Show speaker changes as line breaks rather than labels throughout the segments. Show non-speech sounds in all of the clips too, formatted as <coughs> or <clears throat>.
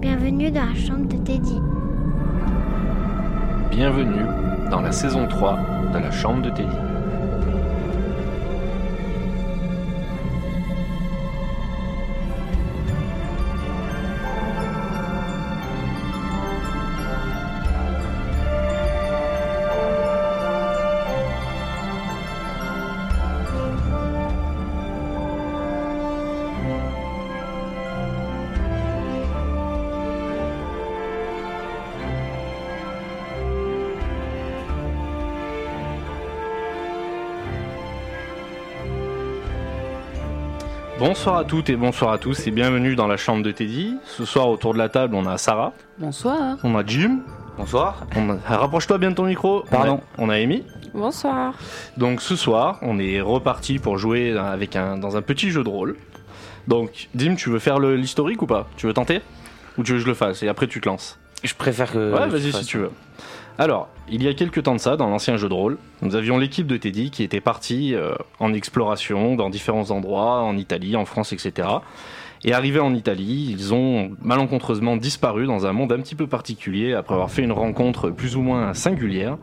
bienvenue dans la chambre de Teddy.
Bienvenue dans la saison 3 de la chambre de Teddy. Bonsoir à toutes et bonsoir à tous et bienvenue dans la chambre de Teddy. Ce soir autour de la table on a Sarah,
Bonsoir.
on a Jim,
Bonsoir.
on a- Ah, rapproche-toi bien de ton micro,
Pardon.
on a, on a Amy.
Bonsoir.
Donc ce soir on est reparti pour jouer avec un, dans un petit jeu de rôle. Donc Jim tu veux faire le- l'historique ou pas Tu veux tenter Ou tu veux que je le fasse et après tu te lances
Je préfère que.
Ouais, vas-y si tu veux. Alors, il y a quelques temps de ça, dans l'ancien jeu de rôle, nous avions l'équipe de Teddy qui était partie euh, en exploration dans différents endroits, en Italie, en France, etc. Et arrivés en Italie, ils ont malencontreusement disparu dans un monde un petit peu particulier après avoir fait une rencontre plus ou moins singulière.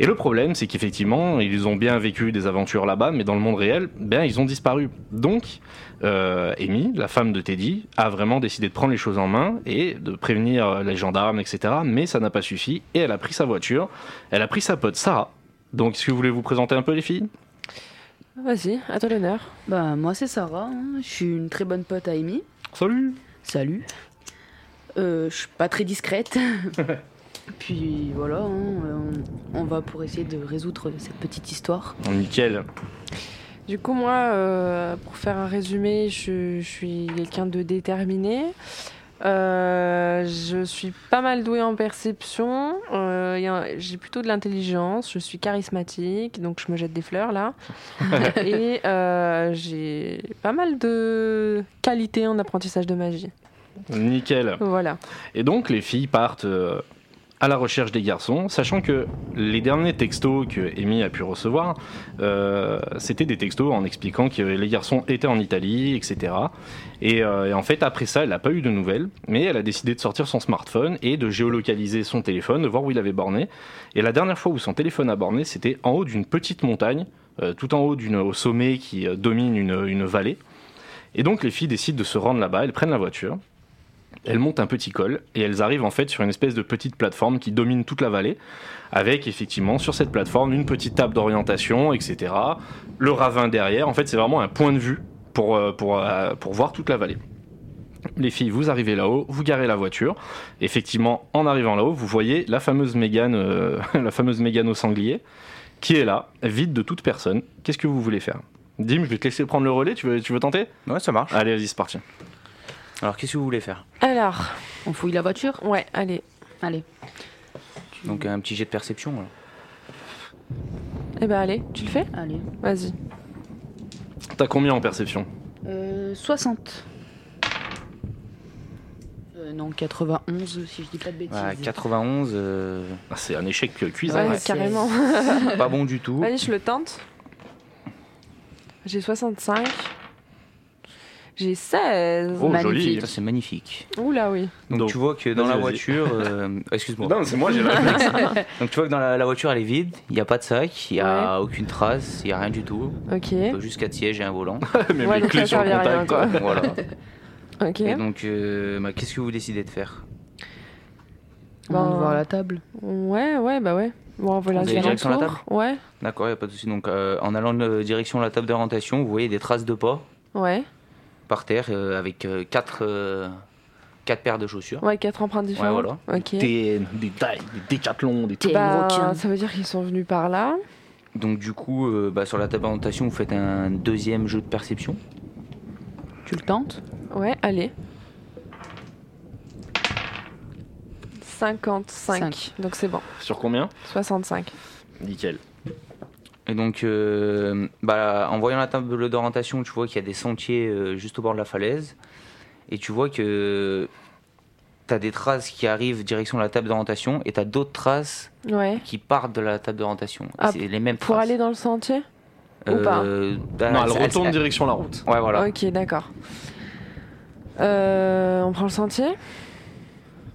Et le problème, c'est qu'effectivement, ils ont bien vécu des aventures là-bas, mais dans le monde réel, ben, ils ont disparu. Donc, euh, Amy, la femme de Teddy, a vraiment décidé de prendre les choses en main et de prévenir euh, les gendarmes, etc. Mais ça n'a pas suffi et elle a pris sa voiture, elle a pris sa pote Sarah. Donc, est-ce que vous voulez vous présenter un peu, les filles
Vas-y, à toi l'honneur.
Bah moi c'est Sarah, hein. je suis une très bonne pote à Amy.
Salut
Salut. Euh, je suis pas très discrète. Puis voilà, hein, euh, on, on va pour essayer de résoudre cette petite histoire.
Nickel.
Du coup, moi, euh, pour faire un résumé, je, je suis quelqu'un de déterminé. Euh, je suis pas mal douée en perception. Euh, y a- J'ai plutôt de l'intelligence. Je suis charismatique, donc je me jette des fleurs là. Et euh, j'ai pas mal de qualités en apprentissage de magie.
Nickel.
Voilà.
Et donc les filles partent euh, à la recherche des garçons, sachant que les derniers textos que Amy a pu recevoir, euh, c'était des textos en expliquant que les garçons étaient en Italie, etc. Et, euh, et en fait, après ça, elle n'a pas eu de nouvelles, mais elle a décidé de sortir son smartphone et de géolocaliser son téléphone, de voir où il avait borné. Et la dernière fois où son téléphone a borné, c'était en haut d'une petite montagne, euh, tout en haut d'une au sommet qui euh, domine une, une vallée. Et donc les filles décident de se rendre là-bas, elles prennent la voiture. Elles montent un petit col et elles arrivent en fait sur une espèce de petite plateforme qui domine toute la vallée, avec effectivement sur cette plateforme une petite table d'orientation, etc. Le ravin derrière, en fait c'est vraiment un point de vue pour, euh, pour, euh, pour voir toute la vallée. Les filles, vous arrivez là-haut, vous garez la voiture. Effectivement, en arrivant là-haut, vous voyez la fameuse Mégane, euh, <laughs> la fameuse Mégane au sanglier, qui est là, vide de toute personne. Qu'est-ce que vous voulez faire Dim, je vais te laisser prendre le relais, tu veux, tu veux tenter
Ouais, ça marche.
Allez, vas-y, c'est parti.
Alors, qu'est-ce que vous voulez faire
Alors,
On fouille la voiture
ouais, allez.
Allez.
Donc, un petit jet de perception. alors.
Eh ben, allez, tu le fais
Allez.
Vas-y.
T'as combien en perception
Euh, 60. Euh, non, 91 si je dis pas de bêtises.
Ouais, 91,
<laughs>
euh,
Ah, C'est un échec euh, cuisant.
Ouais,
Ouais, c'est-
carrément.
pas bon du tout.
<laughs> Allez, je le tente. J'ai 65. J'ai 16.
Oh, joli.
Magnifique.
Ça, c'est magnifique.
Oula, oui.
Donc,
Donc,
tu vois que dans
vas-y,
la
vas-y.
voiture.
<laughs>
euh, Excuse-moi.
Non, c'est moi, j'ai le
<laughs>
réflexe.
Donc, tu vois que dans la, la voiture, elle est vide. Il n'y a pas de sac, il n'y a aucune trace, il n'y a rien du tout.
Ok.
Euh, Juste quatre sièges et
<laughs>
un volant.
Même
Ouais,
les
donc
clés
ça
sur le
servait à rien,
contact.
quoi.
voilà.
Ok.
Et donc, euh, bah, qu'est-ce que vous décidez de faire
On va
Ben,
voir la table.
Ouais, ouais, bah ouais. Bon, voilà,
Vous
les
allez direction la
alentours. Ouais,
D'accord, il n'y a pas de souci. Donc, euh, en allant euh, direction la table d'orientation, vous voyez des traces de pas
ouais.
par terre euh, avec euh, quatre, euh, quatre paires de chaussures.
Ouais, quatre empreintes différentes.
Ouais,
Ok.
TN, des tailles, des décathlons, des
T'es
Bah,
requin.
ça veut dire qu'ils sont venus par là.
Donc du coup, euh, bah, sur la table d'orientation, vous faites un deuxième jeu de perception.
Tu le tentes
Ouais, allez. 55.
Cinq.
Donc c'est bon.
Sur combien
65.
Nickel.
Et donc, euh, bah, en voyant la table d'orientation, tu vois qu'il y a des sentiers euh, juste au bord de la falaise. Et tu vois que tu as des traces qui arrivent direction la table d'orientation et tu as d'autres traces
Ouais.
qui partent de la table d'orientation. Et
Ah,
c'est les mêmes
Pour
traces.
aller dans le sentier ou pas
bah,
non, elle
elles-
retourne
elles-
direction la route.
Ouais, voilà.
Ok, d'accord. Euh, on prend le sentier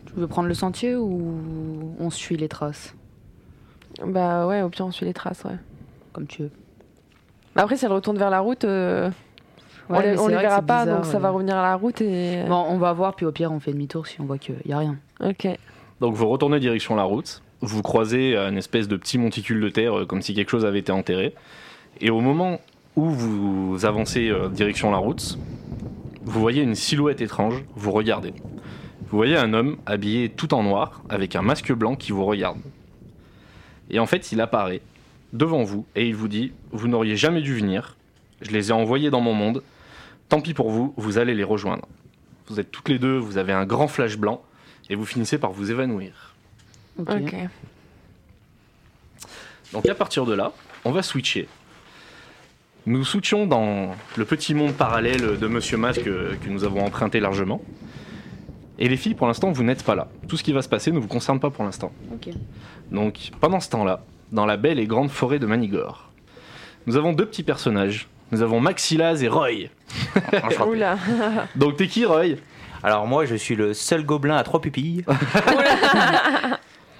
Tu veux prendre le sentier ou on suit les traces
Bah ouais, au pire, on suit les traces, ouais.
Comme tu veux.
Mais Après, si elle retourne vers la route, euh, on
Ouais, mais
les,
c'est
on les
vrai que
verra
c'est
pas,
bizarre,
donc ça
ouais.
va revenir à la route et.
Bon, on va voir, puis au pire, on fait demi-tour si on voit qu'il n'y a rien.
Ok.
Donc vous retournez direction la route, vous croisez euh, une espèce de petit monticule de terre euh, comme si quelque chose avait été enterré. Et au moment où vous avancez euh, direction la route, vous voyez une silhouette étrange, vous regardez. Vous voyez un homme habillé tout en noir avec un masque blanc qui vous regarde. Et en fait, il apparaît devant vous et il vous dit "Vous n'auriez jamais dû venir. Je les ai envoyés dans mon monde. Tant pis pour vous, vous allez les rejoindre." Vous êtes toutes les deux, vous avez un grand flash blanc et vous finissez par vous évanouir.
Ok.
Ok.
Donc à partir de là, on va switcher. Nous switchons dans le petit monde parallèle de Monsieur Masque euh, que nous avons emprunté largement. Et les filles, pour l'instant, vous n'êtes pas là. Tout ce qui va se passer ne vous concerne pas pour l'instant.
Ok.
Donc pendant ce temps-là, dans la belle et grande forêt de Manigore, nous avons deux petits personnages. Nous avons Maxilaz et Roy.
Enchanté.
Oula.
Donc t'es qui Roy
Alors moi, je suis le seul gobelin à
<laughs>
trois pupilles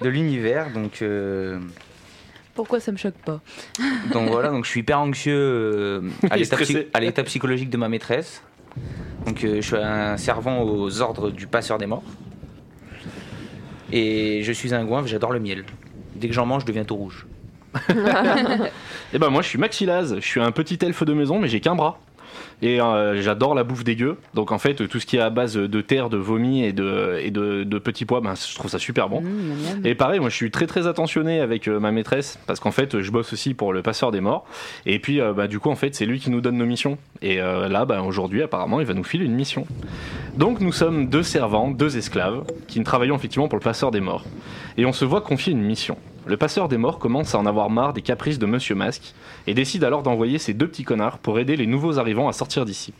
de l'univers, donc euh,
Pourquoi ça me choque pas
donc voilà, donc je suis hyper anxieux euh, à
Il est
l'état psy-
stressé.
à l'état psychologique de ma maîtresse. Donc euh, je suis un servant aux ordres du passeur des morts. Et je suis un goinfre, j'adore le miel. Dès que j'en mange, je deviens tout rouge.
Eh ben moi je suis Maxilaz, je suis un petit elfe de maison mais j'ai qu'un bras. Et euh, j'adore la bouffe dégueu. Donc en fait tout ce qui est à base de terre, de vomi et de, et de, de petits pois, ben, je trouve ça super bon.
Mmh, miam, miam.
Et pareil, moi je suis très très attentionné avec euh, ma maîtresse parce qu'en fait je bosse aussi pour le passeur des morts. Et puis euh, bah, du coup en fait c'est lui qui nous donne nos missions. Et euh, là bah, aujourd'hui apparemment il va nous filer une mission. Donc nous sommes deux servants, deux esclaves qui travaillons effectivement pour le passeur des morts. Et on se voit confier une mission. Le passeur des morts commence à en avoir marre des caprices de Monsieur Masque et décide alors d'envoyer ses deux petits connards pour aider les nouveaux arrivants à sortir d'ici.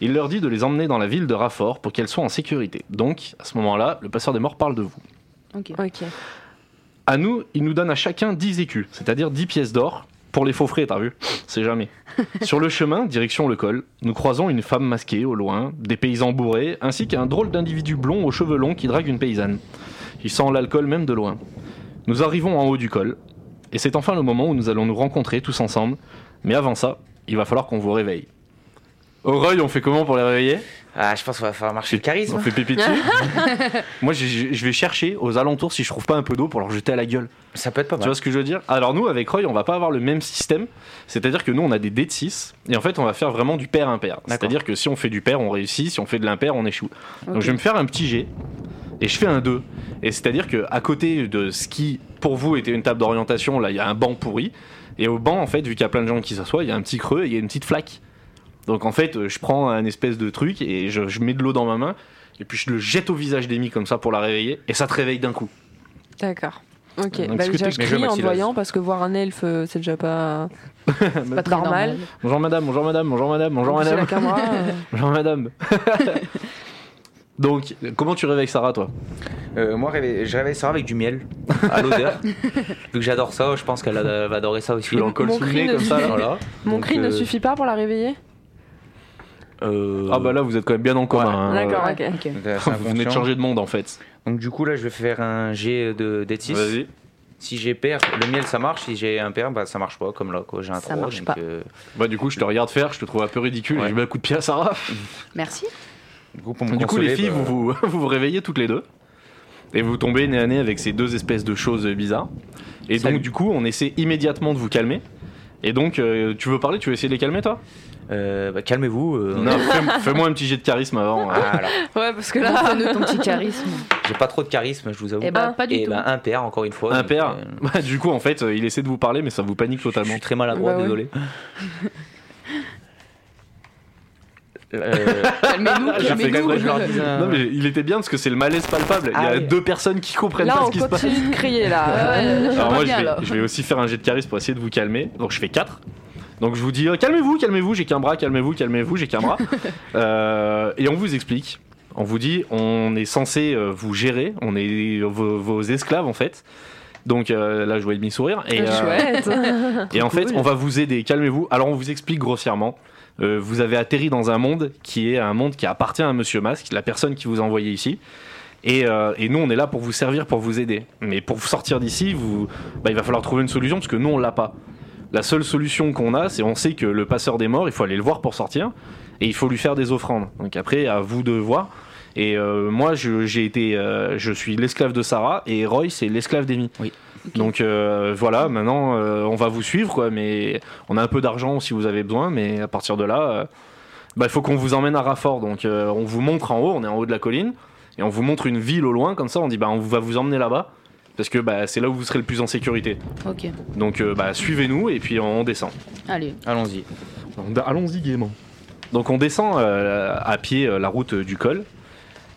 Il leur dit de les emmener dans la ville de Raffort pour qu'elles soient en sécurité. Donc, à ce moment-là, le passeur des morts parle de vous.
Ok.
Ok.
À nous, il nous donne à chacun 10 écus, c'est-à-dire 10 pièces d'or pour les faux frais, t'as vu C'est jamais. Sur le chemin, direction le col, nous croisons une femme masquée au loin, des paysans bourrés, ainsi qu'un drôle d'individu blond aux cheveux longs qui drague une paysanne. Il sent l'alcool même de loin. Nous arrivons en haut du col, et c'est enfin le moment où nous allons nous rencontrer tous ensemble, mais avant ça, il va falloir qu'on vous réveille. Au Roy, on fait comment pour les réveiller
Ah, je pense qu'on va faire marcher le charisme. hein.
On fait pipi dessus Moi, je- je je vais chercher aux alentours si je trouve pas un peu d'eau pour leur jeter à la gueule.
Ça peut être pas
Tu
mal.
vois ce que je veux dire Alors nous, avec Roy, on va pas avoir le même système. C'est-à-dire que nous, on a des dés de 6 et en fait, on va faire vraiment du pair-impair. C'est-à-dire que si on fait du pair, on réussit. Si on fait de l'impair, on échoue. Donc
Ok.
je vais me faire un petit jet et je fais un 2. Et c'est-à-dire que à côté de ce qui, pour vous, était une table d'orientation, là, il y a un banc pourri. Et au banc, en fait, vu qu'il y a plein de gens qui s'assoient, il y a un petit creux et il y a une petite flaque. Donc en fait, euh, je prends un espèce de truc et je, je mets de l'eau dans ma main. Et puis je le jette au visage d'Amy comme ça pour la réveiller. Et ça te réveille d'un coup.
D'accord. Ok.
Donc,
bah,
ce que
déjà,
t'es-
je
mais je
crie en
maximise.
te voyant parce que voir un elfe, euh, c'est déjà pas.
C'est
pas
très
normal.
Bonjour madame, bonjour madame, bonjour madame, bonjour
J'ai
madame.
la caméra. euh.
Bonjour madame. <laughs> Donc, comment tu réveilles Sarah, toi
Euh, moi, réveille- je réveille Sarah avec du miel, à
<laughs>
l'odeur. Vu que j'adore ça, je pense qu'elle a- va adorer ça aussi.
Tu l'en colles
Mon
sous le
cri
nez
ne
comme ça là.
suffit-
Voilà.
Mon
Donc,
cri ne
euh,
suffit pas pour la réveiller
euh,
Ah bah là, vous êtes quand même bien en commun. hein.
D'accord.
Ouais,
Ok.
ok.
<laughs>
c'est
Euh, Vous venez de
inconscient.
changer de monde en fait.
Donc du coup là je vais faire un jet de D6. Si j'ai pair, le miel ça marche, si j'ai un pair, bah ça marche pas comme là quoi, j'ai un
Ça
3.
marche
donc,
pas.
euh,
Bah du coup, je te regarde faire, je te trouve un peu ridicule.
Ouais.
et Je mets un coup de pied à Sarah.
<laughs> Merci.
du coup, pour me
du coup,
consoler,
les filles,
bah,
vous, vous <laughs> vous vous réveillez toutes les deux et vous tombez nez à nez avec ces deux espèces de choses bizarres. Et
Salut.
donc, du coup, on essaie immédiatement de vous calmer. Et donc, euh, tu veux parler Tu veux essayer de les calmer, toi
euh, bah, calmez-vous. euh,
Non, fais- fais-moi un petit jet de charisme avant. hein.
Ah, alors,
Ouais, parce que là.
Montre-nous
<laughs>
ton petit charisme.
j'ai pas trop de charisme, je vous avoue.
Eh ben,
Ah.
pas du
Et
tout.
bah, un pair encore une fois.
Un
donc,
père.
euh,
Bah, du coup, en fait, euh, il essaie de vous parler, mais ça vous panique
Je
totalement.
suis très maladroit,
Bah ouais.
désolé. <laughs> Euh,
Calmez-nous,
Je fais
calmez-nous.
exprès,
je leur dis un-
Non mais il était bien parce que c'est le malaise palpable.
Ah
il y a
oui.
deux personnes qui comprennent
Là,
pas
on
ce qui se passe.
continue de crier <laughs> là.
Ouais,
Alors moi je
bien,
vais,
là.
je vais aussi faire un jet de charisme pour essayer de vous calmer. Donc je fais 4. Donc je vous dis euh, calmez-vous, calmez-vous, j'ai qu'un bras, calmez-vous, calmez-vous, j'ai qu'un bras.
<laughs>
Euh, et on vous explique. On vous dit on est censé euh, vous gérer, on est vos, vos esclaves en fait. Donc euh, là je vois demi sourire et euh,
Chouette.
et en fait, on va vous aider, calmez-vous. Alors, on vous explique grossièrement. Euh, vous avez atterri dans un monde qui est un monde qui appartient à Monsieur Masque, la personne qui vous a envoyé ici. Et, euh, et nous, on est là pour vous servir, pour vous aider. Mais pour vous sortir d'ici, vous, bah, il va falloir trouver une solution parce que nous, on l'a pas. La seule solution qu'on a, c'est on sait que le passeur des morts, il faut aller le voir pour sortir et il faut lui faire des offrandes. Donc après, à vous de voir. Et euh, moi, je, j'ai été, euh, je suis l'esclave de Sarah et Roy, c'est l'esclave d'Amy.
Oui.
Donc euh, voilà, maintenant, euh, on va vous suivre, quoi. Mais on a un peu d'argent si vous avez besoin, mais à partir de là, euh, bah, il faut qu'on vous emmène à Raffort. Donc euh, on vous montre en haut, on est en haut de la colline, et on vous montre une ville au loin, comme ça, on dit, bah, on va vous emmener là-bas. Parce que bah, c'est là où vous serez le plus en sécurité.
Ok,
Donc euh, bah, suivez-nous et puis on descend.
allez.
Allons-y.
On- Allons-y gaiement. Donc on descend euh, à pied euh, la route euh, du col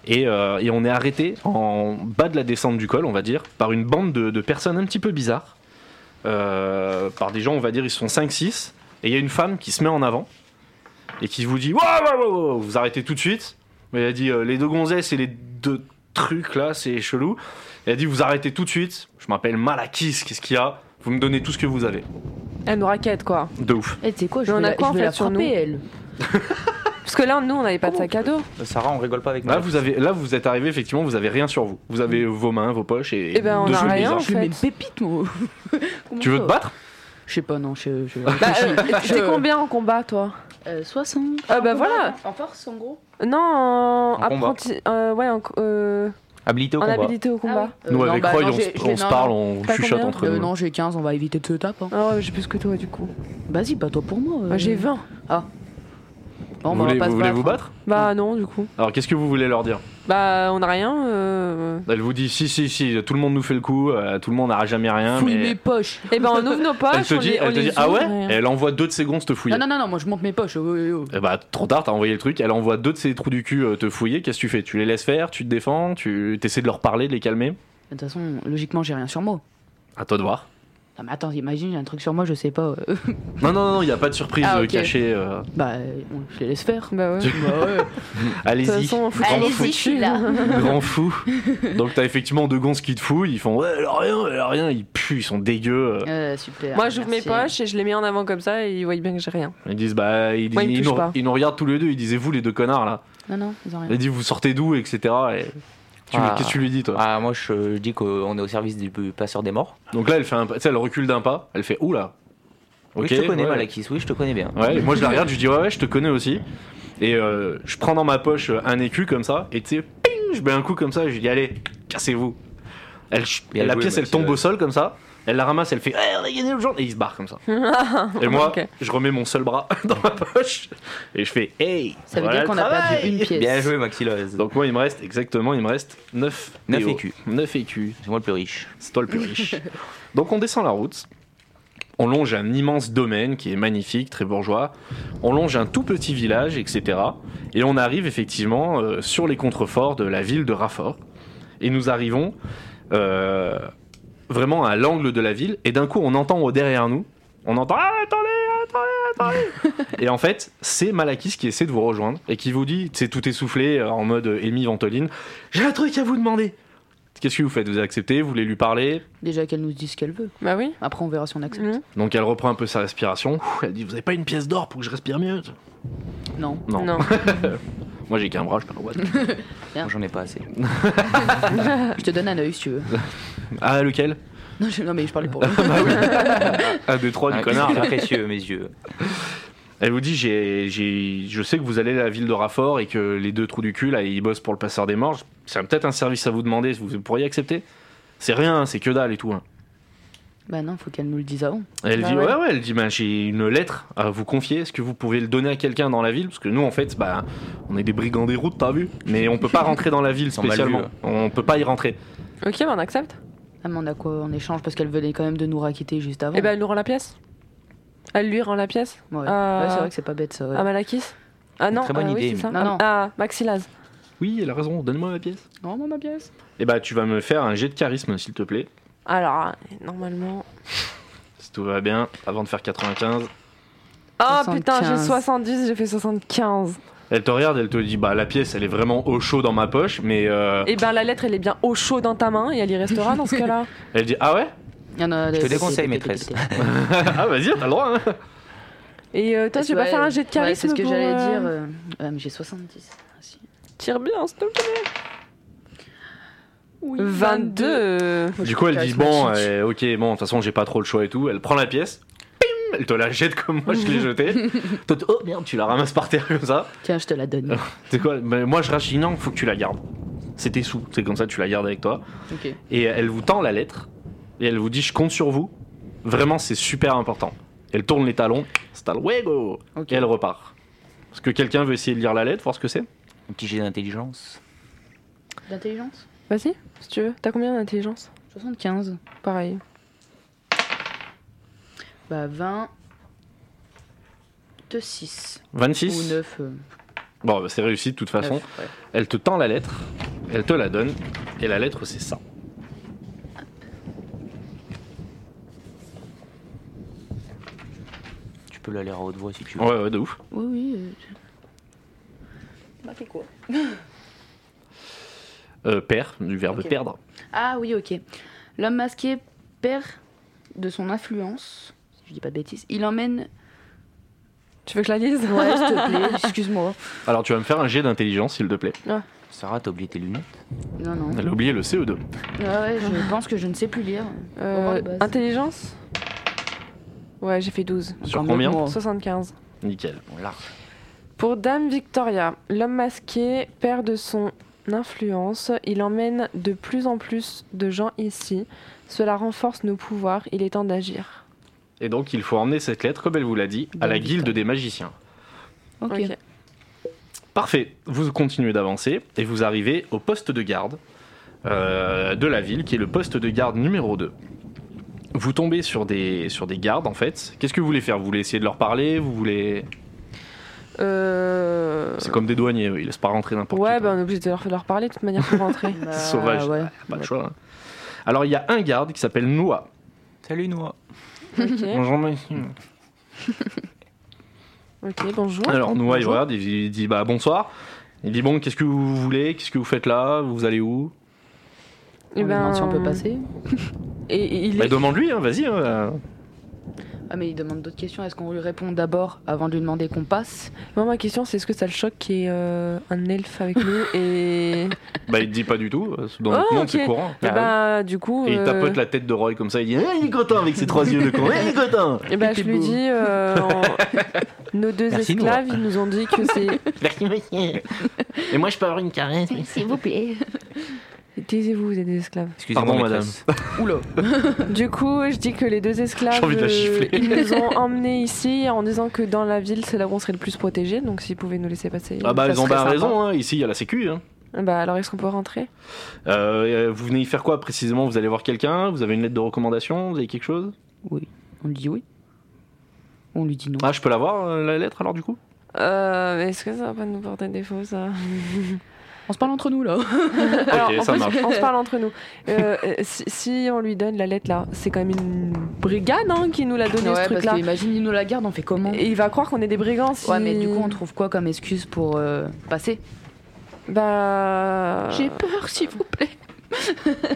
et, euh, et on est arrêté en bas de la descente du col, on va dire, par une bande de, de personnes un petit peu bizarres. Euh, par des gens, on va dire, ils sont 5-6 et il y a une femme qui se met en avant et qui vous dit Wow, wow, wow, wow, vous arrêtez tout de suite. Mais elle a dit euh, Les deux gonzesses et les deux trucs là, c'est chelou. Et elle a dit Vous arrêtez tout de suite. Je m'appelle Malakis, qu'est-ce qu'il y a Vous me donnez tout ce que vous avez.
Elle nous raquette, quoi.
De ouf.
Eh, tu sais quoi, je
Mais
vais,
on a
la-
quoi,
je
en
vais
fait,
la
sur
frapper,
nous
elle.
Parce que là, nous, on n'avait pas de sac à dos.
Euh, Sarah, on rigole pas avec
Là
moi.
vous avez, là vous êtes arrivé effectivement, vous avez rien sur vous. Vous avez vos mains, vos poches et.
Eh ben, on
deux
a
trucs
rien.
bizarres.
En
Je lui mets une
fait. <laughs>
pépite, moi. Comment
hein. Tu veux
ça
te battre
Je sais pas, non, je. je...
Bah, euh, t'es combien en combat, toi
Euh, 60.
Ah, bah, voilà.
En force, en gros
Non, en,
En combat.
apprenti- euh, ouais, en, euh,
Habilité au
en
combat.
habilité au
Ah
combat.
Nous avec
bah,
Roy, on, se- on se parle, on
T'as
chuchote
combien
entre
Euh,
nous.
non, j'ai 15, on va éviter de se taper. hein.
Ah ouais, j'ai plus que toi, du coup.
Euh, Vas-y, bats-toi pour moi.
Bah,
euh.
j'ai 20.
Bon,
vous
bah, on va
voulez,
pas
vous,
se
voulez vous
hein.
battre
Bah, non, du coup.
Alors qu'est-ce que vous voulez leur dire
Bah, on a rien. euh,
Elle vous dit si si si, tout le monde nous fait le coup, euh, tout le monde n'aura jamais rien.
Fouille
mais...
mes poches.
Eh ben, on ouvre nos poches.
elle te
on
dit,
les- on
elle te
les
dit ah
ouvre
ouais
et-
Et Elle envoie deux de ses gonzes te fouiller.
Non, non, non, non, moi je monte mes poches. oh, oh, oh.
Eh bah trop tard, t'as envoyé le truc. Elle envoie deux de ses trous du cul euh, te fouiller. Qu'est-ce que tu fais Tu les laisses faire Tu te défends Tu essaies de leur parler, de les calmer
De toute façon, logiquement, j'ai rien sur moi.
À toi de voir.
Non, mais attends, imagine, j'ai un truc sur moi, je sais pas. euh. <laughs>
Non non non, il y a pas de surprise
Ah,
euh,
ok.
cachée. euh,
Bah, euh, on- je les laisse faire.
Bah ouais. De
Bah ouais.
toute
Allez-y.
façon, on fout-
Allez-y,
on fout
je
suis
dessus.
là.
Grand fou. Donc t'as effectivement deux gonzes qui te fouillent, ils font ouais, elle a rien, elle a rien, ils puent, ils sont dégueux.
<laughs> Euh, super.
Moi, j'ouvre mes
merci.
poches et je les mets en avant comme ça et ils voient bien que j'ai rien.
Ils disent bah ils,
Moi, ils me
ils
touchent
nous,
pas.
ils nous regardent tous les deux, ils disaient vous les deux connards là.
Non, non, ils ont rien.
Ils disent vous sortez d'où etc. Et tu-
Ah.
Qu'est-ce que tu lui dis toi
Ah, moi je, je dis qu'on est au service du passeur des morts.
Donc là elle fait un, tu sais, elle recule d'un pas, elle fait oula.
Oui,
Ok.
je te connais,
ouais.
Malakis. Oui, je te connais bien.
Ouais, et moi je la regarde, je dis ouais, ouais je te connais aussi. Et euh, je prends dans ma poche euh, un écu comme ça, et tu sais, ping, je mets un coup comme ça, et je dis allez, cassez-vous. Elle, ch-
Bien
la
joué,
pièce elle
Mathieu.
tombe au sol comme ça, elle la ramasse, elle fait Eh, on a gagné le jour, et il se barre
<laughs>
comme ça. Et moi,
Ok.
je remets mon seul bras <laughs> dans ma poche et je fais Hey
Ça veut
voilà
dire
le
qu'on a perdu
travail
une pièce.
Bien joué, Maxilose.
Donc, moi, il me reste exactement, il me reste 9,
Neuf écus.
9 écus.
C'est moi le plus riche.
C'est toi le plus riche. Donc, on descend la route. On longe un immense domaine qui est magnifique, très bourgeois. On longe un tout petit village, etc. Et on arrive effectivement euh, sur les contreforts de la ville de Raffort. Et nous arrivons euh, vraiment à l'angle de la ville. Et d'un coup, on entend au derrière nous, on entend Ah, attendez, attendez, attendez. et en fait, c'est Malakis qui essaie de vous rejoindre et qui vous dit, c'est tout essoufflé euh, en mode euh, Amy Ventoline, j'ai un truc à vous demander. Qu'est-ce que vous faites Vous acceptez Vous voulez lui parler
Déjà qu'elle nous dise ce qu'elle veut.
Bah oui.
Après, on verra si on accepte.
Mhm.
Donc elle reprend un peu sa respiration. Ouh, Elle dit Vous avez pas une pièce d'or pour que je respire mieux
Mmh.
Non.
Non.
Non.
Moi j'ai qu'un bras, je sais pas what.
Moi, J'en ai pas assez.
Je te donne un œil si tu veux.
<laughs> Ah, lequel
Non, je- non, mais je parlais pour lui.
Un des trois du
Ah,
connard.
c'est
là.
<laughs> précieux, mes yeux.
<laughs> Elle vous dit j'ai, j'ai- Je sais que vous allez à la ville de Raffort et que les deux trous du cul, là, ils bossent pour le passeur des morts. C'est peut-être un service à vous demander. Vous pourriez accepter C'est rien, hein, c'est que dalle et tout. hein.
Bah non, faut qu'elle nous le dise avant.
Elle
Bah
dit
ouais.
ouais. ouais elle dit ben j'ai une lettre à vous confier est-ce que vous pouvez le donner à quelqu'un dans la ville parce que nous en fait bah on est des brigands des routes t'as vu mais on peut pas rentrer dans la ville
sont mal
spécialement
vus,
on peut pas y rentrer
<laughs> Ok, bah on accepte.
Ah, mais on a quoi en échange Parce qu'elle venait quand même de nous raqueter juste avant.
Et bah, elle nous rend la pièce. Elle lui rend la pièce.
Ouais,
Euh,
Ouais, c'est vrai que c'est pas bête ça. ouais.
À Malakis. Ah non,
Très bonne
ah oui,
idée,
c'est ça.
mais- Non, non.
Ah, Maxilaz.
oui elle a raison donne-moi ma pièce
Non, moi, ma pièce.
et bah tu vas me faire un jet de charisme s'il te plaît
Alors, euh, normalement.
si tout va bien avant de faire 95
Ah putain, j'ai
75.
70, j'ai fait 75.
elle te regarde elle te dit bah la pièce elle est vraiment au chaud dans ma poche mais euh,
Et ben la lettre, elle est bien au chaud dans ta main et elle y restera dans ce <laughs> cas-là.
elle dit ah ouais <laughs>
Il y en a-
Je te déconseille, maîtresse.
ah vas-y t'as le droit hein.
Et euh, toi, tu vas
Ouais,
faire un jet de
ouais,
charisme
C'est ce que
pour,
j'allais
euh,
dire. euh, ouais, mais j'ai 70. Ah, si.
Tire bien, s'il te plaît.
Oui,
22
Du coup, elle
Moi, je
dit
préfère
bon,
la Smith.
euh, ok, bon, de toute façon, j'ai pas trop le choix et tout. Elle prend la pièce, pim, elle te la jette comme moi je
<laughs>
l'ai jetée. Toi, tu- oh merde, tu la ramasses par terre comme ça.
Tiens, je te la donne.
C'est quoi Mais moi, je rachis non, faut que tu la gardes. C'est tes sous, c'est comme ça, tu la gardes avec toi.
Ok.
Et elle vous tend la lettre et elle vous dit je compte sur vous. Vraiment, c'est super important. Elle tourne les talons, hasta luego,
Ok.
et elle repart. Est-ce que quelqu'un veut essayer de lire la lettre, voir ce que c'est
Un petit jet d'intelligence.
D'intelligence
Vas-y, si tu veux. T'as combien d'intelligence
75.
Pareil.
Bah 20. De 6. Ou euh,
26
9.
Bon, bah, c'est réussi de toute façon. Elle te tend la lettre, elle te la donne, et la lettre c'est ça.
Tu peux la lire à haute voix si tu veux.
Ouais, ouais, de ouf.
Oui, oui. Bah, t'es quoi
Euh, perd, du verbe
Ok.
perdre.
Ah oui, ok. L'homme masqué perd de son influence. Si je dis pas de bêtises. Il emmène.
Tu veux que je la lise
Ouais, s'il te <laughs> plaît, excuse-moi.
Alors tu vas me faire un jet d'intelligence, s'il te plaît.
Sarah, t'as oublié tes lunettes
<laughs>
Non, non.
Elle a oublié le E CE2.
Ah ouais, je pense que je ne sais plus lire.
Euh,
Au revoir, le boss.
intelligence Ouais, j'ai fait 12.
Sur
Encore mieux
combien
que moi.
75.
Nickel.
On large.
Pour Dame Victoria, l'homme masqué perd de son influence. Il emmène de plus en plus de gens ici. Cela renforce nos pouvoirs. Il est temps d'agir.
Et donc il faut emmener cette lettre, comme elle vous l'a dit, à la
Bien,
guilde
putain.
des magiciens.
Ok.
Ok.
Parfait. Vous continuez d'avancer et vous arrivez au poste de garde euh, de la ville, qui est le poste de garde numéro 2. Vous tombez sur des, sur des gardes en fait. Qu'est-ce que vous voulez faire Vous voulez essayer de leur parler Vous voulez.
Euh...
C'est comme des douaniers, eux, ils laissent pas rentrer n'importe
Ouais,
qui.
bah, on est obligé de leur, leur parler de toute manière pour rentrer.
<laughs> Bah,
sauvage.
ouais.
Pas de choix. hein. Alors il y a un garde qui s'appelle Noah.
Salut Noah.
<laughs>
ok,
Bonjour, monsieur.
ok, bonjour.
Alors Noah, il
Bonjour.
regarde, il il dit bah bonsoir. Il dit bon, qu'est-ce que vous voulez Qu'est-ce que vous faites là Vous allez où
Eh
On lui demande si on peut passer.
Et- Et il
Bah
est...
demande-lui, hein, vas-y. hein.
Ah, mais il demande d'autres questions. Est-ce qu'on lui répond d'abord avant de lui demander qu'on passe
Moi, ma question, c'est est-ce que ça le choque qu'il y ait euh, un elfe
<laughs>
avec nous et...
Bah il te dit pas du tout. euh, Dans notre
Oh,
monde,
ok.
c'est courant.
et bah, du coup...
Ah Et il
euh,
tapote la tête de Roy comme ça. Il dit eh, il est content avec ses trois yeux de con. Eh, il est content.
<laughs> Eh ben, je lui dis, euh,
<laughs>
en- nos deux
Merci,
esclaves, ils nous ont dit que
<laughs>
c'est.
<laughs>
Et moi je peux avoir une caresse.
S'il vous plaît.
Taisez-vous, vous êtes des esclaves.
Excusez-moi.
Pardon,
maîtresse.
Oula.
<laughs> Du coup, je dis que les deux esclaves.
J'ai envie de la
euh,
gifler.
Ils nous <laughs> ont emmenés ici en disant que dans la ville, c'est là où on serait le plus protégé. Donc, s'ils pouvaient nous laisser passer.
Ah bah
ça
ils ont
serait
bien
sympa.
raison. hein, Ici il y a la Sécu. hein.
Ah Bah, alors, est-ce qu'on peut rentrer
Euh, euh, vous venez y faire quoi précisément Vous allez voir quelqu'un Vous avez une lettre de recommandation Vous avez quelque chose
On lui dit oui. On lui dit non.
Ah je peux la voir euh, la lettre alors du coup
euh, Est-ce que ça va pas nous porter défaut, ça
On se parle entre nous là.
<laughs> Alors,
Ok
en
ça
plus,
marche.
on se parle entre nous. Euh, euh, si, si on lui donne la lettre là, c'est quand même une brigade hein, qui nous l'a donné
ouais,
ce
parce
truc là.
que imagine, il nous la garde, on fait comment
Et il va croire qu'on est des brigands. si-
Ouais, mais du coup, on trouve quoi comme excuse pour euh, passer
Bah.
peur, s'il vous plaît.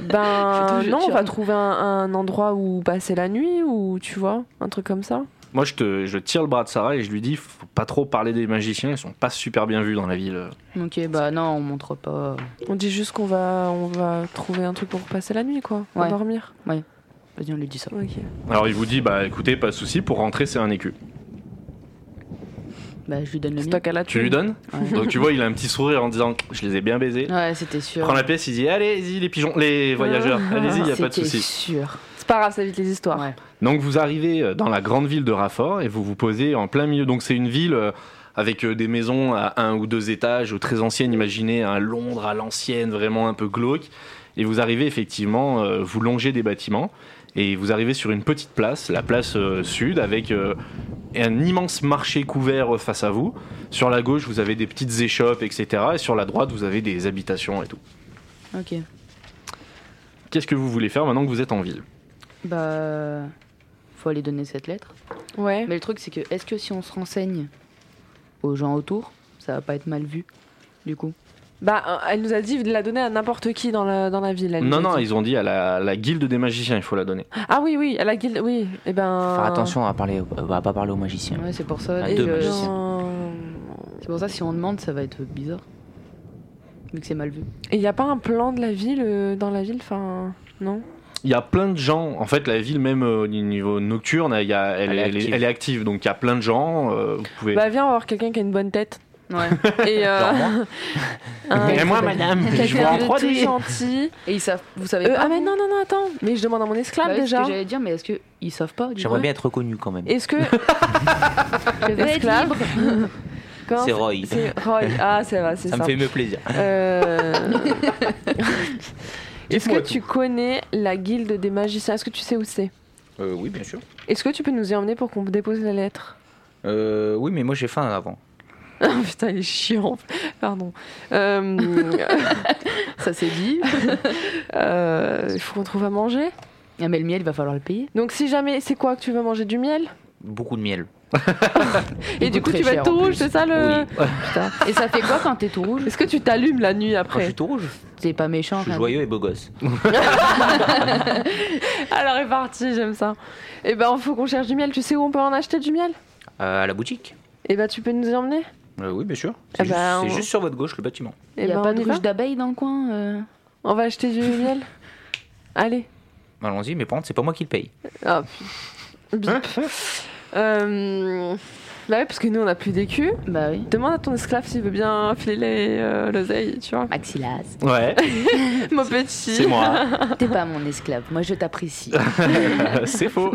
Ben
Je te jure,
non, on
tu
va
as-
trouver un, un endroit où passer la nuit ou tu vois, un truc comme ça.
Moi, je, te, je tire le bras de Sarah et je lui dis faut pas trop parler des magiciens, ils sont pas super bien vus dans la ville.
Ok, bah non, on montre pas.
On dit juste qu'on va, on va trouver un truc pour passer la nuit quoi, pour
Ouais.
dormir.
Vas-y, on lui dit ça.
Ok.
Alors, il vous dit bah écoutez, pas de souci, pour rentrer, c'est un écu.
Bah, je lui donne le
C'est toi
mien.
qu'elle a
Tu lui donnes
Ouais,
Donc, tu vois, il a un petit sourire en disant je les ai bien baisés.
Ouais, c'était sûr. Ah,
Prends la pièce, il dit allez-y, les pigeons, les voyageurs, allez-y,
Ah,
il a pas de
C'était
souci.
sûr.
C'est pas grave, ça évite les histoires.
Ouais.
Donc, vous arrivez euh, dans la grande ville de Raffort et vous vous posez en plein milieu. Donc, c'est une ville. euh, Avec euh, des maisons à un ou deux étages, euh, très anciennes, imaginez un Londres à l'ancienne, vraiment un peu glauque. Et vous arrivez effectivement, euh, vous longez des bâtiments et vous arrivez sur une petite place, la place euh, sud, avec euh, un immense marché couvert euh, face à vous. Sur la gauche, vous avez des petites échoppes, etc. Et sur la droite, vous avez des habitations et tout.
Ok.
Qu'est-ce que vous voulez faire maintenant que vous êtes en ville
Bah. Faut aller donner cette lettre.
Ouais.
Mais le truc, c'est que est-ce que si on se renseigne aux gens autour, ça va pas être mal vu Du coup.
Bah euh, elle nous a dit de la donner à n'importe qui dans la, dans la ville. elle
Non,
nous a
non,
dit.
ils ont dit à la, la guilde des magiciens, il faut la donner.
Ah oui, oui, à la guilde, oui. Et ben.
Faire attention, on va, parler, on va pas parler aux magiciens.
Ouais, c'est pour ça.
Ah,
Et
que-
deux
ben,
magiciens.
C'est pour ça, si on demande, ça va être bizarre. vu que c'est mal vu.
Et il n'y a pas un plan de la ville euh, dans la ville Enfin, non
Il y a plein de gens. En fait, la ville, même euh, au niveau nocturne, il y a- elle, elle
Elle est
est
active.
elle est active. Donc, il y a plein de gens. euh, vous pouvez.
Bah, viens, on va voir quelqu'un qui a une bonne tête.
Ouais.
Et, euh,
Genre moi.
<laughs> un-
Ah, <laughs> Et moi,
<laughs>
madame, je vous
quelqu'un
en
de tout
produis.
gentil.
Et ils savent, vous savez
Euh,
pas
ah, mais
vous
non, non, non, attends. Mais je demande à mon
Bah
esclave
oui, c'est ce
déjà.
que j'allais dire, mais est-ce que ils savent pas du
J'aimerais
coup
bien être reconnu quand même. <laughs>
Est-ce que.
Je veux être
Esclave.
libre.
Comment
C'est Roy.
C'est Roy. Ah, ça va, c'est
Ça
ça.
me fait mieux plaisir.
Euh, <laughs> Est-ce
Dites-moi
que tu connais la guilde des magiciens Est-ce que tu sais où c'est
Euh, oui, bien sûr.
Est-ce que tu peux nous y emmener pour qu'on dépose la lettre <laughs>
Euh, oui, mais moi j'ai faim avant.
Ah, Putain, il est chiant. Pardon. Euh,
<laughs> Ça c'est dit.
euh, Il faut qu'on trouve à manger.
Ah, mais le miel, il va falloir le payer.
Donc, si jamais, c'est quoi que tu veux manger Du miel
Beaucoup de miel.
Et
Il
du
coûte
coup,
très
tu vas
cher,
être tout
en
rouge,
plus.
c'est ça
Euh,
le.
Et ça fait quoi quand t'es tout rouge
Est-ce que tu t'allumes la nuit
Ah, je
après
suis tout rouge.
T'es pas
Je
méchant.
suis
rien.
joyeux et beau gosse.
Alors, est parti, j'aime ça. Et ben, faut qu'on cherche du miel. Tu sais où on peut en acheter du miel
Euh, à la boutique
Et ben, tu peux nous y emmener
Euh, Oui, bien sûr.
Ah
C'est juste,
bah,
c'est
on-
juste sur votre gauche le bâtiment.
Il
Et
y a
ben,
pas
on
de
y va.
ruche d'abeilles dans le coin euh
On va acheter du
<laughs>
miel. Allez.
Allons-y, mais par contre, c'est pas moi qui le paye.
Ah, puis-
Hein
bip. Euh, Bah ouais, parce que nous on a plus d'écus.
Bah oui.
Demande à ton esclave s'il veut bien filer les, euh, l'oseille, tu
<laughs>
vois.
Maxilas,
Ouais,
Mon petit.
c'est
<laughs>
moi.
t'es pas mon esclave, moi je t'apprécie.
c'est faux.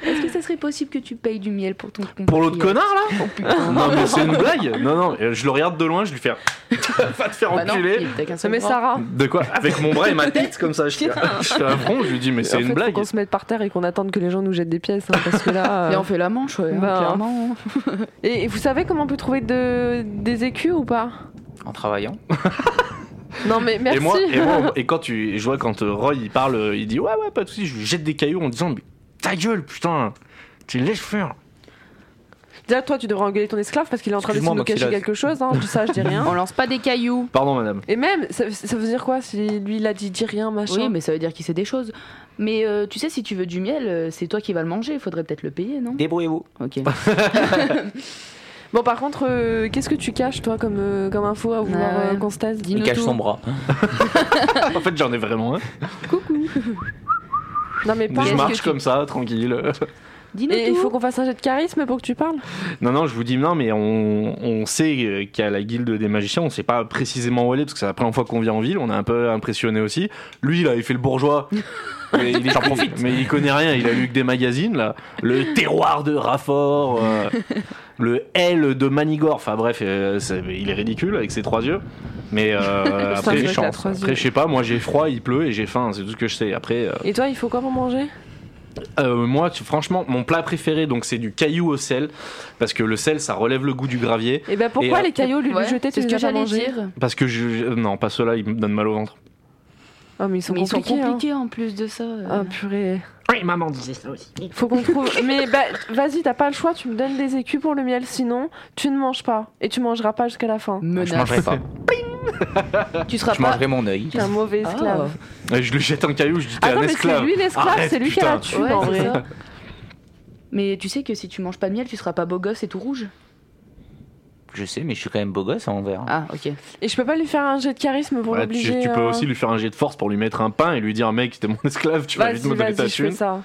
Est-ce que ça serait possible que tu payes du miel pour ton compte
Pour l'autre connard là
Oh,
Non mais c'est une blague Non non, euh, je le regarde de loin, je lui fais <laughs> Va te faire
bah non,
enculer
il- t'as qu'un seul
Mais
bras.
Sarah.
De quoi Avec mon bras et
<laughs>
ma tête comme ça, je fais, je fais un front, je lui dis mais c'est
en fait,
une
faut
blague
qu'on se mette par terre et qu'on attende que les gens nous jettent des pièces, hein, parce que là.
<laughs> Et
euh,
on fait la manche, ouais,
Bah.
clairement. hein.
Et, et vous savez comment on peut trouver de- des écus ou pas
En travaillant.
Non mais merci.
Et moi, et
<laughs>
moi- et quand tu, et je vois quand euh, Roy il parle, euh, il dit ouais ouais pas de soucis, je lui jette des cailloux en disant mais ta gueule putain, tu le laisses faire.
Déjà, toi, tu devrais engueuler ton esclave parce qu'il est en train d'essayer de nous
Excuse-moi,
cacher
Maxilas.
quelque chose. Hein. Tout ça, je dis rien.
<laughs>
On lance pas des cailloux.
Pardon madame.
Et même, ça, ça veut dire quoi si lui il a dit dis rien, machin
Oui, mais ça veut dire qu'il sait des choses. Mais euh, tu sais, si tu veux du miel, euh, c'est toi qui vas le manger, il faudrait peut-être le payer, non
Débrouillez-vous. <laughs>
Ok.
Bon, par contre, euh, qu'est-ce que tu caches, toi, comme, euh, comme info à vouloir
Ouais,
euh,
ouais.
qu'on se taise
Il
Dis-nous
cache
tout.
son bras.
En fait j'en ai vraiment un.
Coucou.
Non,
Mais
mais parle.
je
que
marche
tu-
comme ça tranquille.
Dis-nous
Et il faut
tout.
qu'on fasse un jet de charisme pour que tu parles
<laughs> Non, non, je vous dis non, mais on, on sait euh, qu'à la guilde des magiciens, on sait pas précisément où elle est, parce que c'est la première fois qu'on vient en ville, on est un peu impressionné aussi. Lui, là, il fait le bourgeois. Mais il, est- mais il connaît rien, il a lu que des magazines, là. Le terroir de Raffort, euh, le L de Manigore, enfin bref, euh, c'est- il est ridicule avec ses trois yeux. Mais euh,
C'est un
après,
jeu
les
avec la
chances.
trois yeux.
Après, je sais pas, moi j'ai froid, il pleut et j'ai faim, c'est tout ce que je sais. Après, euh,
Et toi, il faut quoi pour manger
euh, moi, tu- franchement, mon plat préféré, donc c'est du caillou au sel, parce que le sel, ça relève le goût du gravier.
Et ben pourquoi
Et, euh,
les cailloux lui, lui
Ouais,
jeter tu
c'est ce
les as
que
pas
j'allais
mangés
dire.
Parce que je. euh, Non, pas ceux-là, ils me donnent mal au ventre.
Oh, mais ils sont
Mais ils sont
compliqués. hein.
compliqués en plus de ça. euh.
Ah, purée.
Oui, maman disait ça aussi.
Faut qu'on trouve. <laughs> mais bah, vas-y, t'as pas le choix, tu me donnes des écus pour le miel, sinon tu ne manges pas. Et tu mangeras pas jusqu'à la fin.
Je
Menace.
<laughs>
mangerai pas.
Tu seras
Je
pas.
mangerai mon œil.
T'es un mauvais
Ah.
esclave.
je lui jette un caillou, je dis t'es
Attends,
un
mais c'est
esclave.
lui l'esclave,
Arrête,
c'est lui qui a la tue
putain.
Ah, Ouais,
en
c'est
vrai.
ça. Mais tu sais que si tu manges pas de miel, tu seras pas beau gosse et tout rouge.
Je sais, mais je suis quand même beau gosse hein. en verre.
Ah, ok.
Et je peux pas lui faire un jet de charisme pour
Ouais, tu,
l'obliger.
tu peux
euh,
aussi lui faire un jet de force pour lui mettre un pain et lui dire mec, t'es mon esclave, tu vas
Vas-y,
vite me donner
vas-y,
ta
je fais
thune.
ça.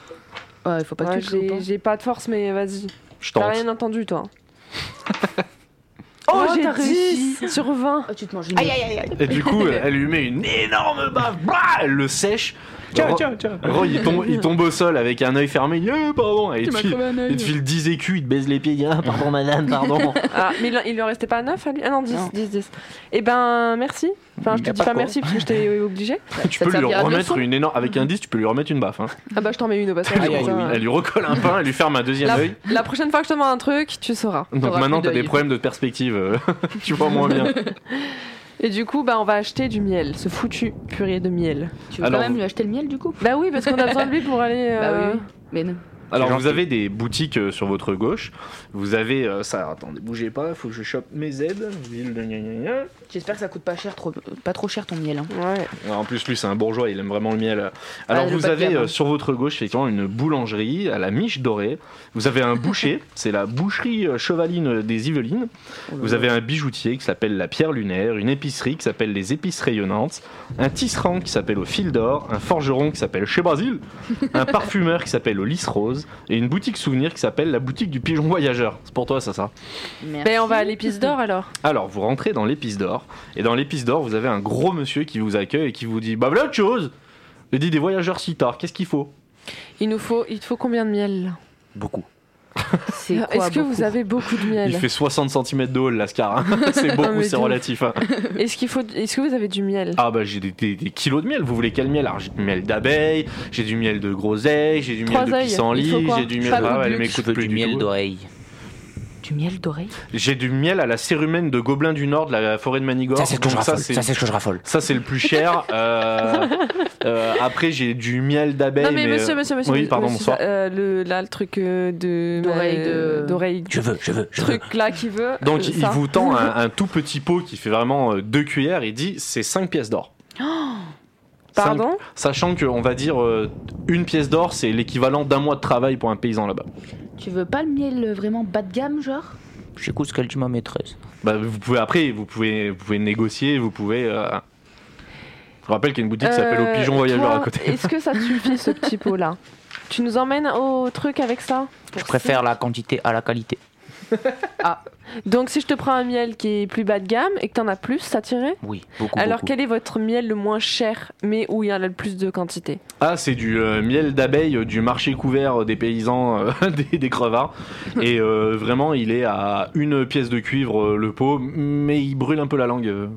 Ouais, il faut pas
Ouais,
que tu le hein.
j'ai-
loupes.
J'ai pas hein. de force, mais vas-y.
Je
T'as
tente.
rien entendu, <laughs> toi.
Oh,
j'ai
t'as
10 sur 20.
Oh, tu te manges une. Aïe, aïe, aïe.
Et du
<laughs>
coup, elle elle lui met une énorme baffe, Blah elle le sèche. Ro- Roy, il tombe, il tombe au sol avec un œil fermé, il dit, Eh, pardon, et il te file-
un
il te file 10 écus, il te baise les pieds, il dit Ah, pardon madame, pardon.
Ah, mais il, il lui en restait pas 9 à lui Ah non, 10,
Non.
10, 10. Eh ben, merci. Enfin, je
Y
te
a
dis
pas
pas
quoi.
merci parce que je <laughs> t'ai obligé.
tu peux lui remettre une énorme. Avec un 10, tu peux lui remettre une baffe. hein.
Ah bah, je t'en mets une au passage.
Aïe, aïe,
comme ça.
Elle lui recolle un pain, elle lui ferme un deuxième
La,
œil.
la prochaine fois que je te demande un truc, tu sauras.
Donc
T'auras
maintenant,
plus
t'as des
d'œil.
problèmes de perspective. euh, <laughs> tu vois moins bien.
Et du coup, bah, on va acheter du miel, ce foutu purée de miel.
Tu veux
Alors,
quand même
vous-
lui acheter le miel du coup
Bah oui, parce qu'on a besoin de lui pour aller.
Bah
euh,
oui. Mais non.
Alors
C'est
vous
gentil.
avez des boutiques euh, sur votre gauche. Vous avez euh, ça. Attendez, bougez pas. Faut que je chope mes aides. Ville de gna gna gna.
J'espère que ça coûte pas cher, trop, pas trop cher ton miel. hein.
euh, Ouais.
Alors, en plus, lui, c'est un bourgeois. Il aime vraiment le miel. Alors
le hein.
vous
pas de
avez
gamme.
euh, sur votre gauche effectivement une boulangerie à la miche dorée. Vous avez un
<laughs>
boucher. c'est la boucherie euh, chevaline des Yvelines.
Oh là
Vous
là.
avez un bijoutier qui s'appelle la pierre lunaire, une épicerie qui s'appelle les épices rayonnantes, un tisserand qui s'appelle au fil d'or, un forgeron qui s'appelle chez
<laughs>
Basile, un parfumeur qui s'appelle au lys rose et une boutique souvenir qui s'appelle la boutique du pigeon voyageur. C'est pour toi ça, ça.
Merci.
Ben, on va à l'épice d'or alors.
Alors vous rentrez dans l'épice d'or et dans l'épice d'or vous avez un gros monsieur qui vous accueille et qui vous dit bah voilà autre chose. Il dit des voyageurs si tard, qu'est-ce qu'il faut
Il nous faut, il te faut combien de miel Euh,
Beaucoup.
C'est quoi
Est-ce que
beaucoup
vous avez beaucoup de
Il
miel
fait 60 cm de haut le Lascar.
<laughs>
hein. c'est beaucoup,
Ah, mais
c'est
de ouf.
relatif. hein.
Est-ce qu'il faut, est-ce que vous avez du miel
Ah bah j'ai des, des- des kilos de miel, vous voulez quel miel Alors j'ai du miel d'abeille, j'ai du miel de groseille, j'ai du
Trois
miel de
œils, il faut
pissenlit,
quoi
j'ai du miel
Pas de
Ah ouais,
bleu.
elle
Je
m'écoute
veux
plus
du
du
miel
tout.
d'oreille.
Du miel doré
J'ai du miel à la cérumen de Gobelin du Nord de la forêt de Manigore.
Ça, c'est ce que je
donc ça
raffole.
c'est
Ça, c'est ce que je raffole.
ça, c'est le plus cher. Euh, euh, après j'ai du miel d'abeille.
Non mais, monsieur,
euh,
monsieur, monsieur.
oui, pardon,
monsieur,
bonsoir.
euh, le, là, le truc euh, de euh,
D'oreille de-
d'oreille,
Je veux, je veux, je veux.
truc là qui veut.
Donc
euh,
il
ça.
vous tend un, un tout petit pot qui fait vraiment euh, deux cuillères et dit c'est 5 pièces d'or. Cinq-
Oh Pardon.
Sachant que on va dire euh, une pièce d'or c'est l'équivalent d'un mois de travail pour un paysan là-bas.
Tu veux pas le miel euh, vraiment bas de gamme, genre
J'écoute ce qu'elle dit ma maîtresse.
Bah, vous pouvez après, vous pouvez, vous pouvez négocier, vous pouvez. euh, Je rappelle qu'il y a une boutique qui s'appelle Au
Euh,
Pigeon Voyageur
toi,
à côté.
Est-ce que ça te suffit
<laughs>
ce petit pot là Tu nous emmènes au truc avec ça
Je préfère la quantité à la qualité.
Donc si je te prends un miel qui est plus bas de gamme et que t'en as plus, ça tirait
Oui, beaucoup.
Alors
beaucoup.
quel est votre miel le moins cher mais où il y en a le plus de quantité
Ah, c'est du euh, miel d'abeille euh, du marché couvert euh, des paysans, euh, <laughs> des, des crevards. Et euh, vraiment, il est à une pièce de cuivre euh, le pot, mais il brûle un peu la langue. euh.
De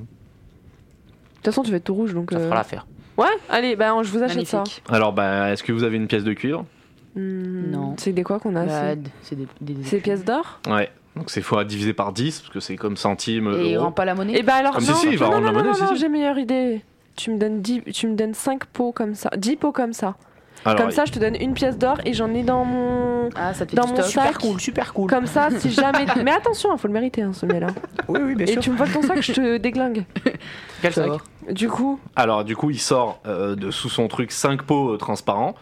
toute façon tu vas être tout rouge donc...
Ça
euh,
fera l'affaire.
Ouais, allez, bah, on- je vous achète ça.
Magnifique.
Alors, bah, est-ce que vous avez une pièce de cuivre
Hmm,
Non.
C'est des quoi qu'on a
Bah,
c'est-
c'est des, des- des-
C'est des pièces d'or
Ouais. Donc, c'est fois divisé par 10, parce que c'est comme centimes.
Et il
euros.
rend pas la monnaie
Et bah alors
Ah, mais
non,
si, si, il va
non, non,
rendre la
non,
monnaie,
non,
si,
non,
si.
j'ai meilleure idée. Tu me donnes 10, tu me donnes 5 pots comme ça, 10 pots comme ça.
Alors,
comme ça, je te donne une pièce d'or et j'en ai dans mon
Ah, ça te fait
dans
du
mon
stock.
sac.
super cool.
Comme ça,
<laughs>
si jamais. Mais attention, il faut le mériter, hein, ce miel-là.
Oui, oui, bien
Et tu me voles ton sac, je te déglingue.
Quel
Ça
sac
va.
Du coup,
Alors du coup, il sort euh, de sous son truc 5 pots euh, transparents.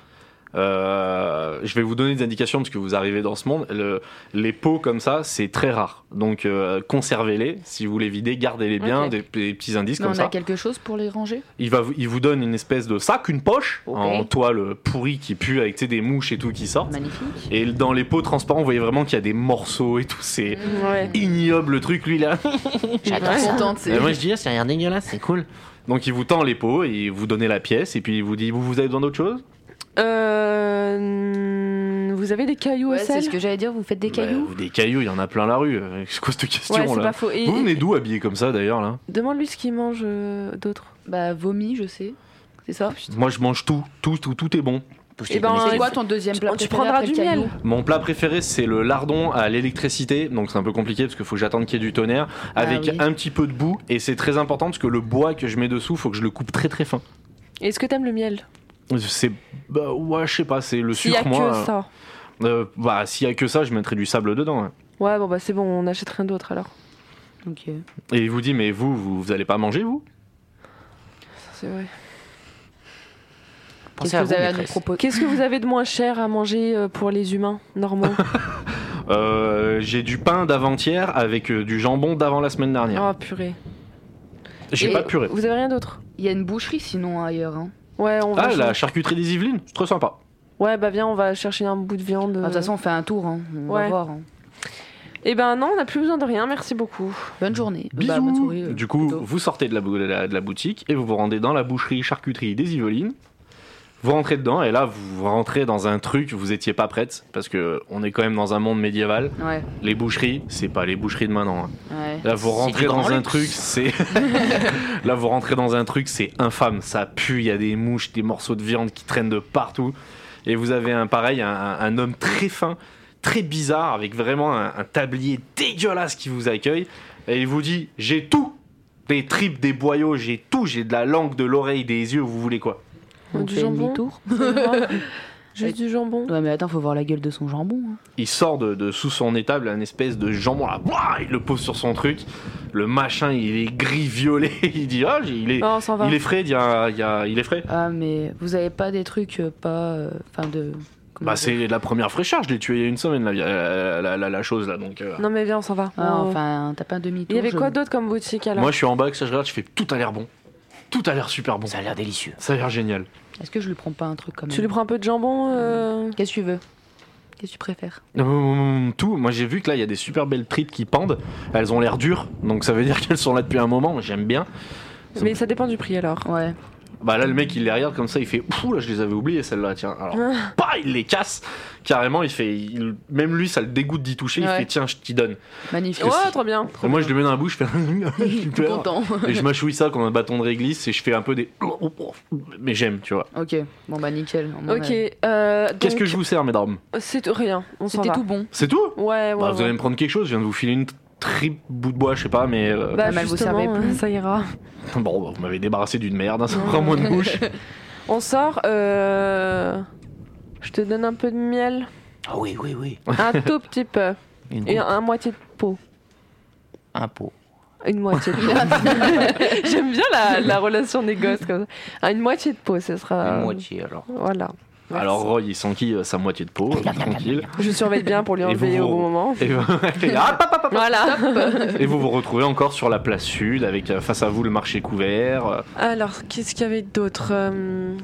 Euh, je vais vous donner des indications parce que vous arrivez dans ce monde. Le- les pots comme ça, c'est très rare. Donc euh, conservez-les. Si vous les videz, gardez-les bien.
Ok.
Des, des petits indices
Mais
comme
on a
ça.
quelque chose pour les ranger
Il, va, vous- il vous donne une espèce de sac, une poche
Ok.
en toile pourrie qui pue avec tu sais, des mouches et tout qui sortent.
Magnifique.
Et dans les pots transparents, vous voyez vraiment qu'il y a des morceaux et tout. C'est
ouais.
ignoble le truc lui là.
J'adore
ça.
contente. c'est-
Et Euh, moi je dis, c'est rien dégueulasse, c'est cool. Donc il vous tend les pots et il vous donnez la pièce et puis il vous dit, vous, vous avez besoin d'autre chose
Euh, Vous avez des cailloux
Ouais,
au
c'est
sel
ce que j'allais dire, vous faites des
Bah,
cailloux
Des cailloux, il y en a plein la rue. Euh, C'est quoi cette question
Ouais, c'est
là
pas faux. Et-
Vous venez
et-
d'où habillé comme ça d'ailleurs là
Demande-lui ce qu'il mange euh, d'autre.
Bah, vomi, je sais. C'est ça
Moi je mange tout, tout, tout, tout est bon.
Tous
Eh
les
ben,
connaissez.
ouais,
C'est quoi ton deuxième
tu-
plat
tu
préféré
prendras
après
du
le caillou
miel.
Mon plat préféré c'est le lardon à l'électricité, donc c'est un peu compliqué parce qu'il faut que j'attende qu'il y ait du tonnerre,
Ah
avec
oui.
un petit peu de boue et c'est très important parce que le bois que je mets dessous, faut que je le coupe très très fin.
Est-ce que t'aimes le miel
C'est. Bah ouais, je sais pas, c'est le
S'il y a
sucre moi.
que ça.
euh, bah s'il y a que ça, je mettrais du sable dedans. hein.
Ouais, bon, bah c'est bon, on n'achète rien d'autre alors.
Ok.
Et il vous dit, mais vous, vous, vous allez pas manger vous
Ça, C'est vrai.
Pensez
Qu'est-ce
à
que vous
vous,
avez à nous
maîtresse.
proposer
Qu'est-ce que vous avez de moins cher à manger euh, pour les humains
<laughs>
normaux
Euh, J'ai du pain d'avant-hier avec euh, du jambon d'avant la semaine dernière.
Oh purée.
J'ai
Oh. et-
pas de purée.
Vous avez rien d'autre
Il y a une boucherie sinon ailleurs. hein.
Ouais, on va.
Ah,
chez-
la charcuterie des Yvelines, c'est trop sympa.
Ouais, bah viens, on va chercher un bout de viande.
Ah, De toute façon, on fait un tour, hein. on
Euh, Ouais.
va voir. hein.
Eh ben non, on n'a plus besoin de rien,
<laughs>
merci beaucoup.
Bonne journée.
Bisous.
Bah, bonne soirée, euh,
du coup,
plutôt.
vous sortez de la, bou- de la- de la boutique et vous vous rendez dans la boucherie charcuterie des Yvelines. Vous rentrez dedans et là, vous rentrez dans un truc, vous étiez pas prête parce que on est quand même dans un monde médiéval.
Ouais,
Les boucheries, c'est pas les boucheries de maintenant. hein.
ouais.
Là, vous
C'est
rentrez
du
dans
grand
un
luxe.
truc,
<laughs>
c'est là, vous rentrez dans un truc, c'est infâme. Ça pue, il y a des mouches, des morceaux de viande qui traînent de partout. Et vous avez un pareil, un, un- un homme très fin, très bizarre, avec vraiment un, un tablier dégueulasse qui vous accueille. Et il vous dit J'ai tout Des tripes, des boyaux, j'ai tout, j'ai de la langue, de l'oreille, des yeux, vous voulez quoi
On
Du
fait
<laughs> jambon.
demi-tour.
C'est vrai. Juste du jambon.
Ouais, mais attends, faut voir la gueule de son jambon. hein.
Il sort de, de sous son étable un espèce de jambon là, Ouah il le pose sur son truc. Le machin, il est gris violet. <laughs> Il dit ah, j'ai- il est,
Non, Oh, on s'en va.
il est frais. Il, y a- il y a- il est frais.
Ah, mais vous avez pas des trucs euh, pas. euh, Enfin, de. comment
Bah
dire
c'est la première fraîcheur. Je l'ai tué il y a une semaine la, la, la- la- la chose là. Donc euh,
Non, mais viens, on s'en va.
Ah,
On-
enfin, t'as pas un demi-tour.
Oh. Il y avait
je-
quoi d'autre comme boutique alors
moi je suis en bas, que ça je regarde, je fais tout a l'air bon. Tout a l'air super bon.
Ça a l'air délicieux.
Ça a l'air génial.
Est-ce que je lui prends pas un truc comme
Tu lui prends un peu de jambon euh,
Qu'est-ce que tu veux Qu'est-ce que tu préfères
Hum, tout. Moi j'ai vu que là il y a des super belles tripes qui pendent. Elles ont l'air dures. Donc ça veut dire qu'elles sont là depuis un moment. J'aime bien. Ça
Mais
me-
ça dépend du prix alors.
Ouais.
Bah là, le mec, il les regarde comme ça, il fait Ouh là, je les avais oubliées celles-là, tiens. Alors,
Ah.
bah, il les casse carrément. Il fait, il- même lui, ça le dégoûte d'y toucher. Il
Ouais.
fait Tiens, je t'y donne.
Magnifique.
Ouais,
c'est-
Oh, trop bien.
Et moi, je lui mets dans la bouche, je fais <laughs>
<laughs>
<laughs>
Super.
Content.
Et je mâchouille ça comme un bâton de réglisse et je fais un peu des. Mais j'aime, tu vois.
ok, bon bah nickel. on en
Ok.
est-
euh,
Qu'est-ce que
donc,
je vous sers, mesdames
C'est tout- rien. On s'en
C'était
va.
tout bon.
C'est tout
Ouais, ouais.
Bah, Vous
ouais.
allez me prendre quelque chose, je viens de vous filer une tripe bout de bois, je sais pas, mais. euh,
Bah,
Ah, mais elle vous
justement,
servait plus.
euh, <laughs> ça ira.
<laughs> Bon, bah, vous m'avez débarrassé d'une merde, hein, ça
Ouais.
prend moins de bouche.
On sort. euh, Je te donne un peu de
<laughs>
miel.
Ah oui, oui, oui.
Un tout petit peu.
Une
Et
goutte,
un, un moitié de peau.
un pot.
Une moitié
<laughs>
de peau. J'aime bien la, la relation des gosses comme ça. Ah, Une moitié de peau, ce sera.
Euh,
Une moitié alors.
Voilà. <laughs> Merci.
Alors, Roy, il s'enquille euh, sa moitié de
<laughs>
peau, euh, tranquille.
Je surveille bien pour lui
Et
enlever
vous-
au bon moment.
Et, <laughs> Ah,
Voilà.
Et vous vous retrouvez encore sur la place sud avec euh, face à vous le marché couvert. euh,
Alors, qu'est-ce qu'il y avait d'autre Euh,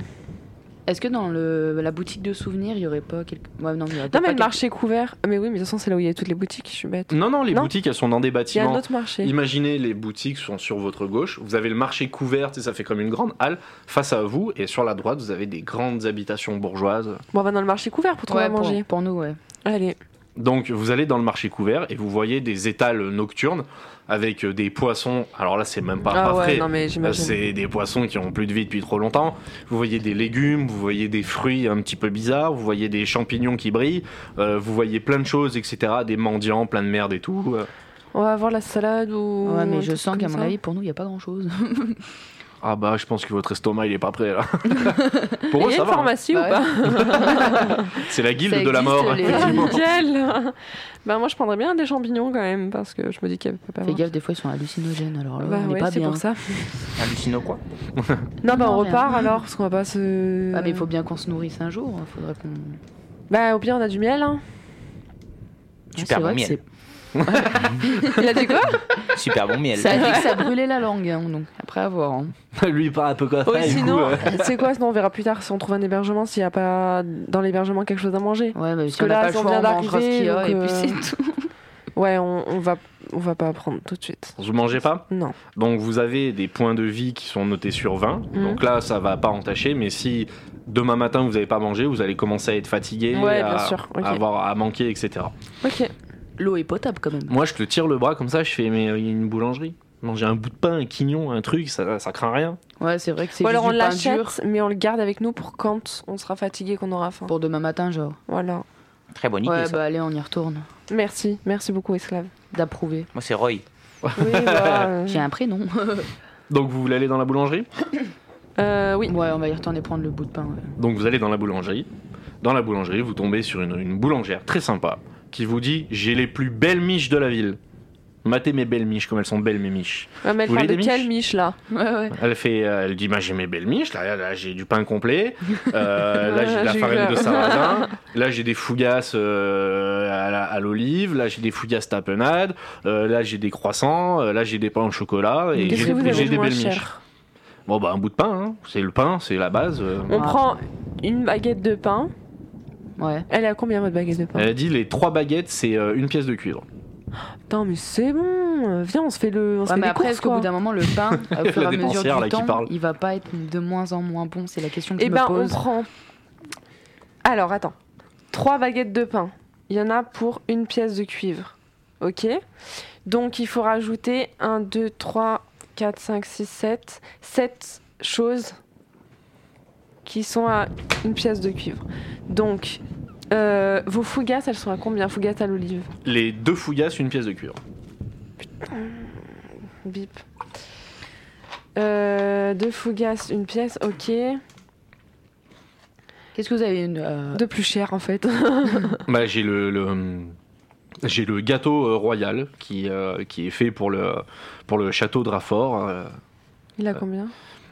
Est-ce que dans le, la boutique de souvenirs, il y aurait pas quelque. Ouais, non, il y aurait
Non,
peut-être
mais
pas
le
quelque-
marché couvert. Ah, Mais oui, mais de toute façon, c'est là où il y a toutes les boutiques. Je suis bête.
Non, non, les
Non.
boutiques elles sont dans des
Il y a un
bâtiments.
autre marché.
Imaginez les boutiques sont sur votre gauche, vous avez le marché couvert, tu sais, ça fait comme une grande halle face à vous, et sur la droite vous avez des grandes habitations bourgeoises.
Bon, on va dans le marché couvert pour trouver
Ouais,
à
pour-
manger.
Pour, nous, ouais.
Allez.
Donc vous allez dans le marché couvert et vous voyez des étals nocturnes avec euh, des poissons. Alors là c'est même pas,
ah
pas
ouais,
frais.
non, mais
Euh,
j'imagine.
C'est des poissons qui ont plus de vie depuis trop longtemps. Vous voyez des légumes, vous voyez des fruits un petit peu bizarres, vous voyez des champignons qui brillent, euh, vous voyez plein de choses, etc. Des mendiants, plein de merde et tout. euh.
On va avoir la salade ou.
Ouais,
un
mais je
truc
sens qu'à
comme
mon
ça.
avis, pour nous, il n'y a pas grand-chose.
Ah bah, je pense que votre estomac il est pas
<laughs>
prêt là. Pour eux, ça
il y a une
va. hein.
pharmacie ou
Bah
pas
C'est la guilde
Ça
de la
existe,
mort.
les-
effectivement.
<laughs> Nickel Bah, moi, je prendrais bien des champignons quand même, parce que je me dis qu'il y a pas
Fais
mal.
gaffe, des fois, ils sont hallucinogènes, alors là,
Bah,
on n'est
ouais,
pas
c'est
bien.
pour ça.
Hallucino quoi
Non, bah, on
Non, mais-
repart alors, parce qu'on va pas se.
Ah, mais il faut bien qu'on se nourrisse un jour. hein, Faudrait qu'on. Ouais,
Bah, au pire, on a du miel,
<laughs>
hein.
c'est
Super
vrai
bon
que
miel.
Il a dit quoi
Super bon miel.
c'est- Ça a dit que ça brûlait la langue, hein, donc après avoir.
<laughs> Lui il part un peu comme ça.
Oui,
du coup,
sinon,
euh,
c'est quoi Sinon, on verra plus tard si on trouve un hébergement, s'il n'y a pas dans l'hébergement quelque chose à manger.
Ouais, mais si
que
on
là,
n'a pas le
si on
choix, on
vient
mangera ce qu'il y a,
d'arriver,
et puis
donc, euh,
c'est tout.
Ouais, on, on va, on va pas prendre tout de suite.
Vous mangez pas
Non.
Donc vous avez des points de vie qui sont notés sur 20.
Mhm.
Donc là, ça va pas entacher, mais si demain matin vous n'avez pas mangé, vous allez commencer à être fatigué,
Ouais,
à,
bien sûr, ok.
à avoir à manquer, etc.
Ok.
L'eau est potable quand même.
Moi, je te tire le bras comme ça, je fais mais il y a une boulangerie. Manger un bout de pain, un quignon, un truc, ça, ça craint rien.
Ouais, c'est vrai que c'est
Ou alors on
juste du pain dur
l'achète, mais on le garde avec nous pour quand on sera fatigué, qu'on aura faim.
pour demain matin, genre.
Voilà.
Très bonne idée
Ouais,
ça.
bah allez, on y retourne.
Merci, merci beaucoup,
<laughs>
esclave.
D'approuver.
Moi c'est Roy.
Oui, bah, euh,
J'ai un prénom.
Donc vous voulez aller dans la boulangerie
euh, oui.
ouais, on va y retourner prendre le bout de pain. ouais.
Donc vous allez dans la boulangerie. Dans la boulangerie, vous tombez sur une, une boulangère très sympa qui vous dit j'ai les plus belles miches de la ville. Matez mes belles miches comme elles sont belles mes miches.
Ouais, mais elle
Vous
parle
voulez
de
des
quelle
miches
miche là
Ouais, ouais.
Elle fait, euh, elle dit bah, j'ai mes belles miches là, là, j'ai du pain complet,
<laughs>
Euh, là j'ai de la
J'ai
farine
eu
de
peur. <laughs>
sarrasin, là j'ai des fougasses euh, à la- à l'olive, là j'ai des fougasses tapenade, euh, là j'ai des croissants, euh, là j'ai des pains au chocolat et
Qu'est-ce
j'ai
que vous
et j'ai
avez de
des
moins
belles miches.
cher
Bon bah un bout de pain, hein. c'est le pain, c'est la base. euh.
On
Ah.
prend une baguette de pain.
Ouais.
Elle est à combien votre baguette de pain
Elle a dit les trois baguettes c'est euh, une pièce de cuivre.
Putain, mais c'est bon. Viens, on se fait le, on se fait
Ouais, mais
des
après,
courses,
est-ce qu'au
quoi.
bout d'un moment, le
<laughs>
pain, au fur et à mesure
dépensière, là,
du
qui parle.
temps, il va pas être de moins en moins bon C'est la question que
Eh
je
ben,
me
on
pose.
prend. Alors, attends. Trois baguettes de pain. Il y en a pour une pièce de cuivre. Ok Donc, il faut rajouter 1, 2, 3, 4, 5, 6, 7. 7 choses qui sont à une pièce de cuivre. Donc, euh, vos fougasses, elles sont à combien Fougasses à l'olive
Les deux fougasses, une pièce de cuivre.
Bip. Euh, deux fougasses, une pièce, ok.
Qu'est-ce que vous avez une, euh,
De plus cher en fait. <laughs>
Bah, j'ai le, le- j'ai le gâteau euh, royal qui, euh, qui est fait pour le, pour le château de Raffort. euh.
Il a combien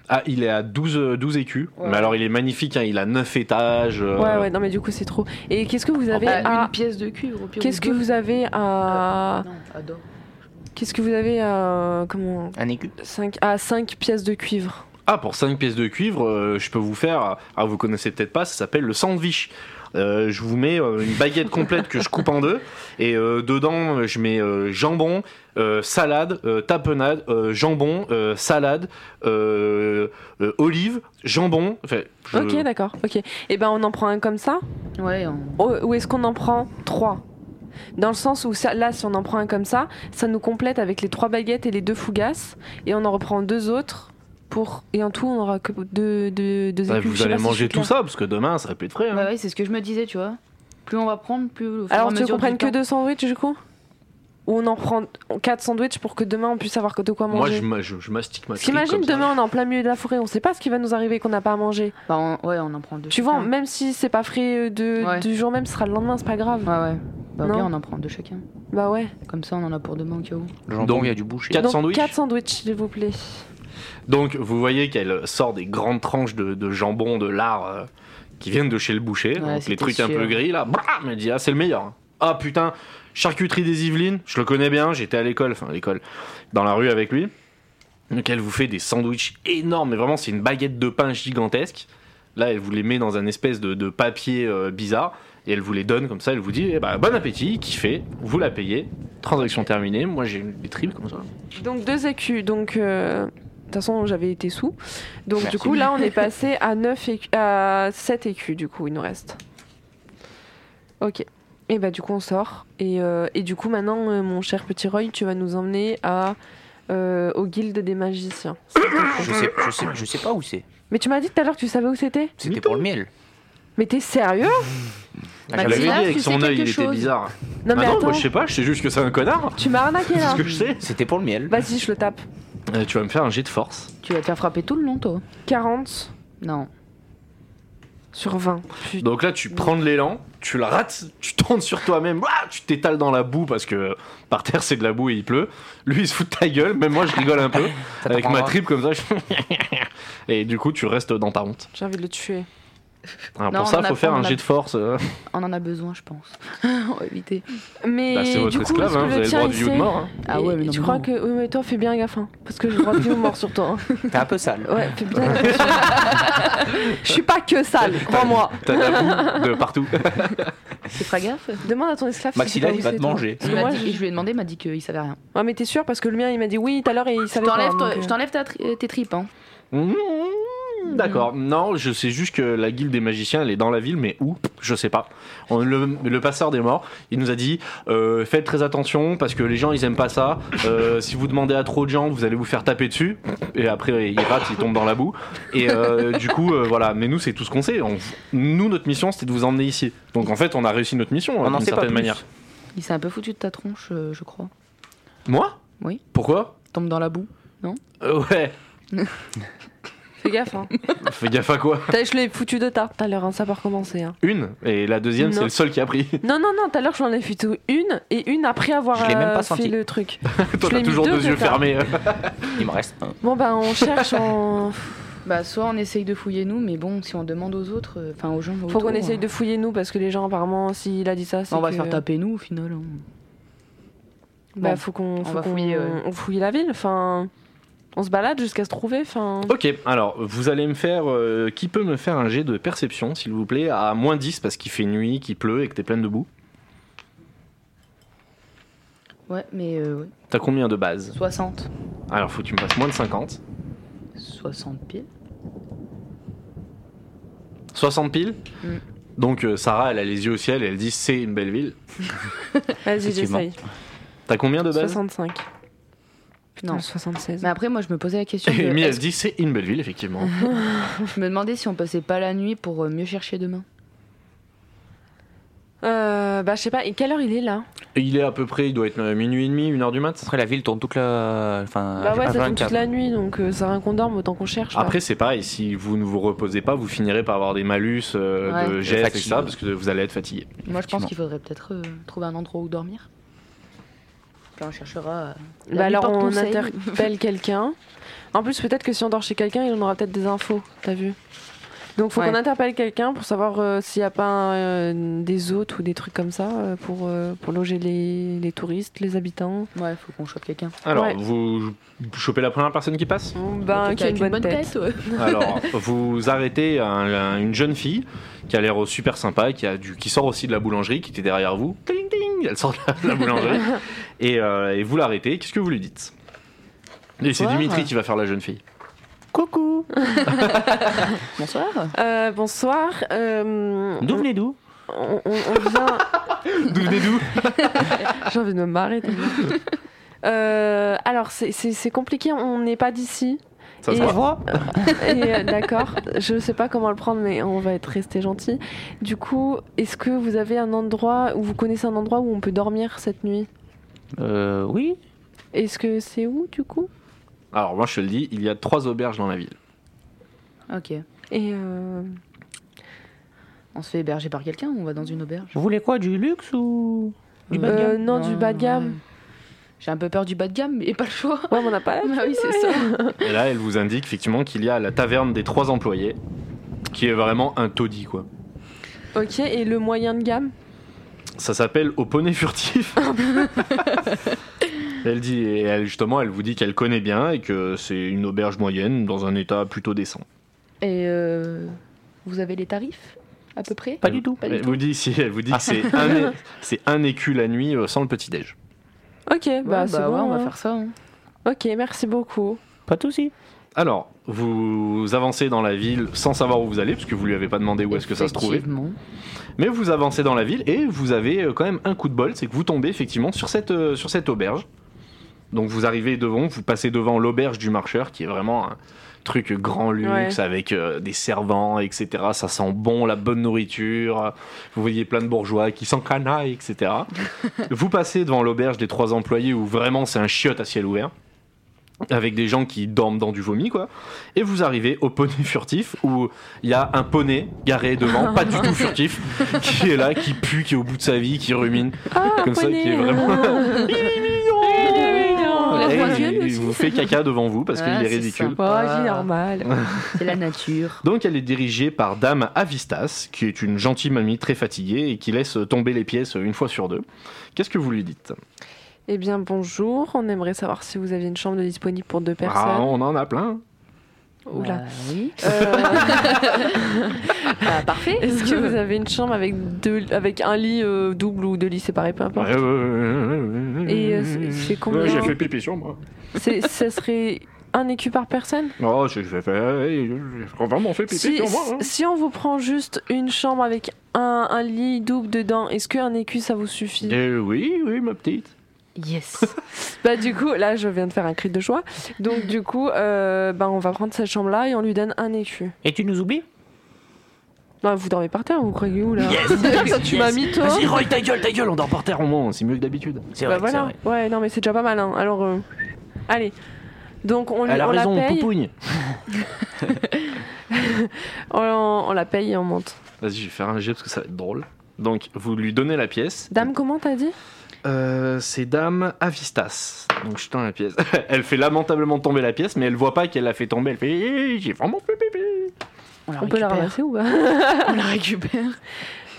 Ah, il est à 12, euh, 12 écus.
Ouais.
Mais alors, il est magnifique, hein, il a 9 étages. euh,
Ouais, ouais, non, mais du coup, c'est trop. Et qu'est-ce que vous avez
bah,
à.
une pièce de cul au pire,
Qu'est-ce
ou
que
deux. Euh,
vous avez à.
Non, adore.
Qu'est-ce que vous avez à. Comment
Un écu.
5 à 5 pièces de cuivre.
Ah, pour 5 pièces de cuivre, euh, je peux vous faire. Ah, vous connaissez peut-être pas, ça s'appelle le sandwich. Euh, je vous mets euh, une baguette complète que je coupe en deux. Et euh, dedans, euh, je mets euh, jambon, euh, salade, euh, tapenade, euh, jambon, euh, salade, euh, euh, olive, jambon. Enfin, je-
Ok, d'accord. Ok. Et ben, on en prend un comme ça
Ouais, on-
Ou ou est-ce qu'on en prend 3 Dans le sens où ça, là, si on en prend un comme ça, ça nous complète avec les 3 baguettes et les 2 fougasses. Et on en reprend deux autres. Pour... Et en tout, on aura que 2 deux, deux, deux
Bah,
écus. Je
vous
sais
allez
pas si
manger
je suis
tout
claire.
ça, parce que demain, ça peut être frais. hein.
Bah ouais, c'est ce que je me disais, tu vois. Plus on va prendre, plus. au fur et à
Alors, tu veux
mesure
qu'on
du
prenne que
temps-
2 sandwichs du coup Ou on en prend 4 sandwichs pour que demain on puisse savoir de quoi
Moi, je,
manger
ma- je- je mastique ma
Parce qu'imagine
comme ça.
demain on est en plein milieu de la forêt, on sait pas ce qui va nous arriver qu'on n'a pas à manger.
Bah, on- ouais, on en prend deux.
Tu vois,
chacun.
même si c'est pas frais euh, de,
Ouais.
du jour même, ce sera le lendemain, c'est pas grave.
Ouais, ouais. Bah,
Non.
bien, on en prend deux chacun.
Bah ouais.
Comme ça, on en a pour demain au cas où.
Le jambon
Donc,
vient du boucher.
quatre-
Donc
sandwichs
4 sandwichs, s'il vous plaît.
Donc, vous voyez qu'elle sort des grandes tranches de, de jambon, de lard, euh, qui viennent de chez le boucher.
Ouais,
donc, les
c'était
trucs un
sûr.
peu gris, là, bam, elle dit Ah, c'est le meilleur. Ah, putain, charcuterie des Yvelines, je le connais bien, j'étais à l'école, enfin, à l'école, dans la rue avec lui. Donc, elle vous fait des sandwichs énormes, mais vraiment, c'est une baguette de pain gigantesque. Là, elle vous les met dans un espèce de, de papier euh, bizarre. Et elle vous les donne comme ça, elle vous dit eh ben, bon appétit, kiffez, vous la payez, transaction terminée, moi j'ai des tripes comme ça.
Donc 2 écus, donc. euh, De toute façon, j'avais été sous. Donc,
Merci.
du coup, là,
<laughs>
on est passé à, 9 écu- à 7 écus, du coup, il nous reste. Ok. Et bah, du coup, on sort. Et, euh, et du coup, maintenant, euh, mon cher petit Roy, tu vas nous emmener à, euh, au guilde des magiciens.
Je sais, je sais, je sais pas où c'est.
Mais tu m'as dit tout à l'heure que tu savais où c'était
C'était pour le miel.
Mais t'es sérieux
Ah,
Bah,
Elle avait dit
j'avais-
Maxime, tu
avec
sais
son œil, il
quelque
était
chose
bizarre.
Non, mais
Ah non,
attends, Ah.
moi je sais pas, je sais juste que c'est un connard.
tu m'as arnaqué
C'est
là
ce que je sais.
<laughs> C'était Bah, pour le miel.
Vas-y, je le tape.
Euh, tu vas me faire un jet de force.
Tu vas te faire frapper tout le long, toi
40
Non.
sur 20. Putain.
Donc là, tu prends de l'élan, tu la rates, tu tournes sur toi-même, ouah, tu t'étales dans la boue parce que par terre c'est de la boue et il pleut. Lui il se fout de ta gueule, même moi je rigole un peu. <laughs>
Ça
avec ma
t'apprendra.
tripe comme ça, je... <laughs> Et du coup, tu restes dans ta honte.
J'ai envie de le tuer.
Alors,
Non,
pour ça,
on
faut faire
apprend,
un
on
jet de force. euh.
On en a besoin, je pense. <laughs> on va éviter.
Mais
Bah, c'est votre
du coup, est-ce
esclave,
que
hein,
le
vous avez le
tien,
droit
il
de vie ou de
sait
mort. hein.
Ah
Et-
ouais, mais
et
non,
tu
mais
crois
non.
que. Oui, mais toi, fais bien gaffe, hein, Parce que j'ai le droit de vie ou mort sur toi. hein.
T'es un peu sale.
Ouais, fais
<laughs>
bien gaffe. Je suis pas que sale, crois-moi.
T'as de la boue de partout.
Tu feras gaffe
Demande à ton esclave si
Maxila, il va te manger.
Parce
Il
que
m'a
moi,
dit-
je-
et je lui ai demandé, il m'a dit qu'il savait rien.
Ouais, mais t'es sûr parce que le mien, il m'a dit oui tout à l'heure et il
Je
savait pas.
t'enlève
donc,
toi-
euh,
je t'enlève ta tri- euh, tes tripes, hein.
Mmh, D'accord. Non, je sais juste que la guilde des magiciens, elle est dans la ville, mais où Je sais pas. On- le, le passeur des morts, il nous a dit euh, faites très attention parce que les gens, ils aiment pas ça. Euh, si vous demandez à trop de gens, vous allez vous faire taper dessus. Et après, il rate, il tombe dans la boue. Et euh, du coup, euh, voilà. Mais nous, c'est tout ce qu'on sait. On- nous, notre mission, c'était de vous emmener ici. Donc en fait, on a réussi notre mission euh,
On en
d'une
sait pas
certaine
plus.
manière.
Il s'est un peu foutu de ta tronche, euh, je crois.
Moi
Oui.
Pourquoi
Tombe dans la boue.
Euh, Ouais.
Fais gaffe,
<laughs>
hein.
Fais gaffe à quoi
T'as- Je l'ai foutu de tard tout à l'heure, hein, ça part commencer. Hein.
Une. Et la deuxième, c'est
Non.
le seul qui a pris. <laughs>
Non, non, non, tout à l'heure, je l'en ai foutu une et une après avoir
Je l'ai même pas
euh,
senti.
fait le truc.
Toi,
Je l'ai
t'as
mis
toujours
deux
deux yeux
plus tard.
fermés.
<laughs> Il me reste un.
Bon, bah, on cherche,
<laughs>
on.
Bah, soit on essaye de fouiller nous, mais bon, si on demande aux autres, euh, enfin aux gens.
Faut qu'on essaye de fouiller nous parce que les gens, apparemment, s'il a dit ça, c'est.
On va
que-
se faire taper nous au final. hein.
Bah,
Bon,
faut qu'on faut
va
qu'on-
fouiller, ouais.
on fouille la ville, enfin. On se balade jusqu'à se trouver, enfin.
Ok, alors vous allez me faire. euh, qui peut me faire un jet de perception, s'il vous plaît, à moins 10 parce qu'il fait nuit, qu'il pleut et que t'es pleine de boue
Ouais, mais euh, ouais.
T'as combien de bases
60.
Alors faut que tu me passes moins de 50.
60 pieds.
60 piles
Mm.
Donc euh, Sarah, elle a les yeux au ciel et elle dit c'est une belle ville.
Vas-y,
Effectivement.
j'essaye.
T'as combien de bases
65.
Non. Bah,
Non, 76.
Mais après, moi, je me posais
<laughs>
la question. de-
Et Amy, elle
est-ce-
dit c'est une belle ville,
<laughs>
effectivement.
Je me demandais si on passait pas la nuit pour euh, mieux chercher demain.
Euh, bah, je sais pas. Et quelle heure il est là
Et il est à peu près, il doit être euh, minuit et demi, une heure du mat.
Après, la ville tourne toute la.
Ah,
Enfin,
Bah ouais, ça tourne
24.
toute la nuit, donc euh, ça sert à rien qu'on dorme, autant qu'on cherche. là.
Après, c'est pareil, si vous ne vous reposez pas, vous finirez par avoir des malus euh, de
Ouais.
gestes et
Fatigue.
ça, parce que vous allez être fatigué.
Moi, je pense
Effectivement.
qu'il faudrait peut-être euh, trouver un endroit où dormir. Puis on cherchera. euh,
bah
la nuit
alors on
porte-conseil.
interpelle quelqu'un. En plus, peut-être que si on dort chez quelqu'un, il en aura peut-être des infos, t'as vu Donc faut
Ouais.
qu'on interpelle quelqu'un pour savoir euh, s'il n'y a pas euh, des hôtes ou des trucs comme ça euh, pour, euh, pour loger les, les touristes, les habitants.
Ouais, faut qu'on chope quelqu'un.
Alors,
Ouais.
vous chopez la première personne qui passe
Ben, qui a une bonne, tête.
Alors, vous arrêtez un- un- une jeune fille qui a l'air super sympa, qui, a du, qui sort aussi de la boulangerie, qui était derrière vous. Ding, ding, elle sort de la, de la boulangerie. et, euh, et vous l'arrêtez. Qu'est-ce que vous lui dites Et c'est
Bonsoir.
Dimitri qui va faire la jeune fille.
Coucou
Bonsoir.
Euh, Bonsoir. euh,
D'où venez-vous
on, on- on <laughs> vient...
D'où venez-vous
<laughs> J'ai envie de me marrer. tellement. Euh, alors c'est- c'est c'est compliqué, on n'est pas d'ici.
Ça se
Et-
voit.
voit
Et, euh, D'accord, je sais pas comment le prendre, mais on va être resté gentil. Du coup, est-ce que vous avez un endroit où vous connaissez un endroit où on peut dormir cette nuit
Euh, oui.
Est-ce que c'est où du coup
Alors, moi, je te le dis, il y a trois auberges dans la ville.
Ok.
Et euh,
On se fait héberger par quelqu'un ou on va dans une auberge
Vous voulez quoi Du luxe ou. Du bas de
euh,
gamme
non, du bas de gamme.
ouais. J'ai un peu peur du bas de gamme, mais pas le choix.
Ouais, mais on n'a pas.
Bah oui, c'est ça.
Et là, elle vous indique effectivement qu'il y a la taverne des trois employés, qui est vraiment un taudis, quoi.
Ok, et le moyen de gamme
Ça s'appelle Au poney
<laughs>
furtif. elle dit, et elle, justement, elle vous dit qu'elle connaît bien et que c'est une auberge moyenne dans un état plutôt décent.
Et euh, vous avez les tarifs à peu près
Pas du tout.
du
Elle
tout. Ah.
vous dit, si, elle vous dit que c'est un, é- c'est un écu la nuit euh, sans le petit déj.
Ok, bah,
Ouais,
c'est
bah
bon.
ouais, on va
hein.
faire ça. hein.
Ok, merci beaucoup.
Pas de soucis.
Alors, vous avancez dans la ville sans savoir où vous allez, puisque vous lui avez pas demandé où est-ce que ça se trouvait.
Effectivement.
Mais vous avancez dans la ville et vous avez euh, quand même un coup de bol, c'est que vous tombez effectivement sur cette, euh, sur cette auberge. Donc vous arrivez devant, vous passez devant l'auberge du marcheur qui est vraiment un truc grand luxe avec euh, des servants, etc. Ça sent bon, la bonne nourriture. Vous voyez plein de bourgeois qui s'encanaillent, etc. vous passez devant l'auberge des trois employés où vraiment c'est un chiotte à ciel ouvert. Avec des gens qui dorment dans du vomi, quoi. Et vous arrivez au poney furtif où il y a un poney garé devant, pas du
<laughs>
tout furtif, qui est là, qui pue, qui est au bout de sa vie, qui rumine,
Ah,
<laughs> comme ça,
poney.
qui est
<laughs>
vraiment. Il est <laughs>
Il a
Et
trois
il-
yeux,
il, vous fait caca devant vous parce
Ah,
qu'il est
c'est
ridicule.
sympa.
Oh, il est normal.
C'est
<laughs>
la nature.
Donc elle est dirigée par Dame Avistas, qui est une gentille mamie très fatiguée et qui laisse tomber les pièces une fois sur deux. Qu'est-ce que vous lui dites
eh bien, bonjour. On aimerait savoir si vous aviez une chambre de disponible pour deux
Ah,
personnes.
on en a plein.
Oula.
Bah oui.
Euh,
Ah, parfait.
Est-ce que vous avez une chambre avec, deux, avec un lit euh, double ou deux lits séparés, peu importe Et, euh, c'est- c'est combien
J'ai fait pipi sur moi.
C'est- Ça serait un écu par personne
Oh, j'ai j'ai fait, j'ai vraiment fait pipi
si,
sur moi. hein.
si on vous prend juste une chambre avec un, un lit double dedans, est-ce qu'un écu ça vous suffit
Euh, oui, oui, ma petite.
Yes.
Bah du coup, là je viens de faire un cri de joie. Donc du coup, euh, bah, on va prendre cette chambre-là et on lui donne un écu.
Et tu nous oublies
Non, vous dormez par terre, vous croyez où là <laughs> Tu m'as mis toi
<laughs> Vas-y, Roy, ta gueule, ta gueule
On dort par terre au moins, c'est mieux que d'habitude.
C'est
Bah
vrai, c'est
voilà.
vrai.
Ouais, non mais c'est déjà pas mal. hein. Alors, euh, allez. Donc on, lui-
Elle a
on la
raison,
paye,
poupougne.
on, on la paye et on monte.
Vas-y, je vais faire un jet parce que ça va être drôle. Donc, vous lui donnez la pièce.
Dame, comment t'as dit
Euh, c'est Dame Avistas. Donc, je tends la pièce. <laughs> elle fait lamentablement tomber la pièce, mais elle voit pas qu'elle l'a fait tomber. Elle fait Eh, J'ai vraiment fait pipi.
la
On peut la
récupère.
ramasser ou pas
On la récupère.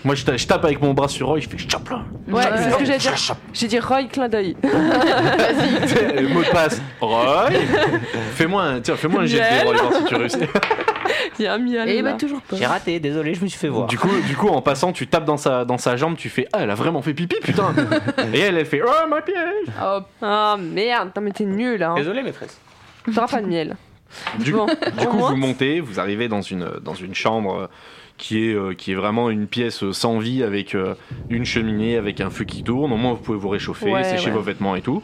Moi, je, ta- je tape avec mon bras sur Roy, je fais Chope <laughs> là
Ouais,
Ouais.
c'est ce que j'allais dire. J'ai dit Roy clin d'œil.
Le mot de passe Roy Fais-moi un, tiens, fais-moi un jet de dés, Roy, voir si tu réussis.
<laughs> Il y a un miel.
Et
là.
bah toujours pas.
J'ai raté, désolé, je me suis fait voir.
Du coup, du coup, en passant, tu tapes dans sa, dans sa jambe, tu fais Ah, elle a vraiment fait pipi,
<laughs>
putain Et elle, elle fait Oh, ma pièce
Oh,
Ah merde, non mais t'es nul là. Hein.
<laughs> Désolé, maîtresse.
T'auras pas de miel.
Du,
Bon,
Du
on
coup, vous
monte.
montez, vous arrivez dans une, dans une chambre euh, qui est, euh, qui est vraiment une pièce euh, sans vie avec euh, une cheminée, avec un feu qui tourne. Au moins, vous pouvez vous réchauffer,
Ouais,
sécher
ouais.
vos vêtements et tout.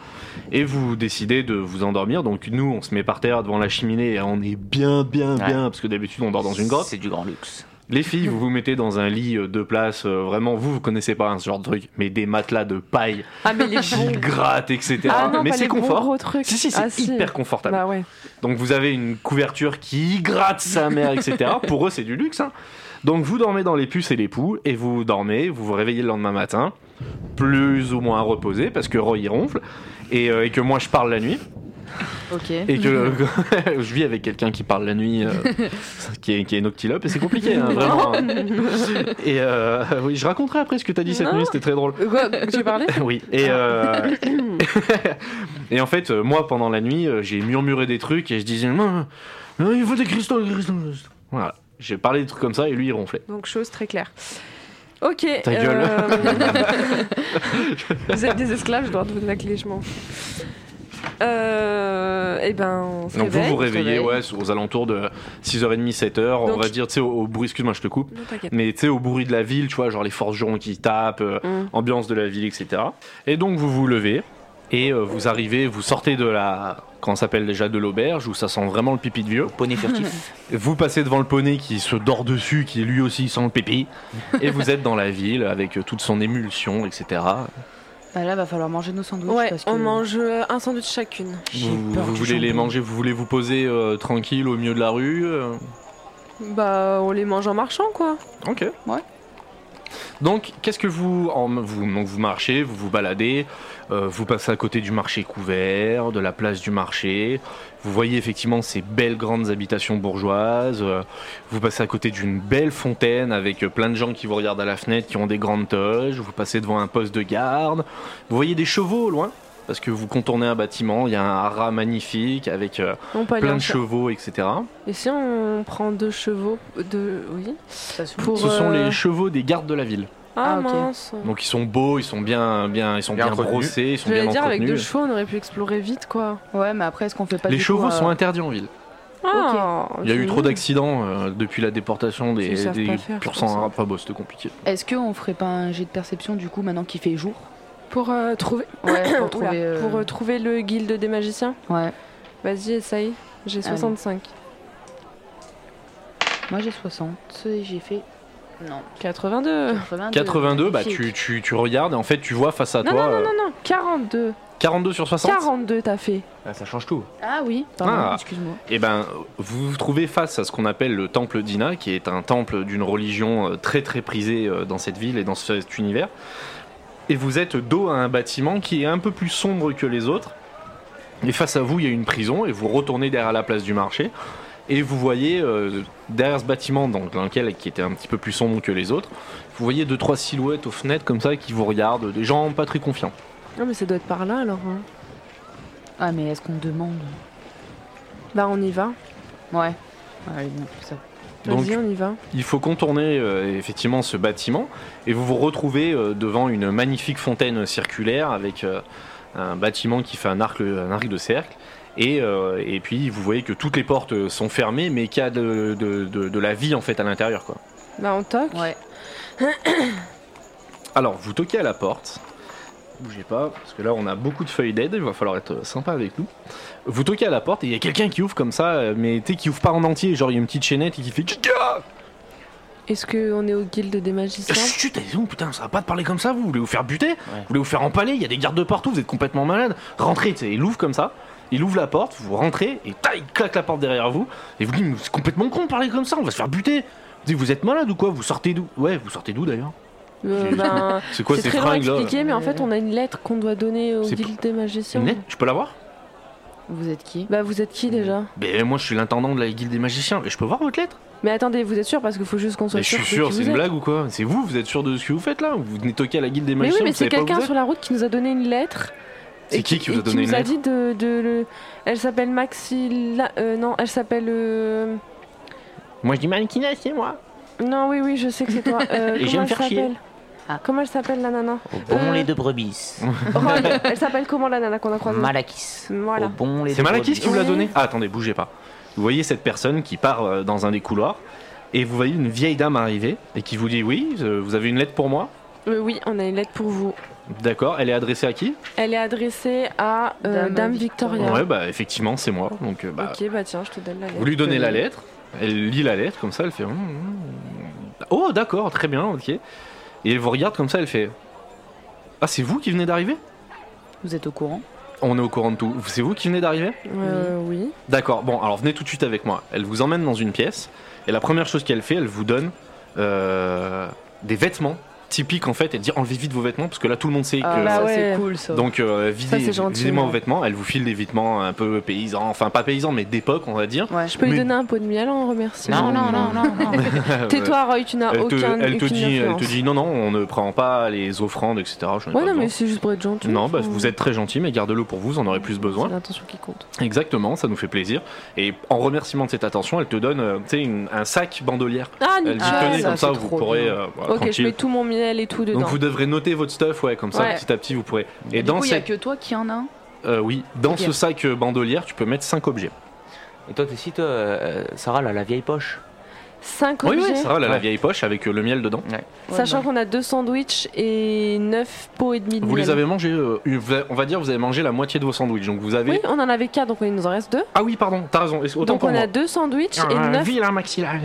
Et vous décidez de vous endormir. Donc, nous, on se met par terre devant la cheminée et on est bien, bien,
Ouais.
bien. Parce que d'habitude, on dort dans une grotte.
C'est du grand luxe.
Les filles, vous vous mettez dans un lit euh, de place, euh, vraiment, vous, vous connaissez pas hein, ce genre de truc, mais des matelas de paille
Ah,
<laughs>
mais les
qui
bons.
grattent, etc.
Ah non,
mais
pas
c'est
les bons
confort.
gros trucs.
Si, si, c'est
Ah, si.
hyper confortable.
Bah ouais.
Donc vous avez une couverture qui gratte sa mère, etc. Pour eux, c'est du luxe. hein. Donc vous dormez dans les puces et les poux, et vous dormez, vous vous réveillez le lendemain matin, plus ou moins reposé, parce que Roy il ronfle, et, euh, et que moi je parle la nuit,
Ok.
et que <laughs> je vis avec quelqu'un qui parle la nuit, euh, qui, est, qui est noctilope, et c'est compliqué, hein, vraiment.
<laughs>
Et euh, <laughs> oui, je raconterai après ce que t'as dit cette
Non.
nuit, c'était très drôle.
Euh, Quoi Tu parlais
<laughs> Oui, et, euh, <laughs> et en fait, euh, moi, pendant la nuit, euh, j'ai murmuré des trucs et je disais Non, non, il faut des cristaux, des cristaux. des cristaux. Voilà. J'ai parlé des trucs comme ça et lui, il ronflait.
Donc, chose très claire. Ok.
Ta gueule.
euh, <laughs> vous êtes des esclaves, je dois donner la clé, je m'en fous. Euh, eh ben, on se
Donc vous
réveille.
vous
on se
réveillez
réveille.
ouais, aux alentours de 6h30, 7h, on
Donc-
va dire, tu sais, au, au bruit, excuse-moi, je te coupe,
Non, t'inquiète.
mais tu sais, au bruit de la ville, tu vois, genre les forgerons qui tapent, euh,
Mm.
ambiance de la ville, etc. Et donc vous vous levez et euh, vous arrivez, vous sortez de la. Qu'on s'appelle déjà de l'auberge où ça sent vraiment le pipi de vieux.
<laughs>
Poney furtif.
Vous passez devant le poney qui se dort dessus, qui lui aussi sent le pépi, et vous êtes dans la ville avec euh, toute son émulsion, etc.
Bah là, va falloir manger nos sandwichs.
Ouais,
parce que...
on mange euh, un sandwich chacune.
J'ai
Vous,
peur
vous
du
voulez les
jambon.
manger, vous voulez vous poser euh, tranquille au milieu de la rue euh,
Bah, on les mange en marchant, quoi.
Ok.
Ouais.
Donc, qu'est-ce que vous, en- vous, donc vous marchez, vous vous baladez, euh, vous passez à côté du marché couvert, de la place du marché. Vous voyez effectivement ces belles grandes habitations bourgeoises. euh, vous passez à côté d'une belle fontaine avec euh, plein de gens qui vous regardent à la fenêtre, qui ont des grandes toges. Vous passez devant un poste de garde. Vous voyez des chevaux au loin. Parce que vous contournez un bâtiment, il y a un haras magnifique avec euh,
On peut aller
plein
en
de chevaux, etc.
Et si on prend deux chevaux de... Oui.
Ça se-
Pour,
Ce sont
euh,
les chevaux des gardes de la ville.
Ah,
Ah,
ok.
mince.
Donc ils sont beaux, ils sont bien, bien, ils sont
Bien
bien,
entretenus.
brossés, ils sont bien
J'allais dire, avec
entretenus.
deux chevaux, on aurait pu explorer vite, quoi.
Ouais, mais après, est-ce qu'on fait pas
les
du coup,
chevaux
euh,
sont interdits en ville.
Ah,
Il y a eu
génial.
trop d'accidents euh, depuis la déportation des,
Ils savent
des
pas faire,
pur
je pense.
sang arabes. Ah, bah, c'était compliqué.
Est-ce qu'on ferait pas un jet de perception du coup maintenant qu'il fait jour
Pour euh, trouver...
Ouais, <coughs>
Oula,
pour trouver. euh,
pour, euh, trouver le guilde des magiciens. Ah,
Ouais.
Vas-y, essaye. J'ai
Allez.
65.
Moi j'ai 60 et j'ai fait. Non.
82.
82.
82, bah tu, tu, tu regardes et en fait tu vois face à
Non,
toi
non, non,
euh,
non, non. 42.
42 sur 60.
42, t'as fait.
Ah, ça change tout.
Ah oui, pardon,
Ah.
excuse-moi.
Et ben vous vous trouvez face à ce qu'on appelle le temple d'Ina, qui est un temple d'une religion euh, très très prisée euh, dans cette ville et dans cet univers. Et vous êtes dos à un bâtiment qui est un peu plus sombre que les autres. Et face à vous, il y a une prison et vous retournez derrière la place du marché. Et vous voyez euh, derrière ce bâtiment, donc dans lequel qui était un petit peu plus sombre que les autres, vous voyez deux trois silhouettes aux fenêtres comme ça qui vous regardent, des gens pas très confiants.
Non, Ah, mais ça doit être par là, alors. hein.
Ah mais est-ce qu'on demande
Bah, on y va.
Ouais. Ah, Allez, bon, ça.
Donc
Vas-y, on y va.
Il faut contourner euh, effectivement ce bâtiment et vous vous retrouvez euh, devant une magnifique fontaine circulaire avec euh, un bâtiment qui fait un arc, un arc de cercle. Et, euh, et puis vous voyez que toutes les portes sont fermées mais qu'il y a de, de- de- de la vie en fait à l'intérieur. quoi.
Bah, on toque.
Ouais.
Alors vous toquez à la porte. Bougez pas parce que là on a beaucoup de feuilles d'aide, il va falloir être sympa avec nous. Vous toquez à la porte et il y a quelqu'un qui ouvre comme ça euh, mais tu sais, qui ouvre pas en entier, genre il y a une petite chaînette et qui fait...
Est-ce qu'on est au guilde des
Bah, <laughs>
magiciens
Chut, allez donc, putain, ça va pas de parler comme ça, vous voulez vous faire buter Vous voulez vous faire empaler Il y a des gardes de partout, vous êtes complètement malade. Rentrez, tu sais, il ouvre comme ça, il ouvre la porte, vous rentrez, et taille, il claque la porte derrière vous, et vous dites, mais c'est complètement con de parler comme ça, on va se faire buter vous dites, vous êtes malade ou quoi Vous sortez d'où Ouais, vous sortez d'où d'ailleurs
Euh,
J'ai-
ben,
C'est quoi
C'est
ces
très long à
fringues là
expliquer, mais en fait, on a une lettre qu'on doit donner au
C'est
guilde des
C'est
magiciens.
une lettre Je peux la voir
Vous êtes qui
Bah, vous êtes qui déjà
Ben moi je suis l'intendant de la guilde des magiciens, et je peux voir votre lettre
Mais attendez, vous êtes sûr Parce qu'il faut juste qu'on soit
Mais je
sûr.
suis
de
sûr,
qui
c'est
vous
une
êtes.
blague ou quoi C'est vous, vous êtes sûr de ce que vous faites là Vous venez toquer à la guilde des
Mais oui,
magiciens,
mais
vous
c'est
savez pas où
quelqu'un
vous êtes
sur la route qui nous a donné une lettre.
C'est
Et
qui qui vous a
et
donné une
nous a
lettre
dit de, de le- Elle s'appelle Maxilla. euh, non, elle s'appelle. euh,
Moi je dis mannequinat, c'est moi
Non, oui, oui, je sais que
<laughs>
c'est toi. Euh,
Et je vais me
comment elle
faire chier.
s'appelle
Ah.
Comment elle s'appelle la nana
Au bon
Euh,
lait de brebis.
Roy, Elle s'appelle comment la nana qu'on a croisée
Malakis.
Voilà.
Au bon lait
C'est
de
Malakis
brebis.
qui vous l'a donné Ah, attendez, bougez pas. Vous voyez cette personne qui part euh, dans un des couloirs et vous voyez une vieille dame arriver et qui vous dit Oui, euh, vous avez une lettre pour moi
Euh, oui, on a une lettre pour vous.
D'accord, elle est adressée à qui
Elle est adressée à euh, Dame,
Dame
Victoria.
Ouais, bah effectivement, c'est moi. Donc, euh, bah,
Ok, bah tiens, je te donne la lettre.
vous lui donnez la
Euh,
lettre, elle lit la lettre, comme ça, elle fait Hum, hum, Oh, d'accord, très bien, ok. Et elle vous regarde comme ça, elle fait Ah, c'est vous qui venez d'arriver
Vous êtes au courant
On est au courant de tout. C'est vous qui venez d'arriver
Euh, oui.
D'accord, bon, alors venez tout de suite avec moi. Elle vous emmène dans une pièce, et la première chose qu'elle fait, elle vous donne euh, des vêtements typiques en fait. Elle dit enlevez vite vos vêtements, parce que là tout le monde sait que.
Ah,
bah
ça,
ouais.
c'est cool ça.
Donc euh, videz,
Ça, c'est gentil,
videz-moi
ouais.
vos vêtements, elle vous file des vêtements un peu paysans, enfin pas paysans mais d'époque on va dire.
ouais.
Je peux lui
Mais-
donner un pot de miel en remerciement.
Non, non, non,
non.
<laughs> Tais-toi, Roy, tu
Euh,
n'as
Elle te,
aucun.
elle te
aucune
dit, elle te
influence.
dit non, non, on ne prend pas les offrandes, etc. J'en ai pas
Ouais, non,
besoin.
mais c'est juste pour être gentil.
Non, bah,
faut-
vous êtes très gentil, mais gardez-le pour vous, vous en aurez plus besoin.
C'est l'attention qui compte.
Exactement, ça nous fait plaisir. Et en remerciement de cette attention, elle te donne euh, tu sais, une- un sac bandolière.
Ah,
Elle dit
nickel.
tenez,
ça,
comme ça
c'est
vous
trop
pourrez.
bien.
euh, voilà,
Ok, je
tranquille.
mets tout mon miel et tout dedans.
Donc vous devrez noter votre stuff, ouais, comme ça,
Ouais.
petit à petit, vous pourrez. Et
Et
dans,
du coup, il y a
cette-
que toi qui en a <laughs> un.
euh, oui, dans
Ok.
ce sac euh, bandolière, tu peux mettre 5 objets.
Et toi, t'es si, toi, euh, Sarah, là, la vieille poche.
5
Oui,
objets,
oui, Sarah, elle a la
Ouais.
vieille poche avec euh, le miel dedans.
sachant qu'on a deux sandwichs et 9 pots et demi de
bah. Vous
miel.
les avez mangés, euh, une- on va dire, vous avez mangé la moitié de vos sandwichs. Donc vous avez.
Oui, on en avait 4, donc il nous en reste 2.
Ah oui, pardon, t'as raison, autant
Donc
pour
on
moi.
a deux sandwichs et
Ah,
9,
vilain maxillage.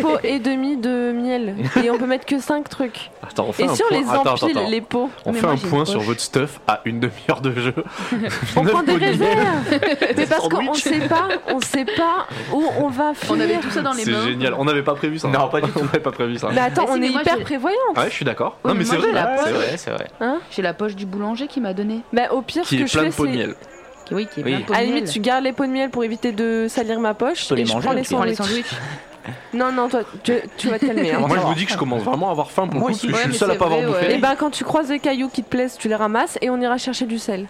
pots et demi de <laughs> miel. Et on peut mettre que 5 trucs.
Attends, on fait
Et
un
si on
point-
les empile,
attends, attends, attends.
les pots
On
Mais
fait
moi,
un
j'ai une
point sur
poche.
votre stuff à une demi-heure de jeu. <laughs>
On prend des
réserves <laughs>
réserves Mais parce qu'on
sandwichs.
sait pas, on sait pas où on va finir.
On avait tout ça dans les
C'est
mains.
génial, on n'avait pas prévu ça.
Non, pas du
tout. <laughs> on n'avait pas prévu ça.
Mais attends,
Mais si,
on
mais
est
moi,
hyper
j'ai-
prévoyante.
Ah ouais, je suis d'accord.
Oui,
non, mais
mais
c'est
moi, j'ai
vrai,
la
c'est
poche.
vrai.
<laughs> c'est vrai.
J'ai la poche du boulanger qui m'a donné.
Bah, au pire,
Qui
ce
est
que je
plein
fais,
de pots de
c'est
miel.
Qui- Oui, qui est
Oui.
plein de
à la
miel.
limite, tu gardes les pots de miel pour éviter de salir ma poche
peux les
et je
manger,
prends les
ok. Prends
prends les
sandwichs.
sandwichs.
Non, non, toi, tu, tu vas te calmer.
<laughs>
hein.
Moi, je vous dis que je commence vraiment à avoir faim pour le coup,
Moi
parce
aussi.
que je
Ouais,
suis le
mais
seul à
c'est
pas avoir
vrai,
bouffé.
ouais.
Et ben, quand tu croises des cailloux qui te plaisent, tu les ramasses et on ira chercher du sel.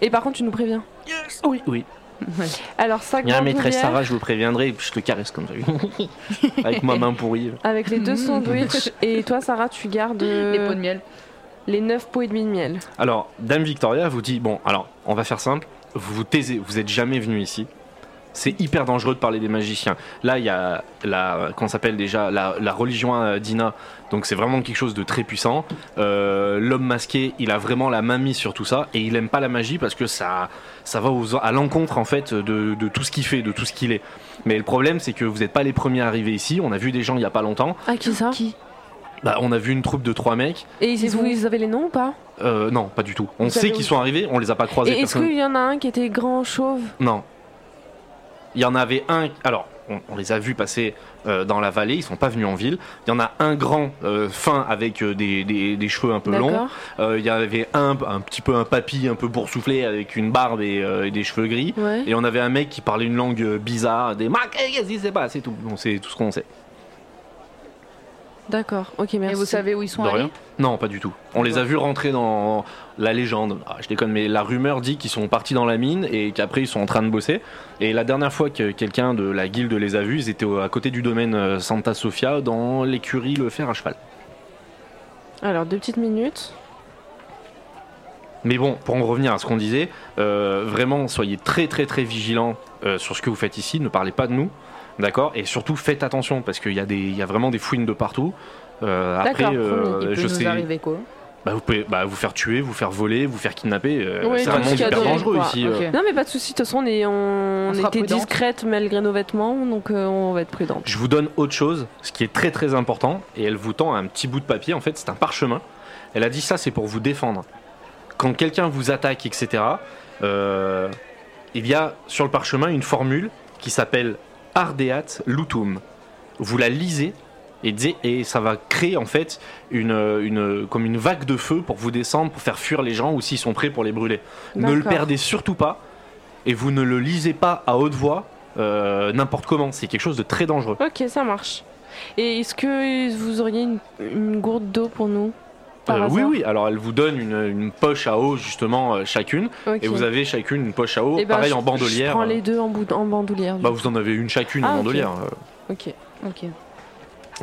Et par contre, tu nous préviens.
ben, Oui, oui.
Alors, ça,
Il y a un
grande
maîtresse
ouvrière,
Sarah, je vous préviendrai, puis je te
<laughs>
caresse comme ça. Avec ma main pourrie.
avec les deux sandwichs. et toi, Sarah, tu gardes euh,
Les pots de miel.
les 9 pots et demi de miel.
Alors, Dame Victoria vous dit bon, alors, on va faire simple. Vous vous taisez, vous êtes jamais venu ici. C'est hyper dangereux de parler des magiciens. Là, il y a la, qu'on s'appelle déjà la, la religion euh, d'Ina. Donc, c'est vraiment quelque chose de très puissant. Euh, L'homme masqué, il a vraiment la main mise sur tout ça et il aime pas la magie parce que ça, ça va aux- à l'encontre en fait de, de tout ce qu'il fait, de tout ce qu'il est. Mais le problème, c'est que vous n'êtes pas les premiers arrivés ici. On a vu des gens il y a pas longtemps.
Ah, qui ça
Bah, on a vu une troupe de trois mecs.
Et ils,
Ils ont-
vous avez les noms ou pas
Euh, non, pas du tout. On
Vous
sait
avez-
qu'ils sont arrivés. On les a pas croisés.
Et est-ce
personne-
qu'il y en a un qui était grand, chauve
Non. Il y en avait un. Alors, on, on les a vus passer euh, dans la vallée, ils sont pas venus en ville. Il y en a un grand, euh, fin, avec euh, des, des- des cheveux un peu longs.
D'accord.
Euh, Il y avait un, un petit peu un papy un peu boursouflé avec une barbe et, euh, et des cheveux gris.
Ouais.
Et on avait un mec qui parlait une langue euh, bizarre, des Mac, eh, qu'est-ce qui se passe C'est tout. Bon, c'est tout ce qu'on sait.
D'accord. Ok, merci.
Et vous savez où ils sont
De
allés
rien Non, pas du tout. On les a vus rentrer dans la légende. Ah, je déconne, mais la rumeur dit qu'ils sont partis dans la mine et qu'après ils sont en train de bosser. Et la dernière fois que quelqu'un de la guilde les a vus, ils étaient au- à côté du domaine euh, Santa Sofia dans l'écurie Le Fer à Cheval.
Alors, deux petites minutes.
Mais bon, pour en revenir à ce qu'on disait, euh, vraiment soyez très très très vigilants euh, sur ce que vous faites ici, ne parlez pas de nous, d'accord Et surtout faites attention parce qu'il y, a des- il y a vraiment des fouines de partout. Euh, après,
D'accord,
euh,
Il peut
je
nous
sais,
arriver quoi
Bah, vous pouvez bah, vous faire tuer, vous faire voler, vous faire kidnapper. euh,
Oui,
c'est
tout
un
ce
monde
qu'il y a
hyper
dans-
dangereux
quoi.
ici. euh.
Ok.
Non, mais pas de souci. De toute façon, on, est, on,
sera
était
prudente.
discrète malgré nos vêtements, donc euh, on va être prudente.
Je vous donne autre chose, ce qui est très très important, et elle vous tend un petit bout de papier, en fait c'est un parchemin. Elle a dit ça c'est pour vous défendre. Quand quelqu'un vous attaque, etc., euh, il y a sur le parchemin une formule qui s'appelle Ardeat Lutum. Vous la lisez et, dé- et ça va créer en fait une, une, comme une vague de feu pour vous descendre, pour faire fuir les gens ou s'ils sont prêts pour les brûler. Ne le
D'accord.
perdez surtout pas et vous ne le lisez pas à haute voix euh, n'importe comment. C'est quelque chose de très dangereux.
Ok, ça marche. Et est-ce que vous auriez une, une gourde d'eau pour nous par
Euh, oui,
hasard
oui, alors elle vous donne une, une poche à eau justement euh, chacune,
Ok.
et vous avez chacune une poche à eau,
Eh ben,
pareil
je-
en bandolière.
Je prends
euh,
les deux en, bout- en bandoulière. du
Bah
coup.
vous en avez une chacune
Ah,
en
ok.
bandolière. euh.
Ok.
Ok.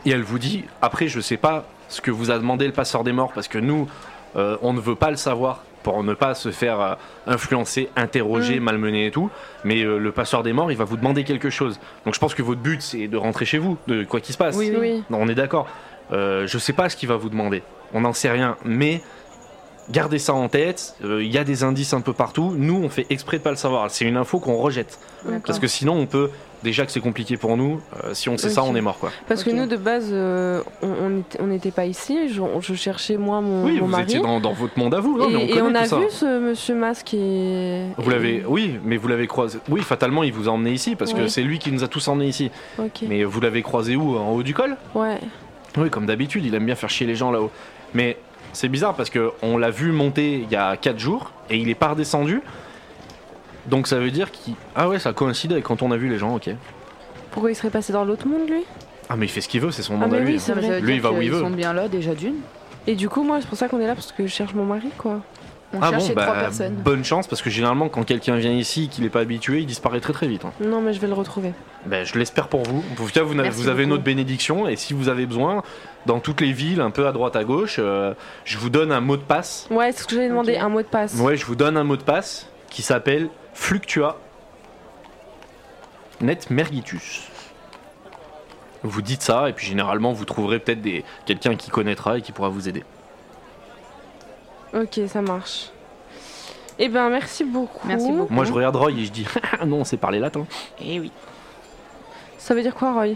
Et elle vous dit, après je sais pas ce que vous a demandé le passeur des morts, parce que nous, euh, on ne veut pas le savoir pour ne pas se faire euh, influencer, interroger,
Mm.
malmener et tout, mais euh, le passeur des morts, il va vous demander quelque chose. Donc je pense que votre but c'est de rentrer chez vous, de quoi qu'il se passe.
Oui, oui.
Non, on est d'accord. Euh, je sais pas ce qu'il va vous demander. On n'en sait rien. Mais Gardez ça en tête. euh, Il y a des indices un peu partout. Nous, on fait exprès de pas le savoir. C'est une info qu'on rejette parce que sinon, on peut déjà que c'est compliqué pour nous. euh, si on sait ça,
Ok.
on est mort quoi.
Parce
Ok.
que nous, de base, euh, on- on était- on n'était pas ici. Je, je cherchais, moi, mon,
Oui,
mon
vous
mari.
étiez dans, dans votre monde à vous. non,
et
mais on
bah, et
connaît tout
a
ça.
vu ce monsieur masque et...
Vous l'avez, oui, mais vous l'avez croisé. Oui, fatalement, il vous a emmené ici parce que
Ouais.
c'est lui qui nous a tous emmenés ici.
Ok,
Mais vous l'avez croisé où En haut du col
ouais.
Oui, comme d'habitude, il aime bien faire chier les gens là-haut. Mais c'est bizarre parce que on l'a vu monter il y a 4 jours et il est pas redescendu. Donc ça veut dire qu'il. Ah ouais, ça coïncide avec quand on a vu les gens, ok.
Pourquoi il serait passé dans l'autre monde, lui
Ah, mais il fait ce qu'il veut, c'est son
Ah,
monde à
mais
lui.
oui, c'est
mais ça
vrai.
veut
Lui,
dire
il va où
qu'ils
il veut.
sont bien là, déjà d'une.
Et du coup, moi, c'est pour ça qu'on est là, parce que je cherche mon mari, quoi.
On
ah
cherche
bon,
ces
bah,
trois personnes.
bonne chance parce que généralement, quand quelqu'un vient ici qu'il n'est pas habitué, il disparaît très très vite. hein.
Non, mais je vais le retrouver.
Ben, je l'espère pour vous. En tout cas, vous, n'avez-
Merci
vous avez
beaucoup.
notre bénédiction et si vous avez besoin, dans toutes les villes, un peu à droite à gauche, euh, je vous donne un mot de passe.
Ouais, c'est ce que j'avais demandé, un mot de passe.
Ouais, je vous donne un mot de passe qui s'appelle Fluctua Net Mergitus. Vous dites ça et puis généralement vous trouverez peut-être des... quelqu'un qui connaîtra et qui pourra vous aider.
Ok, ça marche. Eh ben, merci beaucoup.
Merci beaucoup.
Mmh.
Moi je regarde Roy et je dis <laughs> Ah non, c'est parler latin.
Eh oui,
Ça veut dire quoi, Roy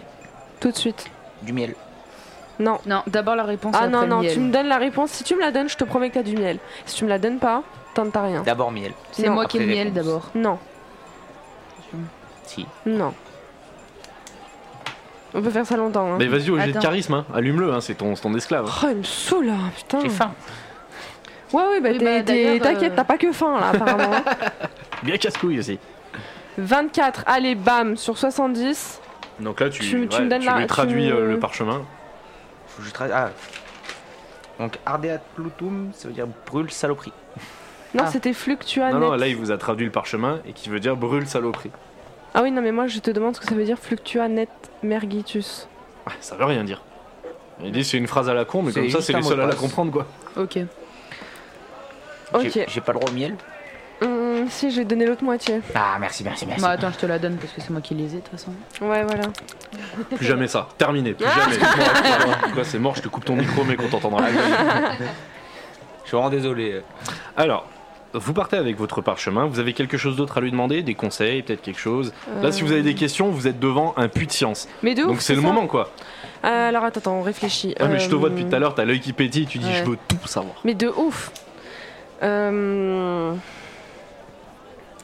Tout de suite.
du miel.
Non.
Non, d'abord la réponse.
Ah
après
non,
le
non,
miel.
tu me donnes la réponse. Si tu me la donnes, je te promets que t'as du miel. Si tu me la donnes pas, t'en t'as rien.
D'abord miel.
C'est
Non,
moi qui ai le
après
miel
réponse.
d'abord.
Non,
Si.
non. On peut faire ça longtemps. Hein.
Mais vas-y au jet de
Attends.
charisme, hein. allume-le, hein, c'est ton, c'est ton esclave.
Oh, il me saoule, là, putain.
J'ai faim.
Ouais, ouais, bah,
Oui,
t'es-
bah,
t'es-
d'ailleurs,
t'inquiète,
euh,
t'as pas que faim, là, <laughs> apparemment.
Bien casse-couille aussi.
24, allez, bam, sur 70.
Donc là tu,
Tu- tu
ouais,
me donnes
tu
la-
lui
tu
traduis
me-
euh, le parchemin.
Faut que je tra- Ah. Donc Ardea Plutum, ça veut dire brûle saloperie.
Non,
Ah.
c'était fluctua
Non, non,
net.
là il vous a traduit le parchemin et qui veut dire brûle saloperie.
Ah oui, non, mais moi, je te demande ce que ça veut dire fluctua net mergitus.
Ouais, Ah, ça veut rien dire. Il dit c'est une phrase à la con, mais
C'est
comme ça
juste
c'est
un
les
mot de
seuls à la
passe.
comprendre quoi.
Ok.
Ok.
J'ai- J'ai pas le droit au miel.
Hum, si, je vais te donner l'autre moitié.
Ah, merci, merci, merci.
Bah attends, je te la donne parce que c'est moi qui les ai de toute façon.
Ouais, voilà.
Plus jamais ça, terminé, plus
Ah.
jamais. Quoi, c'est mort, je te coupe ton micro, mais qu'on t'entendra.
Je suis vraiment désolé.
Alors, vous partez avec votre parchemin, vous avez quelque chose d'autre à lui demander, des conseils, peut-être quelque chose. Là, si vous avez des questions, vous êtes devant un puits de science.
Euh, Mais de
Donc
ouf,
c'est le
ça
moment quoi.
Euh, alors attends, attends, on réfléchit.
Ah, mais je te vois
Euh,
depuis tout à l'heure, t'as l'œil qui pétille, tu dis
Ouais.
je veux tout savoir.
Mais de ouf. Euh,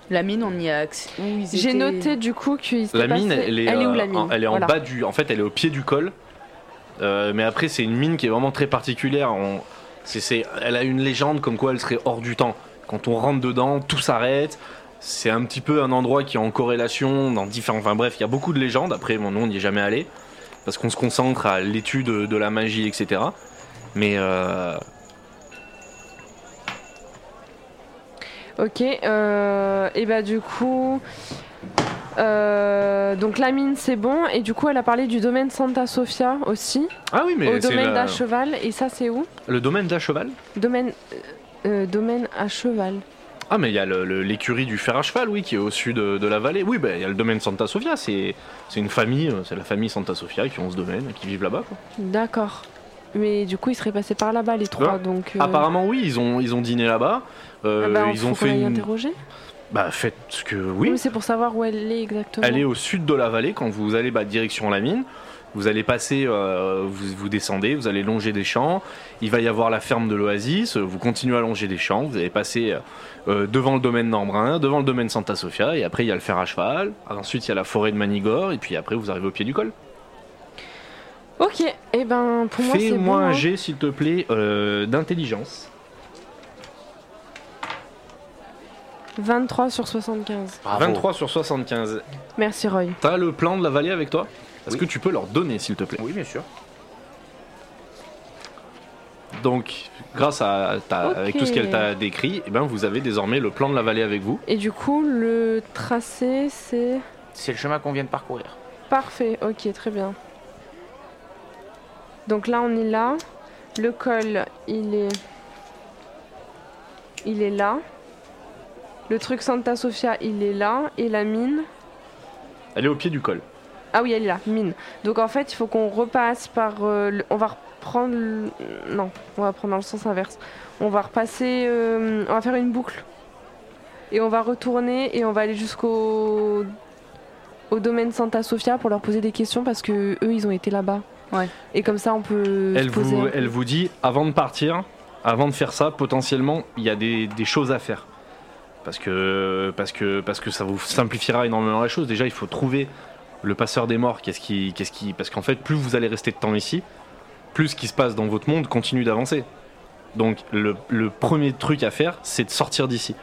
La mine, on y a accès. où ils
J'ai
étaient.
noté du coup qu'il s'était
La mine,
passé-
elle est,
où
euh,
la mine
en- elle est en
Voilà.
bas du. En fait, elle est au pied du col. Euh, mais après, c'est une mine qui est vraiment très particulière. On, c'est, c'est- elle a une légende comme quoi elle serait hors du temps. Quand on rentre dedans, tout s'arrête. C'est un petit peu un endroit qui est en corrélation dans différents. Enfin bref, il y a beaucoup de légendes. Après, bon, nous, on n'y est jamais allé parce qu'on se concentre à l'étude de la magie, etc. Mais euh,
Ok. euh, et bah du coup. euh, donc la mine c'est bon et du coup elle a parlé du domaine Santa Sofia aussi
ah oui, mais
au
c'est
domaine
la-
d'à cheval et ça c'est où
le domaine d'à cheval.
domaine euh, domaine à cheval
Ah mais il y a le- le- l'écurie du fer à cheval, oui, qui est au sud de, de la vallée. Oui, bah, il y a le domaine Santa Sofia, c'est c'est une famille, euh, c'est la famille Santa Sofia qui ont ce domaine, qui vivent là-bas. quoi.
d'accord mais du coup ils seraient passés par là-bas les trois donc euh,
Ah, Apparemment, oui, ils ont, ils ont dîné là-bas. Euh,
ah bah,
ils
faut
ont
qu'on
fait
aille
une...
interroger
Bah faites ce que...
oui
Oui,
mais c'est pour savoir où elle est exactement
allez au sud de la vallée, quand vous allez bah, direction la mine, vous allez passer, euh, vous, vous descendez, vous allez longer des champs, il va y avoir la ferme de l'oasis, euh, vous continuez à longer des champs, vous allez passer euh, euh, devant le domaine Nambrun, devant le domaine Santa Sofia, et après il y a le fer à cheval, ensuite il y a la forêt de Manigore, et puis après vous arrivez au pied du col.
ok et ben pour moi c'est
Fais-moi
bon,
un
hein.
jet, s'il te plaît, euh, d'intelligence.
23 sur 75
Bravo.
23 sur 75.
merci Roy
T'as le plan de la vallée avec toi Est-ce
Oui.
que tu peux leur donner, s'il te plaît
Oui, bien sûr.
Donc, grâce à ta,
Ok.
avec tout ce qu'elle t'a décrit, eh ben, vous avez désormais le plan de la vallée avec vous.
Et du coup, le tracé, c'est
C'est le chemin qu'on vient de parcourir.
parfait. Ok, très bien. Donc là, on est là. Le col, il est. Il est là. Le truc Santa Sofia, il est là. Et la mine.
Elle est au pied du col.
Ah oui, elle est là, mine. Donc en fait, il faut qu'on repasse par. euh, le- On va prendre. le- Non, on va prendre dans le sens inverse. On va repasser. euh, on va faire une boucle. Et on va retourner et on va aller jusqu'au au domaine Santa Sofia pour leur poser des questions parce que eux ils ont été là-bas.
Ouais.
Et comme ça on peut
Elle
se poser.
vous, elle vous dit, avant de partir, avant de faire ça, potentiellement, il y a des, des choses à faire. Parce que, parce, que, parce que ça vous simplifiera énormément la chose. Déjà, il faut trouver le passeur des morts. Qu'est-ce qui, qu'est-ce qui, parce qu'en fait, plus vous allez rester de temps ici, plus ce qui se passe dans votre monde continue d'avancer. Donc, le, le premier truc à faire, c'est de sortir d'ici.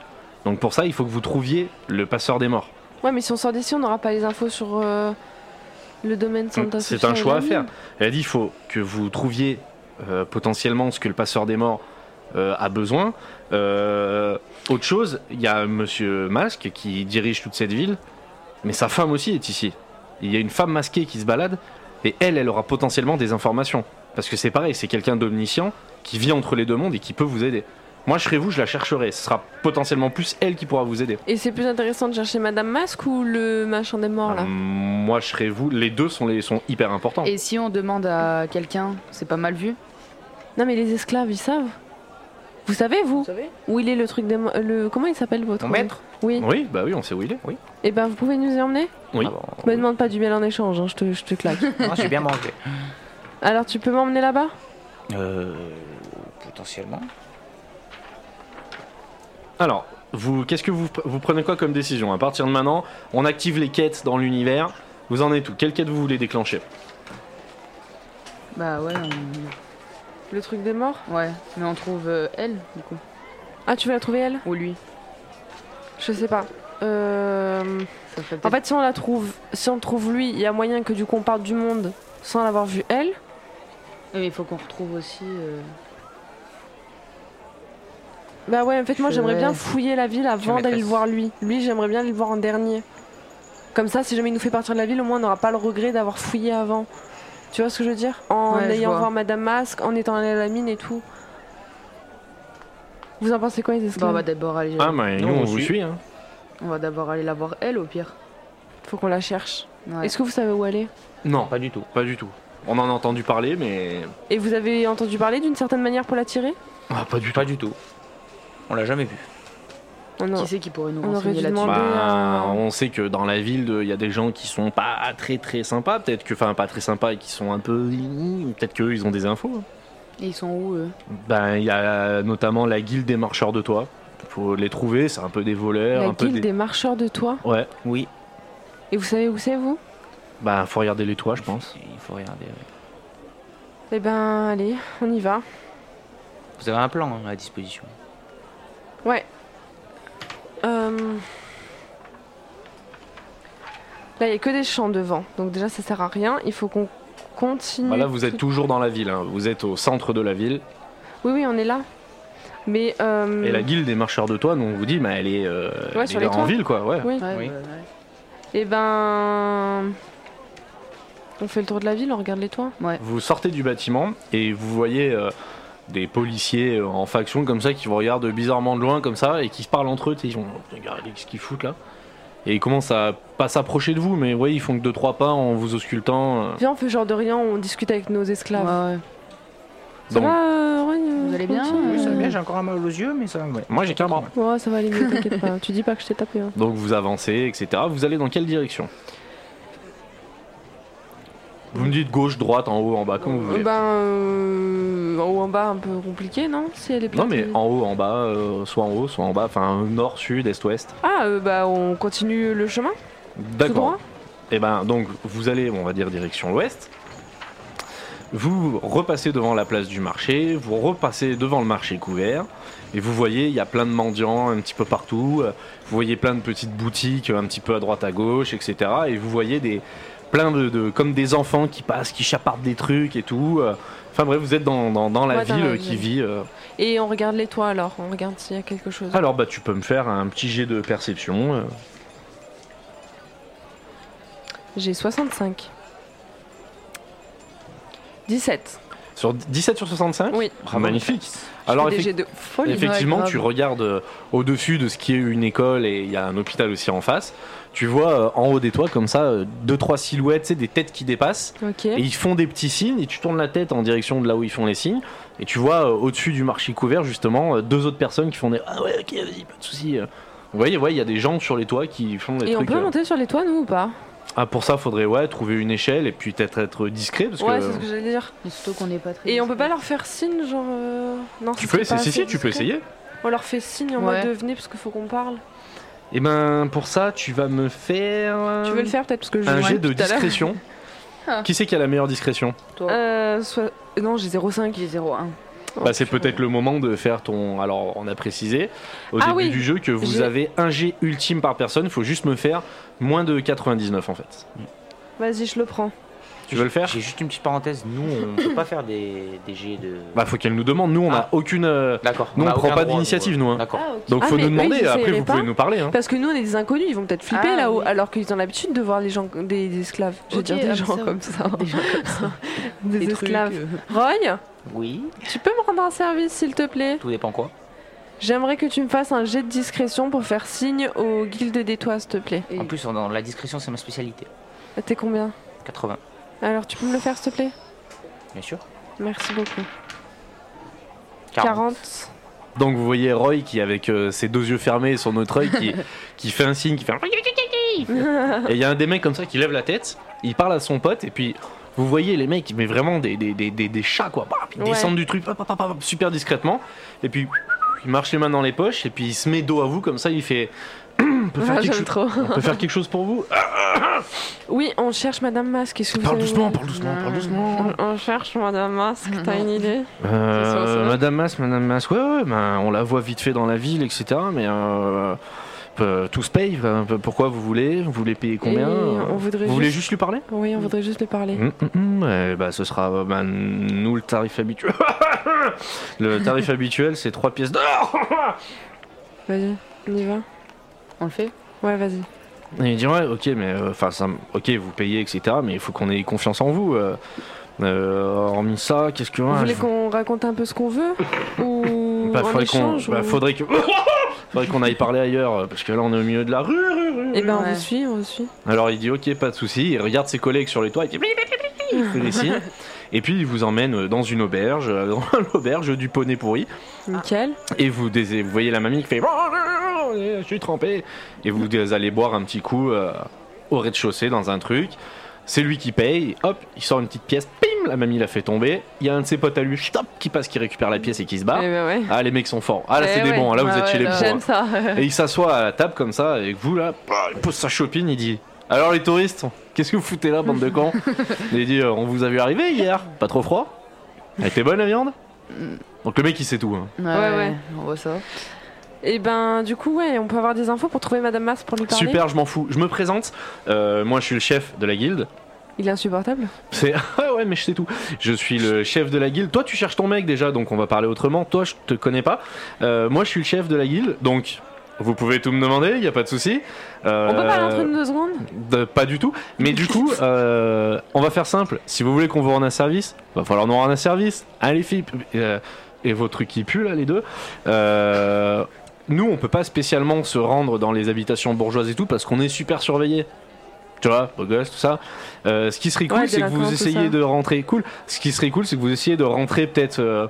Donc, pour ça, il faut que vous trouviez le passeur des morts.
Ouais, mais si on sort d'ici, on n'aura pas les infos sur euh, le domaine Santa Sofia.
Hum, C'est un
et
choix
la
à faire.
mine.
Elle a dit il faut que vous trouviez euh, potentiellement ce que le passeur des morts euh, a besoin. Euh, autre chose, il y a Monsieur Masque qui dirige toute cette ville, mais sa femme aussi est ici. Il y a une femme masquée qui se balade, et elle, elle aura potentiellement des informations. Parce que c'est pareil, c'est quelqu'un d'omniscient qui vit entre les deux mondes et qui peut vous aider. Moi, je serai vous, je la chercherai. Ce sera potentiellement plus elle qui pourra vous aider.
Et c'est plus intéressant de chercher Madame Masque ou le machin des morts là
Euh, moi, je serai vous. Les deux sont, les, sont hyper importants.
Et si on demande à quelqu'un, c'est pas mal vu
Non, mais les esclaves, ils savent. Vous savez, vous,
savez
où il est le truc des. mo- Le... Comment il s'appelle votre.
Mon maître
Oui.
Oui, bah oui, on sait où il est. Oui.
Et ben, vous pouvez nous y emmener
Oui.
Ah bon,
Me demande pas du miel en échange, hein, je, te, je te
<laughs>
claque.
ah, J'ai bien mangé.
Alors, tu peux m'emmener là-bas
Euh, potentiellement.
Alors, vous, qu'est-ce que vous, vous prenez quoi comme décision À partir de maintenant, on active les quêtes dans l'univers. Vous en êtes où Quelle quête vous voulez déclencher
Bah ouais,
Le truc des morts
on- ouais. Mais on trouve euh, elle, du coup.
Ah, tu veux la trouver elle
Ou lui.
Je sais pas. Euh.
Ça ferait
En
peut-être.
fait, si on la trouve, si on trouve lui, il y a moyen que du coup on parte du monde sans l'avoir vu elle.
Mais il faut qu'on retrouve aussi. euh,
Bah ouais, en fait, moi
C'est
j'aimerais
vrai.
bien fouiller la ville
Tu es
avant d'aller le
maîtresse.
voir lui. Lui, j'aimerais bien le voir en dernier. Comme ça, si jamais il nous fait partir de la ville, au moins on n'aura pas le regret d'avoir fouillé avant. Tu vois ce que je veux dire En
Ouais, je
ayant
vois.
voir Madame Masque, en étant allé à la mine et tout. Vous en pensez quoi, les
Bon, bah,
esclaves
on va d'abord aller.
Ah, mais nous,
Non,
on
on
vous
suit.
suit. hein.
On va d'abord aller la voir elle, au pire.
Faut qu'on la cherche.
Ouais.
Est-ce que vous savez où elle est
Non, pas,
Pas du tout.
pas du tout. On en a entendu parler, mais.
Et vous avez entendu parler d'une certaine manière pour la tirer
Ah, pas du tout.
Pas du tout. On l'a jamais vu.
On en-
Qui c'est qui pourrait nous
On aurait
renseigner
dû
là-dessus
demander.
Bah,
euh,
on sait que dans la ville, de- il y a des gens qui sont pas très très sympas. Peut-être que, enfin, pas très sympas et qui sont un peu. Peut-être qu'eux, ils ont des infos.
Et Ils sont où eux
Ben, il y a notamment la guilde des marcheurs de toit. Faut les trouver. C'est un peu des voleurs,
La
un peu
guilde
des.
des marcheurs de toit.
Ouais.
Oui.
Et vous savez où c'est, vous
Ben, faut regarder les toits, je pense.
Il faut regarder. ouais.
Eh ben, allez, on y va.
Vous avez un plan hein, à disposition.
Euh, Là, il n'y a que des champs devant, donc déjà ça sert à rien. Il faut qu'on continue.
Bah là, vous êtes toujours dans la ville, hein. vous êtes au centre de la ville.
Oui, oui, on est là. Mais. euh,
Et la guilde des marcheurs de toits, nous, on vous dit, bah, elle est, euh, elle est
sur les
en
toits.
ville, quoi. Ouais.
Oui.
Ouais,
Oui.
bah, ouais.
Eh ben. On fait le tour de la ville, on regarde les toits.
Vous sortez du bâtiment et vous voyez euh, des policiers euh, en faction comme ça qui vous regardent bizarrement de loin comme ça et qui se parlent entre eux. tu sais, Ils vont regardez ce qu'ils foutent là. Et ils commencent à pas s'approcher de vous, mais ouais, ils font que deux trois pas en vous auscultant. euh.
Viens, on fait genre de rien, on discute avec nos esclaves.
Ouais, ouais.
Ça
Donc,
va, euh, Ron,
Vous
euh,
allez bien
tranquille
Oui, ça va bien,
j'ai encore un mal aux yeux, mais ça.
moi j'ai qu'un bras.
Ouais, ça va aller mieux, t'inquiète pas. Tu dis pas que je t'ai tapé. hein.
Donc vous avancez, etc. Vous allez dans quelle direction Vous me dites gauche, droite, en haut, en bas, comme vous voulez.
Eh Ben. euh, En haut, en bas, un peu compliqué, non Si elle est
Non
plate,
mais
elle-
en haut, en bas, euh, soit en haut, soit en bas, enfin nord, sud, est, ouest.
Ah, euh, bah on continue le chemin tout droit.
D'accord. Et ben donc vous allez, on va dire direction l'ouest. Vous repassez devant la place du marché, vous repassez devant le marché couvert, et vous voyez, il y a plein de mendiants un petit peu partout, euh, vous voyez plein de petites boutiques euh, un petit peu à droite à gauche, etc. Et vous voyez des, plein de, de- comme des enfants qui passent, qui chapardent des trucs et tout. euh. Enfin bref, vous êtes dans, dans- dans la
Ouais, dans
ville
la
euh, qui
ville.
vit. euh.
Et on regarde les toits alors, on regarde s'il y a quelque chose.
Alors bah tu peux me faire un petit jet de perception. euh.
J'ai 65. 17.
Sur 17 sur 65
Oui.
Ah, Magnifique. Alors, effectivement.
Je fais des jets de folie.
Effectivement,
Ouais, grave.
tu regardes euh, au-dessus de ce qui est une école et il y a un hôpital aussi en face. Tu vois euh, en haut des toits comme ça euh, deux trois silhouettes, tu sais, des têtes qui dépassent
Ok.
et ils font des petits signes et tu tournes la tête en direction de là où ils font les signes et tu vois euh, au-dessus du marché couvert justement euh, deux autres personnes qui font des ah ouais ok vas-y pas de souci. euh. Vous voyez, ouais, il y a des gens sur les toits qui font des
Et on
trucs.
peut
euh,
monter sur les toits, nous ou pas
Ah pour ça, faudrait ouais trouver une échelle et puis peut-être être discret parce
Ouais,
que.
c'est ce que j'allais dire.
Mais surtout qu'on n'est pas très.
Et on peut
<laughs>
pas leur faire signe, genre. euh, Non,
Tu
ce
peux
serait
essayer,
pas
si, si,
assez
tu peux
discret.
essayer.
On leur fait signe en
Ouais.
mode de venez parce qu'il faut qu'on parle.
Et ben pour ça, tu vas me faire. euh,
Tu veux le faire peut-être parce que je
Un
joue
jet de
tout à l'heure. <laughs>
discrétion.
Ah.
Qui c'est qui a la meilleure discrétion
Euh, soit- Non, j'ai 0,5.
J'ai 0,1.
Oh,
Bah c'est
putain.
peut-être le moment de faire ton. Alors on a précisé au
Ah
début
oui,
du jeu que vous
j'ai-
avez un jet ultime par personne. Faut juste me faire moins de 99 en fait.
Vas-y, je le prends.
Tu veux le faire
J'ai juste une petite parenthèse. Nous, on peut pas faire des, des jets de.
Bah faut qu'elle nous demande. Nous on a
Ah.
aucune. euh,
D'accord.
nous, on
a
prend
aucun
pas
droit,
d'initiative,
euh,
nous, hein.
D'accord.
Ah, ok.
Donc
Ah,
faut
mais
nous
eux,
demander.
ils
Après
essaieraient
vous pouvez
pas
nous parler. hein.
Parce que nous, on est des inconnus, ils vont peut-être flipper
Ah,
là-haut,
oui.
alors qu'ils ont l'habitude de voir les gens, des, des esclaves. Je veux
Ok,
dire
ah,
des
mais
gens
ça-
comme ça. hein.
Des gens comme ça.
<laughs> Des,
Des trucs,
esclaves.
euh,
Roy,
Oui.
tu peux me rendre un service, s'il te plaît
Tout dépend quoi.
J'aimerais que tu me fasses un jet de discrétion pour faire signe au guilde des toits, s'il te plaît.
Et-
En plus, on- dans la discrétion, c'est ma spécialité.
Ah, T'es combien
80,
Alors, tu peux me le faire, s'il te plaît
bien sûr.
Merci beaucoup.
40.
40.
Donc vous voyez Roy qui avec euh, ses deux yeux fermés et son autre œil qui, qui fait un signe, qui fait. un- Et il y a un des mecs comme ça qui lève la tête. Il parle à son pote et puis. Vous voyez les mecs, mais vraiment des, des, des, des- des chats quoi. Bah, ils
Ouais.
descendent du truc hop, hop, hop, hop, super discrètement. Et puis il marche les mains dans les poches et puis il se met dos à vous comme ça. Il fait <clears throat> on peut faire,
Ah,
quelque, chose,
J'aime trop.
on peut faire quelque chose pour vous. Ah,
Oui, on cherche Madame Masque. Est-ce que vous
parle
avez-
doucement, parle doucement, parle doucement.
On, on cherche Madame Masque, t'as
Mhm.
une idée
Euh,
C'est ça, c'est ça.
Madame Mas, Madame Mas, ouais, ouais, ben, on la voit vite fait dans la ville, etc. Mais euh, euh, tout se paye. ben, pourquoi vous voulez Vous voulez payer combien
Et
Euh,
on voudrait
Vous voulez
juste-
juste lui parler
Oui, on voudrait juste lui parler.
Hum, hum, hum, eh ben, ce sera euh, ben, nous le tarif habituel. <laughs> le tarif habituel, c'est 3 pièces d'or. <laughs>
Vas-y, on y va.
On le fait
Ouais, vas-y.
Et il dit ouais, ok, mais euh, enfin, ça, m- ok, vous payez, etc. Mais il faut qu'on ait confiance en vous. euh. Euh, hormis ça, qu'est-ce que
Vous
ouais,
voulez
je-
qu'on raconte un peu ce
<laughs>
qu'on veut Ou
Bah,
en
faudrait qu'on,
échange
bah,
ou-
faudrait que, <laughs> faudrait qu'on aille parler ailleurs euh, parce que là, on est au milieu de la rue. rue, rue.
Eh ben, on
Ouais.
vous suit, on vous suit.
Alors il dit ok, pas de souci. Il regarde ses collègues sur les toits. Il dit, il fait des signes. Et puis il vous emmène euh, dans une auberge, euh, dans <laughs> l'auberge du poney pourri.
Nickel.
Et vous, dés- vous voyez la mamie qui fait Je suis trempé Et vous dés- allez boire un petit coup euh, au rez-de-chaussée dans un truc. C'est lui qui paye, hop, il sort une petite pièce, pim, la mamie la fait tomber. Il y a un de ses potes à lui, stop, qui passe, qui récupère la pièce et qui se barre.
Eh ben, ouais.
Ah, les mecs sont forts. Ah, là,
Eh
c'est des
ouais.
bons, là, vous
Ah
êtes
ouais,
chez les
là.
bons.
J'aime ça. <laughs>
Et il s'assoit à la table comme ça, avec vous là, bah, il pose sa chopine, il dit Alors les touristes, qu'est-ce que vous foutez là, bande de
<laughs>
cons Il dit euh, On vous a vu arriver hier, pas trop froid Elle était bonne la viande Donc le mec il sait tout. hein.
Ouais, ouais.
On voit ça.
Et ben, du coup, ouais, on peut avoir des infos pour trouver Madame Masque pour lui parler.
Super, je m'en fous. Je me présente. Euh, moi, je suis le chef de la guilde.
Il est insupportable.
C'est <laughs> ah ouais, mais je sais tout. Je suis le chef de la guilde. Toi, tu cherches ton mec déjà, donc on va parler autrement. Toi, je te connais pas. Euh, moi, je suis le chef de la guilde, donc vous pouvez tout me demander. Il y a pas de souci. Euh,
On peut parler entre nous deux secondes
de- Pas du tout. Mais du coup, euh, on va faire simple. Si vous voulez qu'on vous rende un service, va falloir nous rendre un service. Allez, filles. euh, et vos trucs qui puent là, les deux. Euh, nous, on peut pas spécialement se rendre dans les habitations bourgeoises et tout parce qu'on est super surveillé. Tu vois, beau gosse, tout ça. Euh, ce qui serait cool,
Ouais,
c'est que
délinquant,
vous
tout
essayiez
ça.
de rentrer. Cool. Ce qui serait cool, c'est que vous essayiez de rentrer peut-être. euh,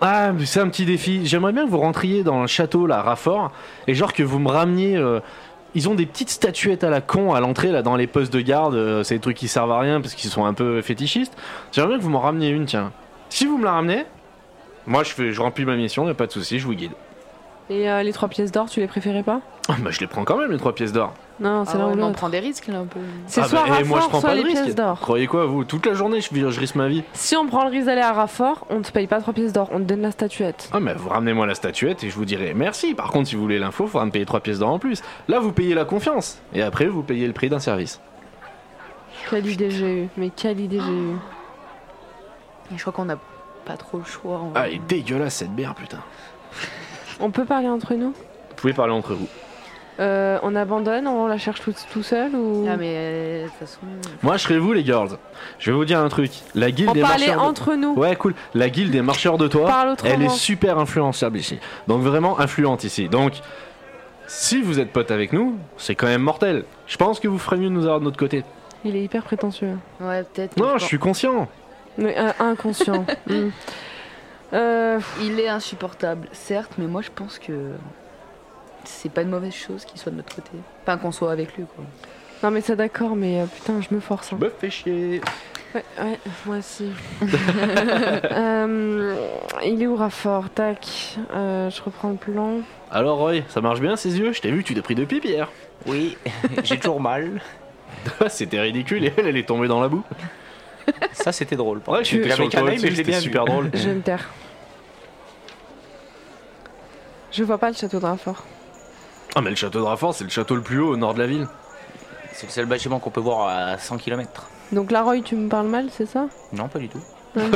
Ah, mais c'est un petit défi. J'aimerais bien que vous rentriez dans le château, là, à Raffort, et genre que vous me rameniez. euh, Ils ont des petites statuettes à la con à l'entrée, là, dans les postes de garde. euh, C'est des trucs qui servent à rien parce qu'ils sont un peu fétichistes. J'aimerais bien que vous m'en rameniez une, tiens. Si vous me la ramenez, moi, je, fais, je remplis ma mission, y a pas de souci, je vous guide. <laughs>
Et euh, les trois pièces d'or, tu les préférais pas
Ah, bah, je les prends quand même, les trois pièces d'or.
Non, c'est
Ah
l'un
ouais,
ou
mais on
l'autre.
prend des risques là un peu.
C'est
Ah,
soit
bah, et moi, je
Raffort,
prends
soit
pas de
les
risque.
pièces d'or.
Croyez quoi, vous Toute la journée, je, je risque ma vie.
Si on prend le risque d'aller à Raffort, on te paye pas trois pièces d'or, on te donne la statuette.
Ah, mais vous ramenez-moi la statuette et je vous dirai merci. Par contre, si vous voulez l'info, faudra me payer trois pièces d'or en plus. Là, vous payez la confiance. Et après, vous payez le prix d'un service. Ah,
Quelle idée j'ai eu, mais quelle idée j'ai eu.
Et je crois qu'on n'a pas trop le choix. en
Ah,
vrai.
elle est dégueulasse cette bière, putain.
On peut parler entre nous
Vous pouvez parler entre vous.
Euh, on abandonne, on la cherche tout, tout seul ou
Ah, mais euh, de toute façon.
Moi, je serais vous, les girls. Je vais vous dire un truc. La guilde
On
des
parlait
marcheurs. de-
entre nous.
Ouais, cool. La guilde des marcheurs de
On
toit.
Parle autrement.
Elle est super influençable ici. Donc vraiment influente ici. Donc si vous êtes pote avec nous, c'est quand même mortel. Je pense que vous ferez mieux de nous avoir de notre côté.
Il est hyper prétentieux.
Ouais, peut-être. mais
Non, je
pense-
suis conscient.
Mais, euh, <laughs> inconscient. Mm. Euh, pff,
Il est insupportable, certes, mais moi je pense que. C'est pas une mauvaise chose qu'il soit de notre côté. Enfin, qu'on soit avec lui, quoi.
non mais ça d'accord, mais euh, putain, je me force. hein.
Me fais chier.
Ouais, ouais, moi aussi. <laughs> Euh, il est où Raffort Tac. Euh, je reprends le plan.
Alors Roy, ça marche bien ses yeux Je t'ai vu, tu t'es pris de pipi hier. <laughs>
Oui, <laughs> j'ai toujours mal.
Ah, c'était ridicule et elle, elle est tombée dans la boue.
Ça, c'était drôle.
Ouais, j'étais sur
J'avais
le
qu'un
toit
œil, mais
dessus,
je l'ai
c'était
bien vu.
super
<laughs>
drôle.
Je vais me taire. Je vois pas le château de Raffort.
Ah mais le château de Raffort, c'est le château le plus haut au nord de la ville.
C'est le seul bâtiment qu'on peut voir à 100 km.
Donc la Roy, tu me parles mal,
<laughs>
c'est ça
Non, pas du tout.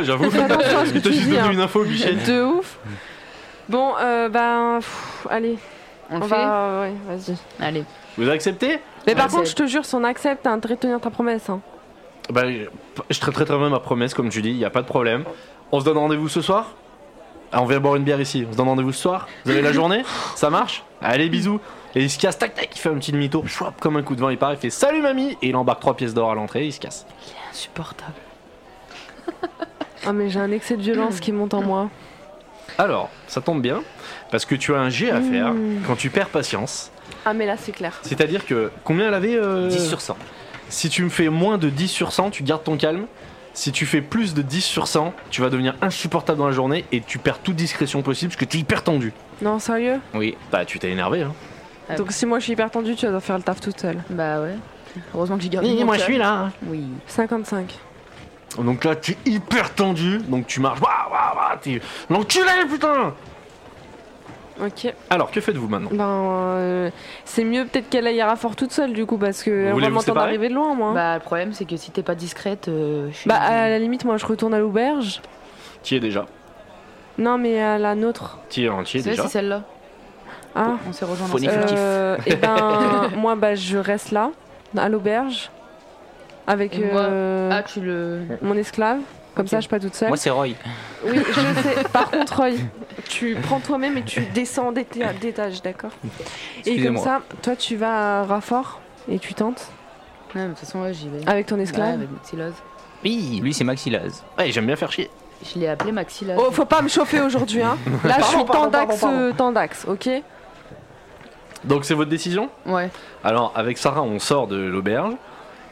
J'avoue.
Fais attention à ce que
Il t'a
tu
juste
dis, hein.
donné une info, Bichette.
De ouf. Bon, euh, ben, pff, allez,
On
on,
le fait
va, ouais, vas-y.
Allez.
Vous acceptez
Mais par
Ouais,
contre,
c'est-
je te jure, si on accepte, t'as intérêt de tenir ta promesse. Hein.
Bah, je je traiterai très bien ma promesse, comme tu dis, il n'y a pas de problème. On se donne rendez-vous ce soir Ah, On vient boire une bière ici. On se donne rendez-vous ce soir Vous avez la journée Ça marche Allez, bisous Et il se casse, tac, tac, il fait un petit demi-tour, chouap, comme un coup de vent, il part, il fait salut mamie Et il embarque trois pièces d'or à l'entrée et il se casse.
Insupportable.
Ah, mais j'ai un excès de violence qui monte en moi.
Alors, ça tombe bien, parce que tu as un jet à faire
Mmh.
quand tu perds patience.
Ah, mais là, c'est clair.
C'est-à-dire que, combien elle avait euh,
10 sur 100.
Si tu me fais moins de 10 sur 100, tu gardes ton calme. Si tu fais plus de 10 sur 100, tu vas devenir insupportable dans la journée et tu perds toute discrétion possible parce que tu es hyper tendu.
Non, sérieux
Oui.
Bah, tu t'es énervé, hein.
Ah
Donc, si moi je suis hyper tendue, tu vas devoir faire le taf toute seule.
Bah ouais. Heureusement que j'ai gardé. mon calme.
là. hein.
Oui.
55.
Donc là, tu es hyper tendu, donc tu marches. Waouh, waouh, waouh, t'es l'enculé, putain
Ok.
Alors, que faites-vous maintenant
Ben, euh, c'est mieux peut-être qu'elle aille à Raffort toute seule, du coup, parce que elle
voulez
va
vous
m'entendre
séparer
arriver de loin, moi. Bah,
Bah, le problème, c'est que si t'es pas discrète, euh, je suis.
à la limite, moi, je retourne à l'auberge.
T'y es déjà.
Non, mais à la nôtre.
T'y es entier
c'est vrai,
déjà.
c'est celle-là.
Ah.
On s'est rejoint dans
Phonie
celle-là.
furtif.
Euh, et
<laughs>
ben, moi, bah, je reste là, à l'auberge, avec
Et moi
euh,
Ah, tu le.
mon esclave. Comme
Ok.
ça, je suis pas toute seule.
Moi, c'est Roy.
Oui, je sais. Par contre, Roy, tu prends toi-même et tu descends d'éta- d'étage, d'accord Et comme
Excusez-moi.
ça, toi, tu vas à Raffort et tu tentes
Ouais, mais de toute façon, ouais, j'y vais.
avec ton
Ouais,
esclave.
avec Maxilaz.
Oui, lui, c'est Maxilaz.
Ouais, j'aime bien faire chier.
Je l'ai appelé Maxilaz.
Oh, faut pas me chauffer aujourd'hui, hein. Là, je suis
Pardon, pardon,
tendax,
pardon,
euh, tendax, ok
Donc, c'est votre décision
Ouais.
Alors, avec Sarah, on sort de l'auberge.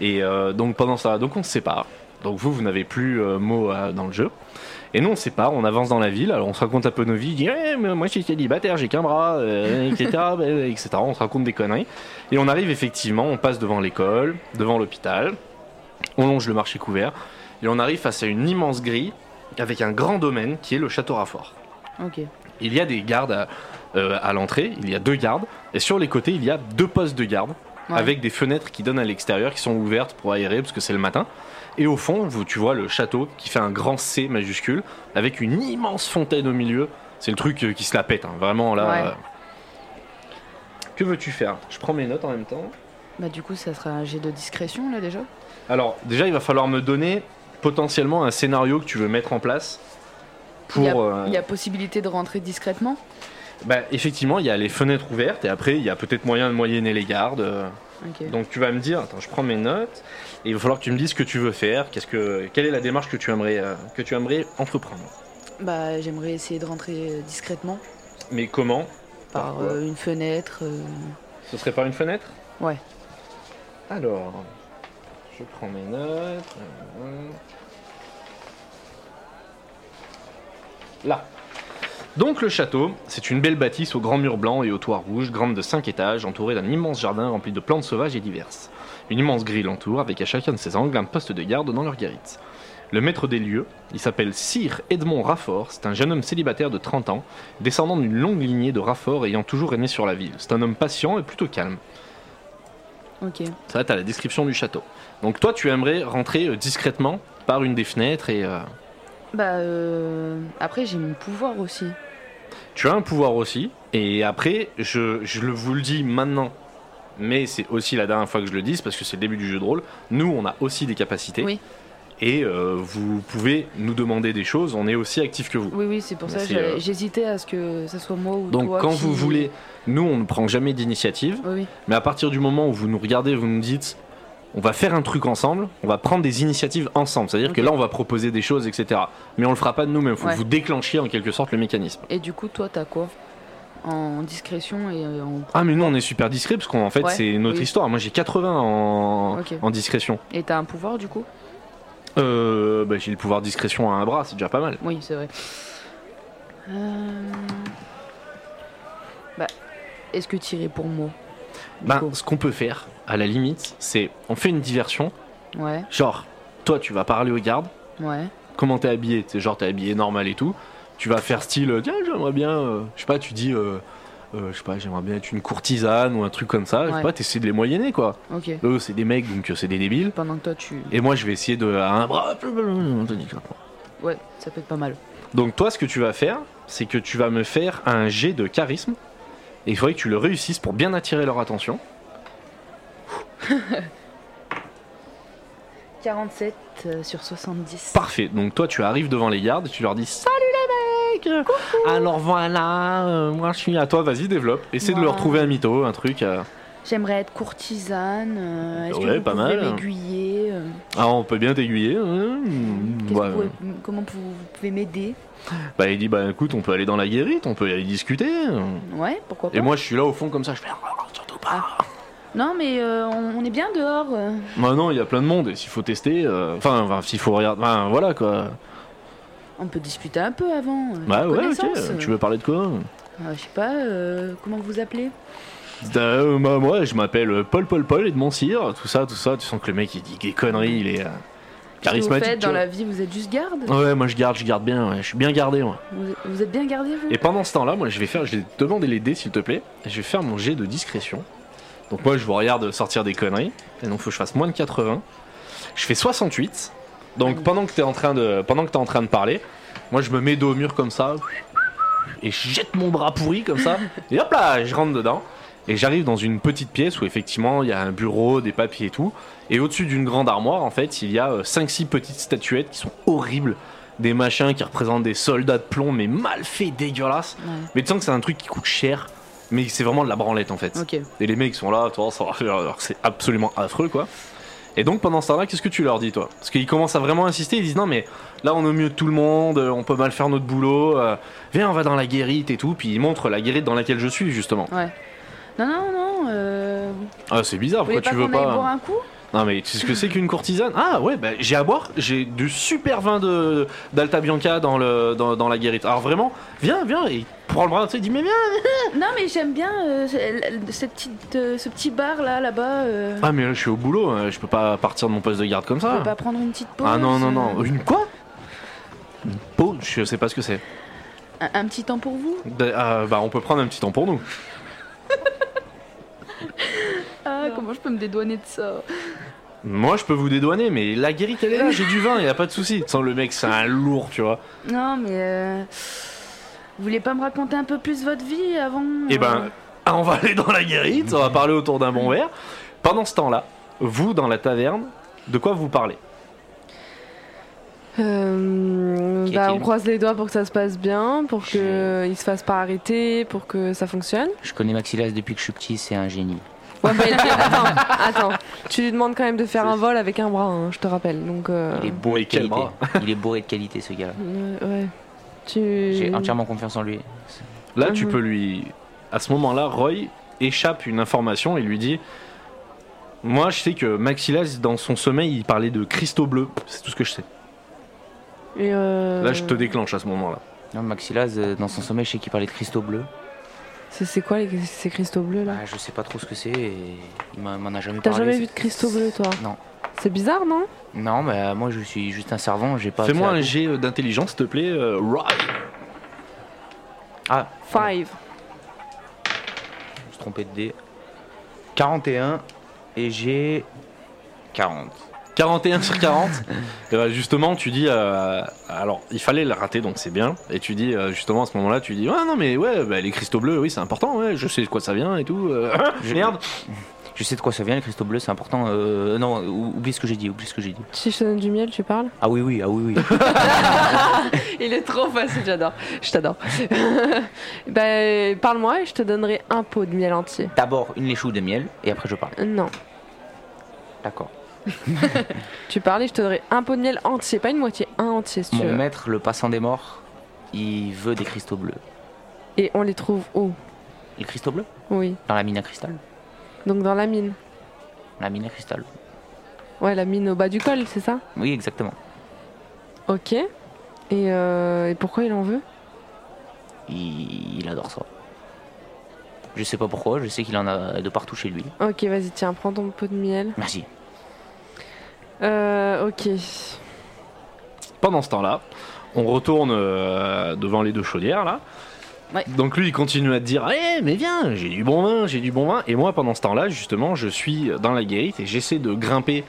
Et euh, donc, pendant ça, donc on se sépare. Donc, vous, vous n'avez plus euh, mot à- dans le jeu. Et nous, on se sépare, on avance dans la ville. Alors, on se raconte un peu nos vies. Je dis, Ouais, mais moi, je suis célibataire, j'ai qu'un bras, euh, etc., <laughs> euh, etc. On se raconte des conneries. Et on arrive effectivement, on passe devant l'école, devant l'hôpital. On longe le marché couvert. Et on arrive face à une immense grille avec un grand domaine qui est le château Raffort.
Ok.
Il y a des gardes à, euh, à l'entrée, il y a deux gardes, et sur les côtés, il y a deux postes de garde,
Ouais.
avec des fenêtres qui donnent à l'extérieur, qui sont ouvertes pour aérer, parce que c'est le matin. Et au fond, vous- tu vois le château qui fait un grand C majuscule, avec une immense fontaine au milieu. C'est le truc euh, qui se la pète, hein, vraiment là.
Ouais.
euh. Que veux-tu faire Je prends mes notes en même temps.
Bah, du coup, ça sera un jet de discrétion, là, déjà.
Alors, déjà, il va falloir me donner potentiellement un scénario que tu veux mettre en place pour.
Il y a-
euh,
Il y a possibilité de rentrer discrètement.
Bah, effectivement, il y a les fenêtres ouvertes et après, il y a peut-être moyen de moyenner les gardes. euh.
Ok.
Donc tu vas me dire, attends, je prends mes notes et il va falloir que tu me dises ce que tu veux faire, qu'est-ce que, quelle est la démarche que tu aimerais, euh, que tu aimerais entreprendre.
Bah, j'aimerais essayer de rentrer euh, discrètement
Mais comment
par
Pourquoi
euh, une fenêtre. euh,
Ce serait par une fenêtre
Ouais.
Alors, je prends mes notes. Là. Donc le château, c'est une belle bâtisse aux grands murs blancs et aux toits rouges, grande de 5 étages, entourée d'un immense jardin rempli de plantes sauvages et diverses. Une immense grille l'entoure, avec à chacun de ses angles un poste de garde dans leur guérite. Le maître des lieux, il s'appelle Sir Edmond Raffort, c'est un jeune homme célibataire de 30 ans, descendant d'une longue lignée de Raffort ayant toujours régné sur la ville. C'est un homme patient et plutôt calme.
Ok.
Ça, t'as la description du château. Donc toi, tu aimerais rentrer euh, discrètement par une des fenêtres et... euh,
Bah, euh, après, j'ai mon pouvoir aussi.
Tu as un pouvoir aussi, Et après, je, je le vous le dis maintenant, mais c'est aussi la dernière fois que je le dis, c'est parce que c'est le début du jeu de rôle. Nous, on a aussi des capacités.
Oui.
Et euh, vous pouvez nous demander des choses, on est aussi actif que vous.
Oui, oui, c'est pour
Mais
ça que
c'est,
j'allais-
euh,
j'hésitais à ce que ça soit moi ou
Donc
toi
quand
qui-
vous voulez, nous on ne prend jamais d'initiative,
Oui, oui.
mais à partir du moment où vous nous regardez, vous nous dites on va faire un truc ensemble, on va prendre des initiatives ensemble, c'est-à-dire que
Ok.
là on va proposer des choses, etc. Mais on le fera pas de nous-mêmes, faut
Ouais.
que vous déclenchiez en quelque sorte le mécanisme.
Et du coup, toi, t'as quoi En discrétion et euh, en.
Ah mais nous on est super discret parce qu'en fait
Ouais,
c'est notre
oui.
histoire, moi j'ai 80 en,
Ok.
en discrétion.
Et t'as un pouvoir du coup
Euh, bah, j'ai le pouvoir discrétion à un bras, c'est déjà pas mal.
Oui, c'est vrai. Euh, Bah, est-ce que t'irais pour moi du
Ben,
coup
ce qu'on peut faire, à la limite, c'est on fait une diversion,
Ouais,
genre toi tu vas parler aux gardes,
ouais.
comment t'es habillé, c'est genre t'es habillé normal et tout, tu vas faire style, euh, tiens j'aimerais bien, euh, je sais pas, tu dis, euh, euh, je sais pas, j'aimerais bien être une courtisane ou un truc comme ça, je sais
Ouais.
pas, t'essaies de les moyenner quoi.
Ok.
Eux c'est des mecs donc euh, c'est des débiles,
Pendant que toi, tu.
et moi je vais essayer de... à un bras, Anthony, quoi.
Ouais, ça peut être pas mal.
Donc toi ce que tu vas faire, c'est que tu vas me faire un jet de charisme, et il faudrait que tu le réussisses pour bien attirer leur attention.
47 euh, sur 70.
Parfait. Donc toi, tu arrives devant les gardes, tu leur dis salut les mecs. Alors voilà, euh, moi je suis à toi. Vas-y, développe. Essaie de
Moi.
leur trouver un mytho, un truc. euh.
J'aimerais être courtisane. euh, Est-ce
Ouais,
que vous
pas
pouvez
mal.
m'aiguiller euh,
Ah, on peut bien t'aiguiller. hein.
qu'est-ce que
Ouais.
vous pouvez- Comment vous, vous pouvez m'aider
Bah il dit bah écoute, on peut aller dans la guérite, on peut y aller discuter.
Ouais, pourquoi pas.
Et moi, je suis là au fond comme ça. Je fais oh, surtout
Ah.
pas.
Non, mais euh, on, on est bien dehors. euh.
Maintenant, il y a plein de monde et s'il faut tester, euh, enfin, enfin, s'il faut regarder, enfin, voilà quoi.
On peut discuter un peu avant. euh,
Bah ouais, ok.
connaissance, euh.
Tu veux parler de quoi
Euh, je sais pas, euh, comment vous appelez
Euh, bah, moi, je m'appelle Paul Paul Paul et de Montcir, tout ça, tout ça. Tu sens que le mec, il dit des conneries, il est euh,
Qu'est-ce que vous
charismatique.
faites
tu
dans
vois.
la vie Vous êtes juste garde
Ouais, moi je garde, je garde bien, ouais. je suis bien gardé moi.
vous, vous êtes bien gardé, vous
Et pendant ce temps-là, moi je vais faire, je vais te demander les dés s'il te plaît, et je vais faire mon jet de discrétion. Donc moi je vous regarde sortir des conneries, et donc faut que je fasse moins de 80. Je fais 68. Donc pendant que t'es en train de, pendant que t'es en train de parler, moi je me mets dos au mur comme ça, et je jette mon bras pourri comme ça, et hop là, je rentre dedans. Et j'arrive dans une petite pièce où effectivement il y a un bureau, des papiers et tout. Et au-dessus d'une grande armoire, en fait, il y a 5-6 petites statuettes qui sont horribles. Des machins qui représentent des soldats de plomb, mais mal faits, dégueulasses.
Ouais.
Mais tu sens que c'est un truc qui coûte cher, mais c'est vraiment de la branlette en fait.
Ok.
Et les mecs sont là, toi, ça va faire- alors, c'est absolument affreux quoi. Et donc pendant ce temps-là, qu'est-ce que tu leur dis toi Parce qu'ils commencent à vraiment insister, ils disent non mais là on est au mieux de tout le monde, euh, on peut mal faire notre boulot, euh, viens on va dans la guérite et tout, puis ils montrent la guérite dans laquelle je suis justement.
Non, non, non. Euh... vous
Ah c'est bizarre,
voulez
pourquoi tu veux
qu'on aille
pas
boire un coup
Non mais tu sais ce que c'est qu'une courtisane Ah ouais, bah, j'ai à boire, j'ai du super vin de d'Alta Bianca dans, le, dans, dans la guérite. Alors vraiment, viens, viens, et il prend le bras, tu sais, il dit mais viens
Non, mais j'aime bien euh, ce- cette petite, euh, ce petit bar là, là-bas. euh.
Ah mais là je suis au boulot, euh, je peux pas partir de mon poste de garde comme
On
ça.
peut pas prendre une petite pause
ah non non
euh,
non, une quoi Une pause Je sais pas ce que c'est.
Un, un petit temps pour vous
D- euh, bah on peut prendre un petit temps pour nous.
Ah, comment je peux me dédouaner de ça
Moi je peux vous dédouaner mais la guérite elle est là, j'ai du vin, y a pas de souci. Sans le mec c'est un lourd tu vois.
Non, mais. euh, Vous voulez pas me raconter un peu plus votre vie avant
Et ben
euh,
ah, on va aller dans la guérite, on va parler autour d'un bon verre. Pendant ce temps là, vous dans la taverne, de quoi vous parlez
Euh,
Qu'est-il
bah, on croise les doigts pour que ça se passe bien, pour qu'il ne se fasse pas arrêter, pour que ça fonctionne.
Je connais Maxilas depuis que je suis petit, c'est un génie.
Ouais, mais il- attends, attends, tu lui demandes quand même de faire un vol avec un bras, hein, je te rappelle. Donc, euh,
Il est bourré
et
de
quel
qualité.
bras
Il est bourré de qualité ce gars-là.
euh, ouais. Tu...
J'ai entièrement confiance en lui.
Là, tu
Mhm.
peux lui. À ce moment-là, Roy échappe une information et lui dit Moi, je sais que Maxilas, dans son sommeil, il parlait de cristaux bleus. C'est tout ce que je sais.
Et, euh,
Là, je te déclenche à ce moment-là.
Non, Maxilas, euh, dans son sommeil, je sais qu'il parlait de cristaux bleus.
C'est c'est quoi les, ces cristaux bleus là
Bah, je sais pas trop ce que c'est et il m'a- m'en a jamais
T'as
parlé.
jamais
c'est-
vu de cristaux bleus toi
Non.
C'est bizarre non
Non, bah moi je suis juste un servant, j'ai pas.
Fais-moi un
accès
jet d'intelligence, s'il te plaît, euh, Roy.
à- Ah,
Five.
je me suis trompé de dé. 41 et j'ai 40.
41 sur 40. Et bah, justement, tu dis. euh, alors, il fallait la rater, donc c'est bien. Et tu dis, euh, justement, à ce moment-là, tu dis Ouais, non, mais ouais, bah, les cristaux bleus, oui, c'est important, ouais, je sais de quoi ça vient et tout. <laughs> euh,
<laughs> Je-
merde
Je sais de quoi ça vient, les cristaux bleus, c'est important. Euh, non, ou- oublie ce que j'ai dit, oublie ce que j'ai dit.
Si je te donne du miel, tu parles
Ah oui, oui, ah oui,
<laughs>
oui.
Il est trop facile, j'adore. Je t'adore. <laughs> ben, parle-moi et je te donnerai un pot de miel entier.
D'abord une léchouille de miel et après je parle.
Non.
D'accord.
Tu parles et je te donnerai un pot de miel entier, pas une moitié, un entier si tu
Mon
veux.
maître, le passant des morts, il veut des cristaux bleus.
Et on les trouve où
Les cristaux bleus
Oui.
Dans la mine à cristal.
Donc dans la mine.
La mine à cristal.
Ouais, la mine au bas du col, c'est ça
Oui, exactement.
Ok. Et, euh, et pourquoi il en veut
Il, il adore ça. Je sais pas pourquoi, je sais qu'il en a de partout chez lui.
Ok, vas-y, tiens, prends ton pot de miel.
Merci.
Euh, ok.
Pendant ce temps-là, on retourne euh, devant les deux chaudières là.
Ouais.
Donc lui, il continue à te dire Eh, mais viens, j'ai du bon vin, j'ai du bon vin. Et moi, pendant ce temps-là, justement, je suis dans la guérite et j'essaie de grimper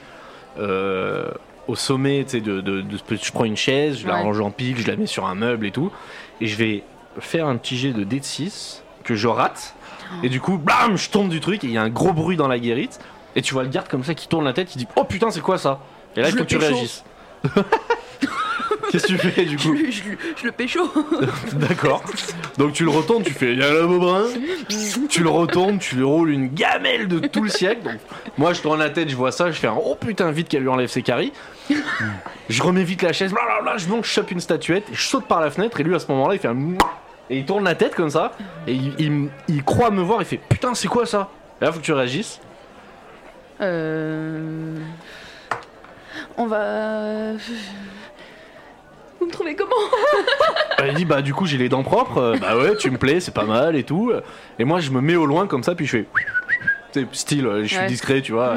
euh, au sommet. Tu sais, de, de- de- je prends une chaise, je la
Ouais.
range en pile, je la mets sur un meuble et tout. Et je vais faire un petit jet de d 6 que je rate. Et du coup, blam, je tombe du truc et il y a un gros bruit dans la guérite. Et tu vois le garde comme ça qui tourne la tête, il dit Oh putain, c'est quoi ça Et là, il
Je
faut
le
que tu
pécho.
réagisses. Qu'est-ce que tu fais du
<laughs> Je,
coup
le- je le- je le pécho.
<laughs> D'accord. Donc tu le retournes, tu fais Y'a la bobrin Tu le retournes, tu lui roules une gamelle de tout le siècle. Donc, moi je tourne la tête, je vois ça, je fais un Oh putain, vite qu'elle lui enlève ses caries. Je remets vite la chaise, blablabla, je monte, je chope une statuette, je saute par la fenêtre et lui à ce moment-là il fait un Mouah Et il tourne la tête comme ça et il, il m- il croit me voir, il fait Putain, c'est quoi ça Et là faut que tu réagisses.
Euh...
On va. Vous me trouvez comment
Euh, Il dit Bah du coup j'ai les dents propres, Euh, bah ouais, tu me plais, c'est pas mal et tout. Et moi je me mets au loin comme ça, puis je fais Tu sais, style, euh, je suis
Ouais.
discret, tu
<laughs>
vois.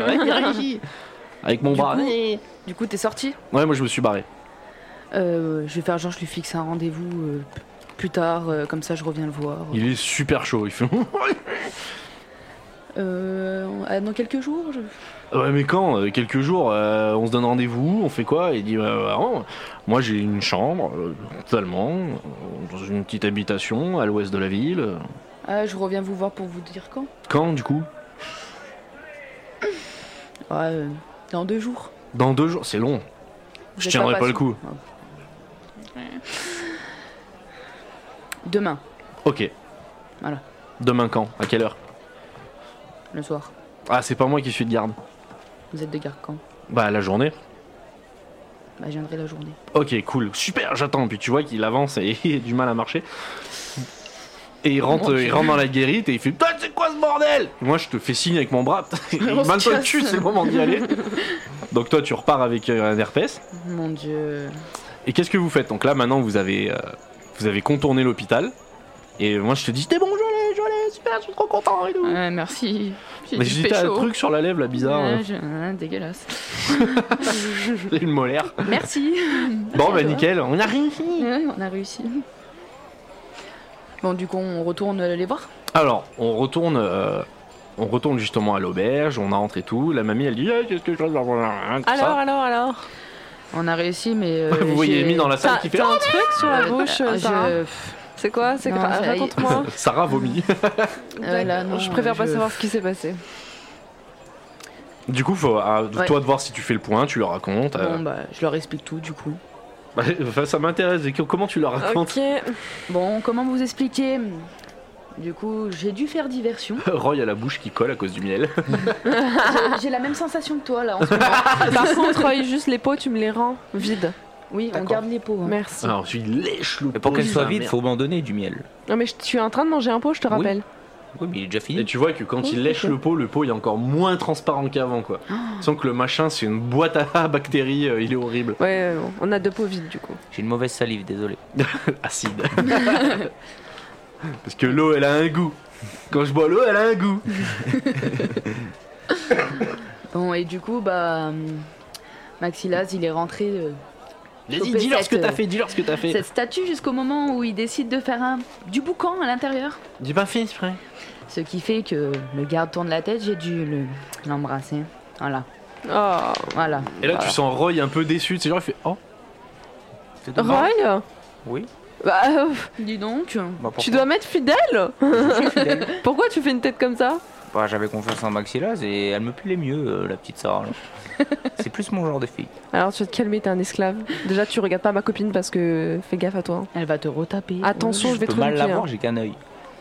Avec mon
Du
bras.
coup, du coup, t'es sorti
Ouais, moi je me suis barré.
Euh, Je vais faire genre, je lui fixe un rendez-vous euh, plus tard, euh, comme ça je reviens le voir.
Il est super chaud, il fait. <laughs> ouais,
Euh, on- ah, dans quelques jours je-
mais quand euh, Quelques jours, euh, on se donne rendez-vous, on fait quoi Il dit Ouais, ouais, ouais, Moi j'ai une chambre, euh, totalement, euh, dans une petite habitation à l'ouest de la ville.
Ah, je reviens vous voir pour vous dire quand.
Quand du coup
Ouais, euh, dans deux jours.
Dans deux jours, c'est long.
Vous
Je
êtes
tiendrai pas, le
patient.
coup.
Demain,
Ok.
Voilà.
Demain quand À quelle heure
le soir.
Ah, c'est pas moi qui suis de garde.
Vous êtes de garde quand
Bah, la journée.
Bah, je viendrai la journée.
Ok, cool, super, j'attends. Puis tu vois qu'il avance et <laughs> il a du mal à marcher. Et il rentre, euh, il rentre dans la guérite et il fait Putain, c'est quoi ce bordel Moi, je te fais signe avec mon
<laughs>
bras. <laughs>
On se
Maintenant, le
casse.
cul, c'est le moment d'y
<laughs>
aller. Donc, toi, tu repars avec euh, un herpès.
Mon dieu.
Et qu'est-ce que vous faites Donc, là, maintenant, vous avez, euh, vous avez contourné l'hôpital. Et moi, je te dis T'es bon, je l'ai, je l'ai, super, je suis trop content et tout.
Ouais, merci.
Mais j'ai dit, T'as un truc sur la lèvre, là, bizarre.
Ouais,
euh,
j'ai- ah, dégueulasse.
j'ai <laughs> une molaire.
Merci.
<laughs> Bon, bah, nickel, on arrive.
Ouais, on a réussi. Bon, du coup, on retourne les voir.
Alors, on retourne, euh, on retourne justement à l'auberge, on entre et tout. La mamie, elle dit Ah, qu'est-ce que je fais Tout
<laughs> Alors,
ça.
alors, alors
On a réussi, mais. euh,
<laughs> Vous voyez
j'ai-
Amy dans la
T'as
salle qui fait
t'as un truc sur la
Euh,
bouche, hein.
je-
Sarah
euh,
C'est quoi C'est
Non,
grave
ça y
<laughs>
est.
Raconte-moi.
ah, Sarah vomit. <laughs>
Ah
Euh, là, non,
je préfère pas
je-
savoir ce qui s'est passé.
du coup, faut à
Ouais.
toi de voir si tu fais le point, tu leur racontes. euh.
Bon, bah, je leur explique tout, du coup.
Bah, enfin, ça m'intéresse. et que- Comment tu leur racontes
Ok.
<laughs>
Bon, comment vous expliquer Du coup, j'ai dû faire diversion.
<laughs> Roy a la bouche qui colle à cause du miel.
J'ai- J'ai la même sensation que toi, là, en ce moment.
Par contre, Roy, juste les pots, tu me les rends vides.
Oui, on
D'accord.
garde les pots. hein.
Merci.
<laughs>
Ah.
Alors, tu lèches le
Mais pour
pot
qu'elle
de
soit
sa
vide,
mère.
faut m'en donner du miel.
Non, mais je- tu es en train de manger un pot, je te
Oui.
rappelle.
Oui, mais il est déjà
Et
fini.
tu vois que quand
Oh,
il lèche le pot, le pot est encore moins transparent qu'avant, quoi. Sans que le machin, c'est une boîte à <laughs> bactéries, euh, il est horrible.
Ouais, ouais, bon, on a deux pots vides du coup.
J'ai une mauvaise salive, désolé. <laughs>
acide. Parce que l'eau, elle a un goût. Quand je bois l'eau, elle a un goût.
Bon, et du coup, bah. hum, Maxilaz, il est rentré. euh,
Vas-y,
Choper
dis-leur ce que
cette,
t'as
euh,
fait, dis-leur ce que t'as fait.
cette statue jusqu'au moment où il décide de faire un, du boucan à l'intérieur.
J'ai pas fait exprès.
Ce qui fait que le garde tourne la tête, j'ai dû le- l'embrasser. Voilà.
Oh.
Voilà.
Et là, tu sens Roy un peu déçu. C'est genre, il fait Oh,
C'est dommage.
Roy
Oui.
Bah, euh,
Dis donc.
Bah, pourquoi
tu dois m'être fidèle
fidèle.
Pourquoi tu fais une tête comme ça
<laughs> Bah, J'avais confiance en Maxilaz et elle me plaît mieux, euh, la petite Sarah.
<laughs>
là. c'est plus mon genre de fille.
Alors tu vas te calmer, t'es un esclave. Déjà, tu regardes pas ma copine parce que fais gaffe à toi. hein.
Elle va te retaper.
Attention, je vais
peux
te
mal la
niquer, hein.
voir, j'ai qu'un œil.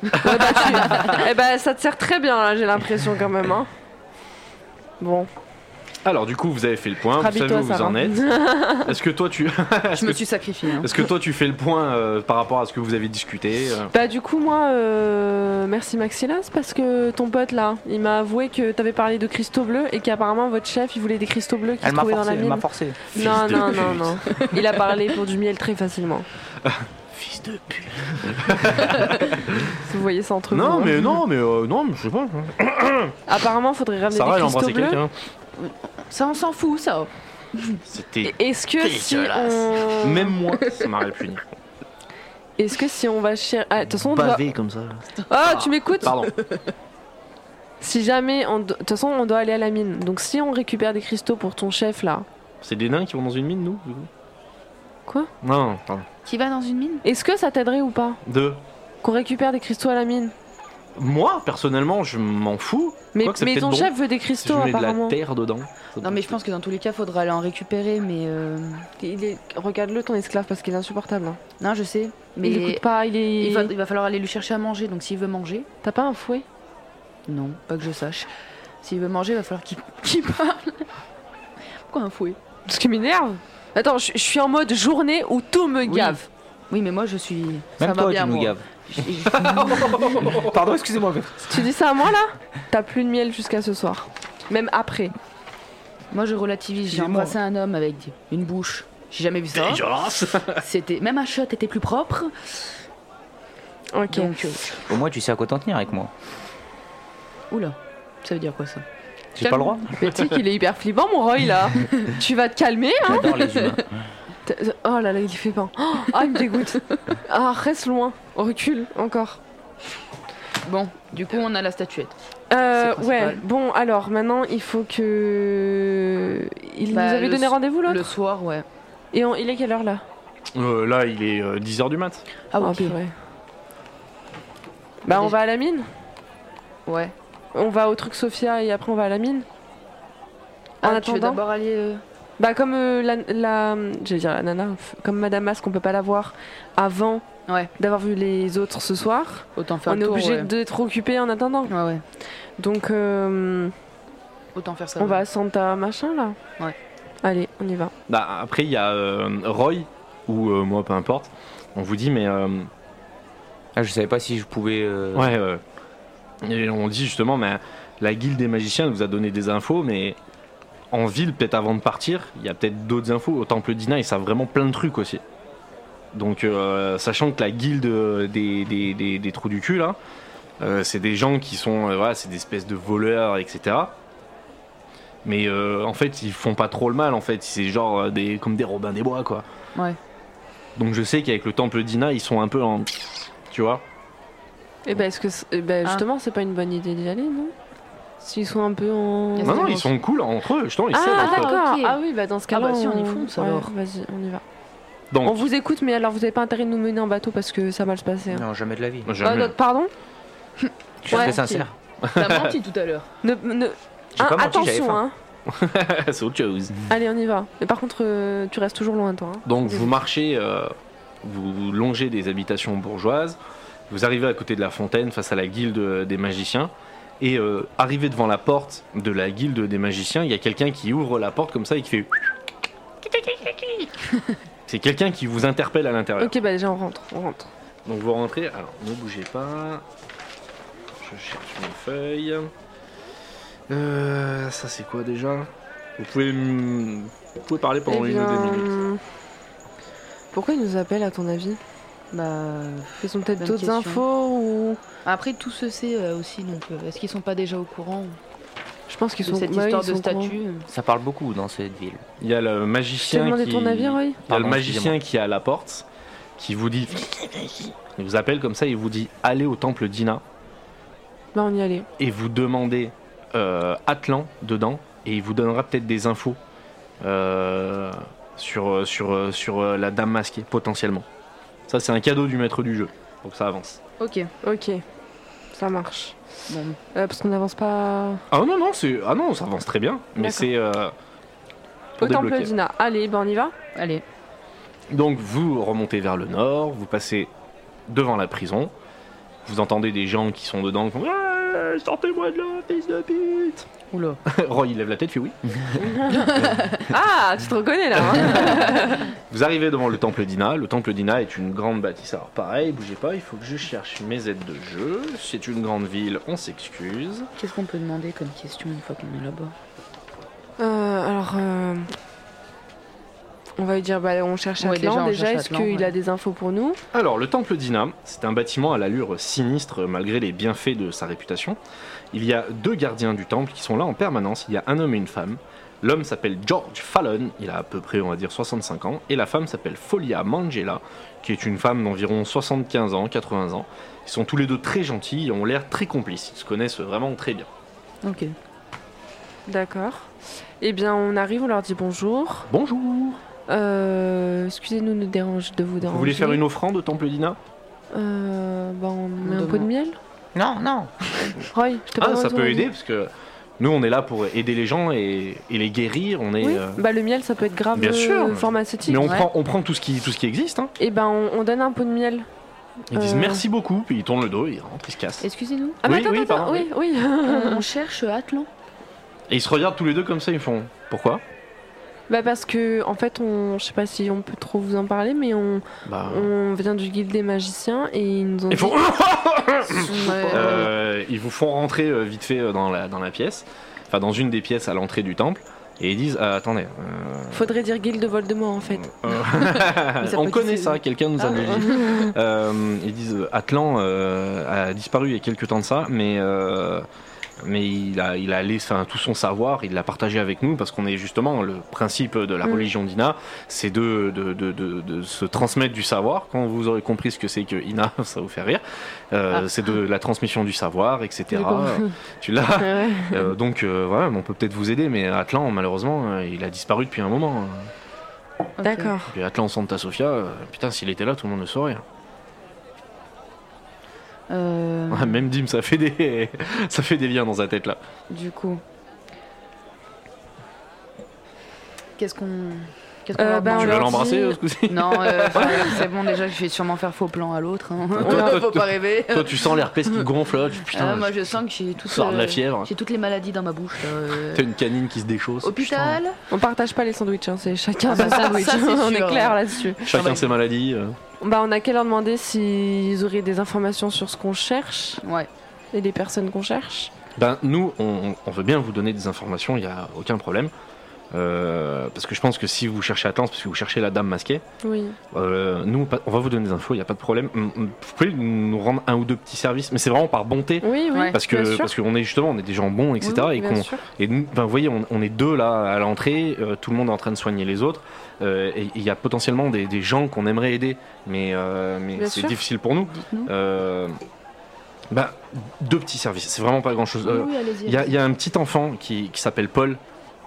Ouais, bah, tu- <laughs> eh bah, ça te sert très bien, là, j'ai l'impression quand même. hein. Bon,
Alors du coup, vous avez fait le point, vous
Rhabille-toi,
savez où vous en
Sarah.
<laughs>
êtes. Est-ce que toi tu
Je me suis sacrifiée. hein.
est-ce que toi tu fais le point euh, par rapport à ce que vous avez discuté euh
bah du coup, moi, euh, merci Maxilas, parce que ton pote là, il m'a avoué que t'avais parlé de cristaux bleus et qu'apparemment votre chef il voulait des cristaux bleus qui se
Elle m'a
trouvaient dans la
forcé, elle m'a
mine.
forcé.
Fils
Non,
de
non,
pute.
non, non. Il a parlé pour du miel très facilement.
Fils de pute.
Si vous voyez ça entre vous.
Non,
hein.
mais non, mais euh, non, mais je sais pas.
Apparemment, faudrait ramener
Sarah
des
elle a
cristaux
embrassé
bleus.
quelqu'un.
Ça, on s'en fout, ça.
C'était
Est-ce que si
Dégueulasse.
on...
euh,
même moi,
<laughs>
ça m'aurait puni.
Est-ce que si on va chercher... Ah, de toute façon, on doit...
Pavé comme ça.
Ah, tu m'écoutes
Pardon.
Si jamais... on do- De toute façon, on doit aller à la mine. Donc si on récupère des cristaux pour ton chef, là...
C'est des nains qui vont dans une mine, nous. du coup
Quoi
Non, pardon.
Tu vas dans une mine
Est-ce que ça t'aiderait ou pas
Deux.
Qu'on récupère des cristaux à la mine
Moi, personnellement, je m'en fous.
Mais,
Quoique, c'est
mais
peut-être
ton
bon.
chef veut des
Si je
cristaux,
mets de la
apparemment.
terre dedans.
Non, mais je pense que dans tous les cas, faudra aller en récupérer, mais. euh,
Il est- Regarde-le, ton esclave, parce qu'il est insupportable. hein.
Non, je sais.
Mais il
Mais
écoute pas, il est...
il va, il va falloir aller lui chercher à manger, donc s'il veut manger.
T'as pas un fouet
Non, pas que je sache. S'il veut manger, il va falloir qu'il <laughs> qu'il parle. Pourquoi un fouet
Ce qui m'énerve Attends, je je suis en mode journée où tout me gave.
Oui, mais moi je suis. ça
Même
va
toi,
bien,
tu nous
moi.
gaves.
Je- je-
Pardon, excusez-moi.
Tu dis ça à moi, là <laughs> T'as plus de miel jusqu'à ce soir. Même après.
moi je relativise. J'ai
Excusez-moi.
embrassé un homme avec une bouche. J'ai jamais vu ça. C'était Même un shot était plus propre.
Ok.
Donc. euh,
Au moins, tu sais à quoi t'en tenir avec moi.
Oula. Ça veut dire quoi ça
J'ai pas le droit.
Mais tu sais qu'il est hyper flippant, mon Roy, <laughs> là. tu vas te calmer, hein
J'adore les humains.
T'as- Oh là là, il fait pain. Oh, ah, il me <laughs> dégoûte. Ah, reste loin. Recule, encore.
Bon, du coup on a la statuette.
Euh,
C'est principal.
ouais, bon, alors, maintenant, il faut que... euh, Il
Bah,
nous avait
le
donné
s-
rendez-vous, l'autre
Le soir, ouais.
Et on- il est quelle heure, là
Euh, là, il est 10h du mat.
Ah
Oh,
ok.
purée. Bah, on va à la mine
ouais.
On va au truc Sophia et après on va à la mine En
Ah, tu veux
attendant
d'abord aller. euh,
Bah comme euh, la, la- j'allais dire la nana, f- comme Madame Masque, on peut pas la voir avant
Ouais.
d'avoir vu les autres ce soir.
Autant faire
on
le
est
tour.
obligé
ouais.
d'être occupé en attendant.
Ouais, ouais.
Donc euh,
Autant faire ça.
on
ouais.
va à Santa machin là.
Ouais.
Allez, on y va.
Bah, après, il y a euh, Roy, ou euh, moi, peu importe. On vous dit, mais. euh,
Ah, je savais pas si je pouvais. euh,
ouais, euh, et on dit justement, mais la guilde des magiciens vous a donné des infos, mais en ville, peut-être avant de partir, il y a peut-être d'autres infos. Au temple d'Ina, ils savent vraiment plein de trucs aussi. Donc, euh, sachant que la guilde euh, des, des, des- des trous du cul, là, euh, c'est des gens qui sont. euh, voilà, c'est des espèces de voleurs, etc. Mais euh, en fait, ils font pas trop le mal, en fait. C'est genre euh, des, comme des Robins des Bois, quoi.
Ouais.
Donc, je sais qu'avec le temple d'Ina, ils sont un peu en. Tu vois
Et ben est-ce que c'est- eh ben,
Ah.
justement c'est pas une bonne idée d'y aller non S'ils sont un peu en. Bah
Il y a
Non, non, ils sont cool entre eux, justement, ils
Ah
s'aiment entre eux.
d'accord.
ok.
Ah oui bah dans ce cas
Ah bah, si, on y
<laughs>
fonce, alors.
Vas-y, on y va.
Donc-
On vous écoute mais alors vous avez pas intérêt de nous mener en bateau parce que ça va mal se passer. hein.
Non, jamais de la vie.
Ah,
Jamais.
non, pardon.
Je suis
Ouais.
très sincère.
T'as menti tout à l'heure.
Ne, ne-
J'ai
Hein,
pas menti, j'avais
attention, hein.
faim.
<laughs> c'est autre chose.
Allez, on y va. Mais par contre, euh, tu restes toujours loin, toi. hein.
Donc vous marchez, euh, vous longez des habitations bourgeoises, vous arrivez à côté de la fontaine face à la guilde euh, des magiciens, et euh, arrivé devant la porte de la guilde des magiciens, il y a quelqu'un qui ouvre la porte comme ça et qui fait...
<laughs>
C'est quelqu'un qui vous interpelle à l'intérieur.
Ok, bah déjà, on rentre. On rentre.
Donc vous rentrez, alors ne bougez pas. Je cherche mes feuilles. Euh, ça c'est quoi déjà vous pouvez, mm, vous pouvez parler pendant
Eh
une ou deux
bien,
minutes.
Pourquoi ils nous appellent, à ton avis
Bah.
Ils ont peut-être
Bonne
d'autres
question.
infos ou.
Après, tout se sait euh, aussi, donc euh, est-ce qu'ils sont pas déjà au courant
Je pense qu'ils
de
sont
cette
bah oui,
histoire
ils
de
sont au courant.
statue
Ça parle beaucoup dans cette ville.
Il y a le
Je t'ai
magicien
demandé
qui...
ton avis, Roy
Il y a le
Pardon,
magicien qui est à la porte, qui vous dit... <laughs> Il vous appelle comme ça, il vous dit allez au temple d'Ina
Bah, on y allait.
et vous demandez euh, Atlan dedans et il vous donnera peut-être des infos euh, sur, sur, euh, sur la dame masquée, potentiellement. Ça, c'est un cadeau du maître du jeu, donc ça avance.
Ok.
Ok, ça marche.
Bon.
Euh, parce qu'on n'avance pas.
Ah non, non, c'est- ah non ça avance très bien, mais
D'accord.
c'est. euh,
Au
pour
temple
débloquer.
d'Ina. Allez, ben on y va.
Allez.
Donc vous remontez vers le nord, vous passez devant la prison, vous entendez des gens qui sont dedans qui font Ouais, Sortez-moi de là, fils de pute <laughs>
Oula.
Roy il lève la tête, fait oui.
Ah, tu te reconnais là. hein
Vous arrivez devant le temple d'Ina. Le temple d'Ina est une grande bâtisse. Alors pareil, bougez pas, il faut que je cherche mes aides de jeu. C'est une grande ville, on s'excuse.
Qu'est-ce qu'on peut demander comme question une fois qu'on est là-bas
Euh, alors, euh, on va lui dire, bah, on cherche
Ouais,
Atlan.
déjà,
Déjà,
on cherche
est-ce
Atlan,
qu'il
ouais.
a des infos pour nous
Alors, le temple d'Ina, c'est un bâtiment à l'allure sinistre malgré les bienfaits de sa réputation. Il y a deux gardiens du temple qui sont là en permanence. Il y a un homme et une femme. L'homme s'appelle George Fallon, il a à peu près, on va dire, 65 ans. Et la femme s'appelle Folia Mangela, qui est une femme d'environ 75 ans, 80 ans. Ils sont tous les deux très gentils et ont l'air très complices. Ils se connaissent vraiment très bien.
Ok.
D'accord. Eh bien, on arrive, on leur dit bonjour.
Bonjour
Euh, Excusez-nous de, nous dérange, de vous déranger.
Vous voulez faire une offrande au temple d'Ina
euh, bah, On met un
demande.
pot de miel
Non, non.
Roy, je te
Ah,
parle
ça
de
peut
ton
aider
ami.
parce que nous, on est là pour aider les gens et, et les guérir. On est,
Oui,
euh,
bah, le miel, ça peut être grave
Bien sûr.
euh, pharmaceutique.
mais on
Ouais.
prend, on prend tout ce qui, tout ce qui existe. hein.
Eh ben, on, on donne un pot de miel.
Ils disent
Euh.
merci beaucoup, puis ils tournent le dos, ils rentrent, ils se cassent.
Excusez-nous. Euh,
Ah, mais
Oui,
attends,
oui,
attends,
pardon,
oui, oui. <laughs>
on cherche Atlan.
Et ils se regardent tous les deux comme ça, ils font pourquoi
bah, parce que, en fait, on, je sais pas si on peut trop vous en parler, mais on,
Bah.
on vient du guilde des magiciens et ils nous ont
Ils, font-
dit- Ouais.
<laughs> Euh, ils vous font rentrer euh, vite fait euh, dans la, dans la pièce, enfin dans une des pièces à l'entrée du temple, et ils disent Ah, attendez. euh,
Faudrait dire guilde de Voldemort, en fait.
euh,
Mais ça
on
peut
connaît
être-
ça, quelqu'un nous a
Ah.
déjà dit.
<laughs>
Euh, ils disent euh, Atlan euh, a disparu il y a quelques temps de ça, mais euh, mais il a il a laissé enfin, tout son savoir, il l'a partagé avec nous parce qu'on est justement le principe de la
Mm.
religion d'Ina, c'est de de, de, de- de se transmettre du savoir. Quand vous aurez compris ce que c'est que Ina, <laughs> ça vous fait rire. Euh, C'est de la transmission du savoir, etc.
Ah. Du coup.
Euh, tu l'as.
<laughs> Ouais.
Euh, donc euh, voilà, mais on peut peut-être vous aider, mais Atlan malheureusement euh, il a disparu depuis un moment.
D'accord.
Puis Atlan Santa Sofia, euh, putain s'il était là tout le monde le saurait. hein.
Euh,
Ouais, <laughs> même Dim, ça fait des, <laughs> ça fait des liens dans sa tête là.
Du coup. Qu'est-ce qu'on. Qu'est-ce qu'on
Euh,
leur
bah,
demande
on
tu vas
leur
l'embrasser
dit-
euh, ce coup-ci
Non, euh,
<laughs>
enfin, c'est bon déjà, je vais sûrement faire faux plan à l'autre. hein.
Toi,
<laughs>
toi, toi,
Faut pas rêver.
Euh,
Toi, tu sens l'herpès qui gonfle là. Tu, <laughs> putain,
Ah, moi, je
tu
sens que j'ai toutes,
sors de la
euh,
fièvre.
j'ai toutes les maladies dans ma bouche. là, euh.
T'as une canine qui se déchausse.
Hôpital
On partage pas les sandwichs, hein, c'est chacun
Ah bah
son
ça-
sandwich. hein,
ça, c'est
on
sûr,
est clair
ouais.
là-dessus.
Putain, chacun ses maladies. euh.
Bah, on a qu'à leur demander s'ils auraient des informations sur ce qu'on cherche
Ouais.
et les personnes qu'on cherche.
Ben, nous, on, on veut bien vous donner des informations, il n'y a aucun problème. Euh, parce que je pense que si vous cherchez Atlan, parce que vous cherchez la dame masquée,
Oui.
euh, nous, pas- on va vous donner des infos, il n'y a pas de problème. Mm, mm, Vous pouvez nous rendre un ou deux petits services, mais c'est vraiment par bonté.
Oui, oui.
Ouais.
Parce
bien
que
sûr.
parce qu'on est justement on est des gens bons etc
Oui, oui,
et
bien
qu'on
sûr.
Et nous- ben, vous voyez, on, on est deux là à l'entrée, euh, tout le monde est en train de soigner les autres, euh, et il y a potentiellement des, des gens qu'on aimerait aider, mais, euh, mais
Bien
c'est
sûr.
difficile pour nous.
Dites-nous.
Euh, ben, deux petits services, c'est vraiment pas grand-chose. Euh,
Oui, allez-y.
Il y, a- il y a un petit enfant qui, qui s'appelle Paul.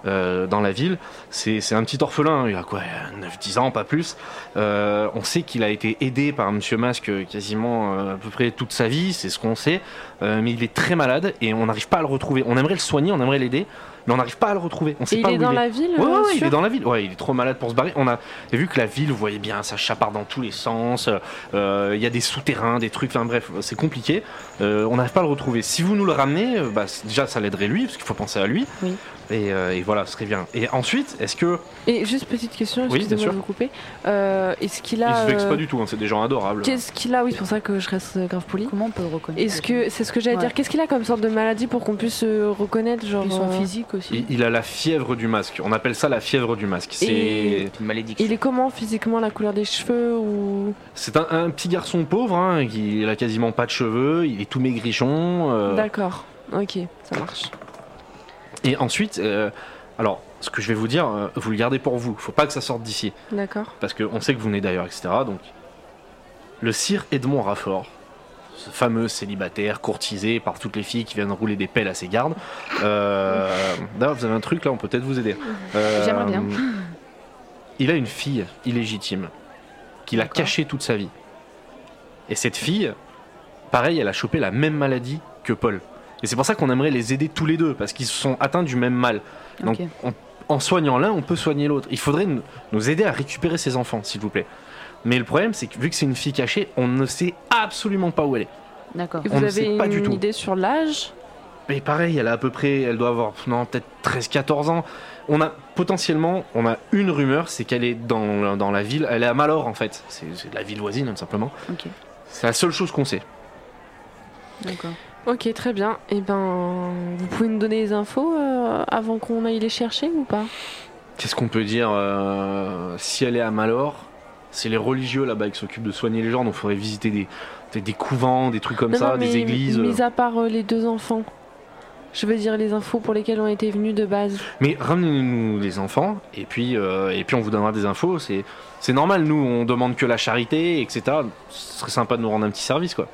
euh, dans la ville, c'est c'est un petit orphelin, hein. il a quoi, 9-10 ans, pas plus. Euh, on sait qu'il a été aidé par Monsieur Masque euh, quasiment euh, à peu près toute sa vie, c'est ce qu'on sait, Euh, mais il est très malade et on n'arrive pas à le retrouver. On aimerait le soigner, on aimerait l'aider, mais on n'arrive pas à le retrouver. On sait
Et il
pas
est
où
dans
il est.
la ville
Ouais, ouais,
euh,
ouais, il
sûr
est dans la ville. Ouais, il est trop malade pour se barrer. On a j'ai vu que la ville, vous voyez bien, ça chaparde dans tous les sens. Euh, Il y a des souterrains, des trucs. Enfin bref, c'est compliqué. Euh, on n'arrive pas à le retrouver. Si vous nous le ramenez, euh, bah, c- déjà ça l'aiderait lui, parce qu'il faut penser à lui.
Oui.
Et, euh, et voilà, ce serait bien. Et ensuite, est-ce que
Et juste petite question,
Oui, bien
excusez-moi
sûr.
de vous couper. Euh, Est-ce qu'il a.
il se vexe
euh,
pas du tout hein, C'est des gens adorables.
Qu'est-ce qu'il a Oui, c'est pour ça que je reste euh, grave poli.
Comment on peut le reconnaître
Est-ce que c'est ce que j'allais
Ouais.
dire Qu'est-ce qu'il a comme sorte de maladie pour qu'on puisse euh, reconnaître genre
Puis son
euh,
physique aussi.
Il, il a la fièvre du masque. On appelle ça la fièvre du masque. C'est
Et-
C'est une malédiction.
Il est comment physiquement la couleur des cheveux ou
c'est un, un petit garçon pauvre hein, qui il a quasiment pas de cheveux. Il est tout maigrichon. euh,
D'accord. Ok, ça marche.
Et ensuite, euh, alors, ce que je vais vous dire, euh, vous le gardez pour vous. Faut pas que ça sorte d'ici.
D'accord.
Parce qu'on sait que vous venez d'ailleurs, etc. Donc, le sire Edmond Raffort, ce fameux célibataire courtisé par toutes les filles qui viennent rouler des pelles à ses gardes.
<laughs>
Euh, D'ailleurs, vous avez un truc là, on peut peut-être vous aider. Euh,
J'aimerais bien.
Il a une fille illégitime qu'il a cachée toute sa vie. Et cette fille, pareil, elle a chopé la même maladie que Paul. Et c'est pour ça qu'on aimerait les aider tous les deux, parce qu'ils sont atteints du même mal. Donc,
Ok.
on- en soignant l'un, on peut soigner l'autre. Il faudrait nous, nous aider à récupérer ses enfants, s'il vous plaît. Mais le problème, c'est que vu que c'est une fille cachée, on ne sait absolument pas où elle est.
D'accord.
Et
On
vous
ne
avez
sait
une
pas du tout.
idée sur l'âge
Mais pareil, elle a à peu près, elle doit avoir, non, peut-être 13-14 ans. On a potentiellement, on a une rumeur, c'est qu'elle est dans, dans la ville, elle est à Malor en fait. C'est c'est la ville voisine, hein, tout simplement.
Ok.
C'est la seule chose qu'on sait.
D'accord.
Ok, très bien. Et ben, vous pouvez nous donner les infos euh, avant qu'on aille les chercher ou pas
Qu'est-ce qu'on peut dire euh, Si elle est à Malor, c'est les religieux là-bas qui s'occupent de soigner les gens, donc il faudrait visiter des, des- des couvents, des trucs comme
Non,
ça,
non,
des
mais
églises.
Mis à part euh, les deux enfants, je veux dire les infos pour lesquelles on était venus de base.
Mais ramenez-nous les enfants, et puis, euh, et puis on vous donnera des infos. C'est c'est normal, nous, on demande que la charité, etc. Ce serait sympa de nous rendre un petit service, quoi.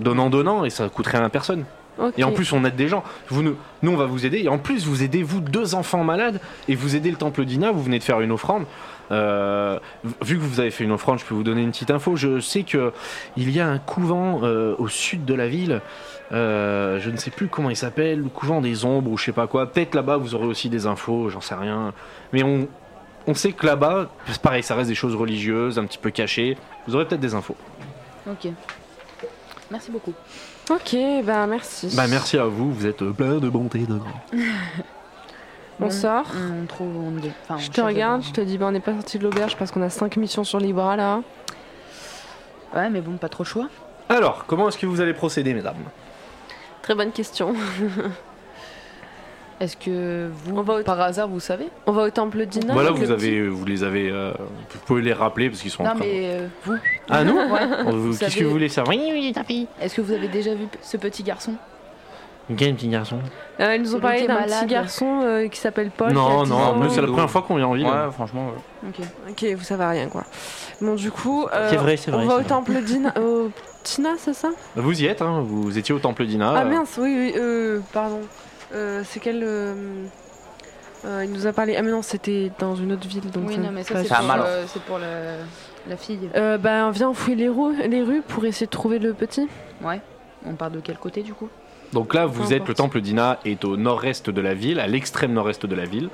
Donnant, donnant, et ça coûterait rien à personne.
Ok.
Et en plus, on aide des gens. Vous, nous, nous, on va vous aider. Et en plus, vous aidez, vous, deux enfants malades, et vous aidez le temple d'Ina. Vous venez de faire une offrande. Euh, vu que vous avez fait une offrande, je peux vous donner une petite info. Je sais que il y a un couvent euh, au sud de la ville. Euh, je ne sais plus comment il s'appelle, le couvent des ombres ou je sais pas quoi. Peut-être là-bas, vous aurez aussi des infos. J'en sais rien. Mais on, on sait que là-bas, c'est pareil, ça reste des choses religieuses, un petit peu cachées. Vous aurez peut-être des infos.
Ok. Merci beaucoup.
Ok, bah merci.
Bah merci à vous. Vous êtes plein de bonté. De...
On
Bon.
sort.
On trouve. On... dé- enfin, Mm. on
Je te
cherche
regarde,
des-
je te dis, bah on n'est pas sorti de l'auberge parce qu'on a 5 missions sur les bras là.
Ouais, mais bon, pas trop le choix.
Alors, comment est-ce que vous allez procéder, mesdames
Très bonne question.
Est-ce que vous,
On va au-
par hasard, vous savez
On va au temple d'Ina.
voilà,
avec
vous
le euh, petit-
avez, vous les avez, euh, vous pouvez les rappeler parce qu'ils sont.
Non,
en train de-
mais euh, vous.
Ah
<laughs>
non
Ouais. <laughs>
Vous- Qu'est-ce
savez-
que vous voulez savoir Oui, oui,
Est-ce que vous avez déjà vu p- ce petit garçon
quel petit garçon
Euh, ils nous
Celui
ont
qui
parlé
est
d'un petit
malade.
garçon euh, qui s'appelle Paul.
Non,
qui a 10
non,
ans.
nous c'est la
Oh.
première fois qu'on vient en ville.
Ouais, franchement. ouais.
Ok.
Ok, vous savez rien quoi. Bon, du coup, euh,
c'est
on va au temple
<laughs>
d'Ina. au Tina, c'est ça
Vous y êtes, hein, vous étiez au temple d'Ina.
Ah
euh,
mince, oui, oui, euh, pardon. Euh, c'est quel. euh, euh, il nous a parlé. Ah, mais non, c'était dans une autre ville. Donc
oui,
ça
non, mais ça,
passe.
c'est
Ça a
pour,
mal.
euh, c'est pour la, la fille.
Euh, bah, viens, on fouille les rues, les rues pour essayer de trouver le petit.
Ouais. On part de quel côté, du coup
Donc là, vous
Peu
êtes, le
importe.
temple d'Ina est au nord-est de la ville, à l'extrême nord-est de la ville.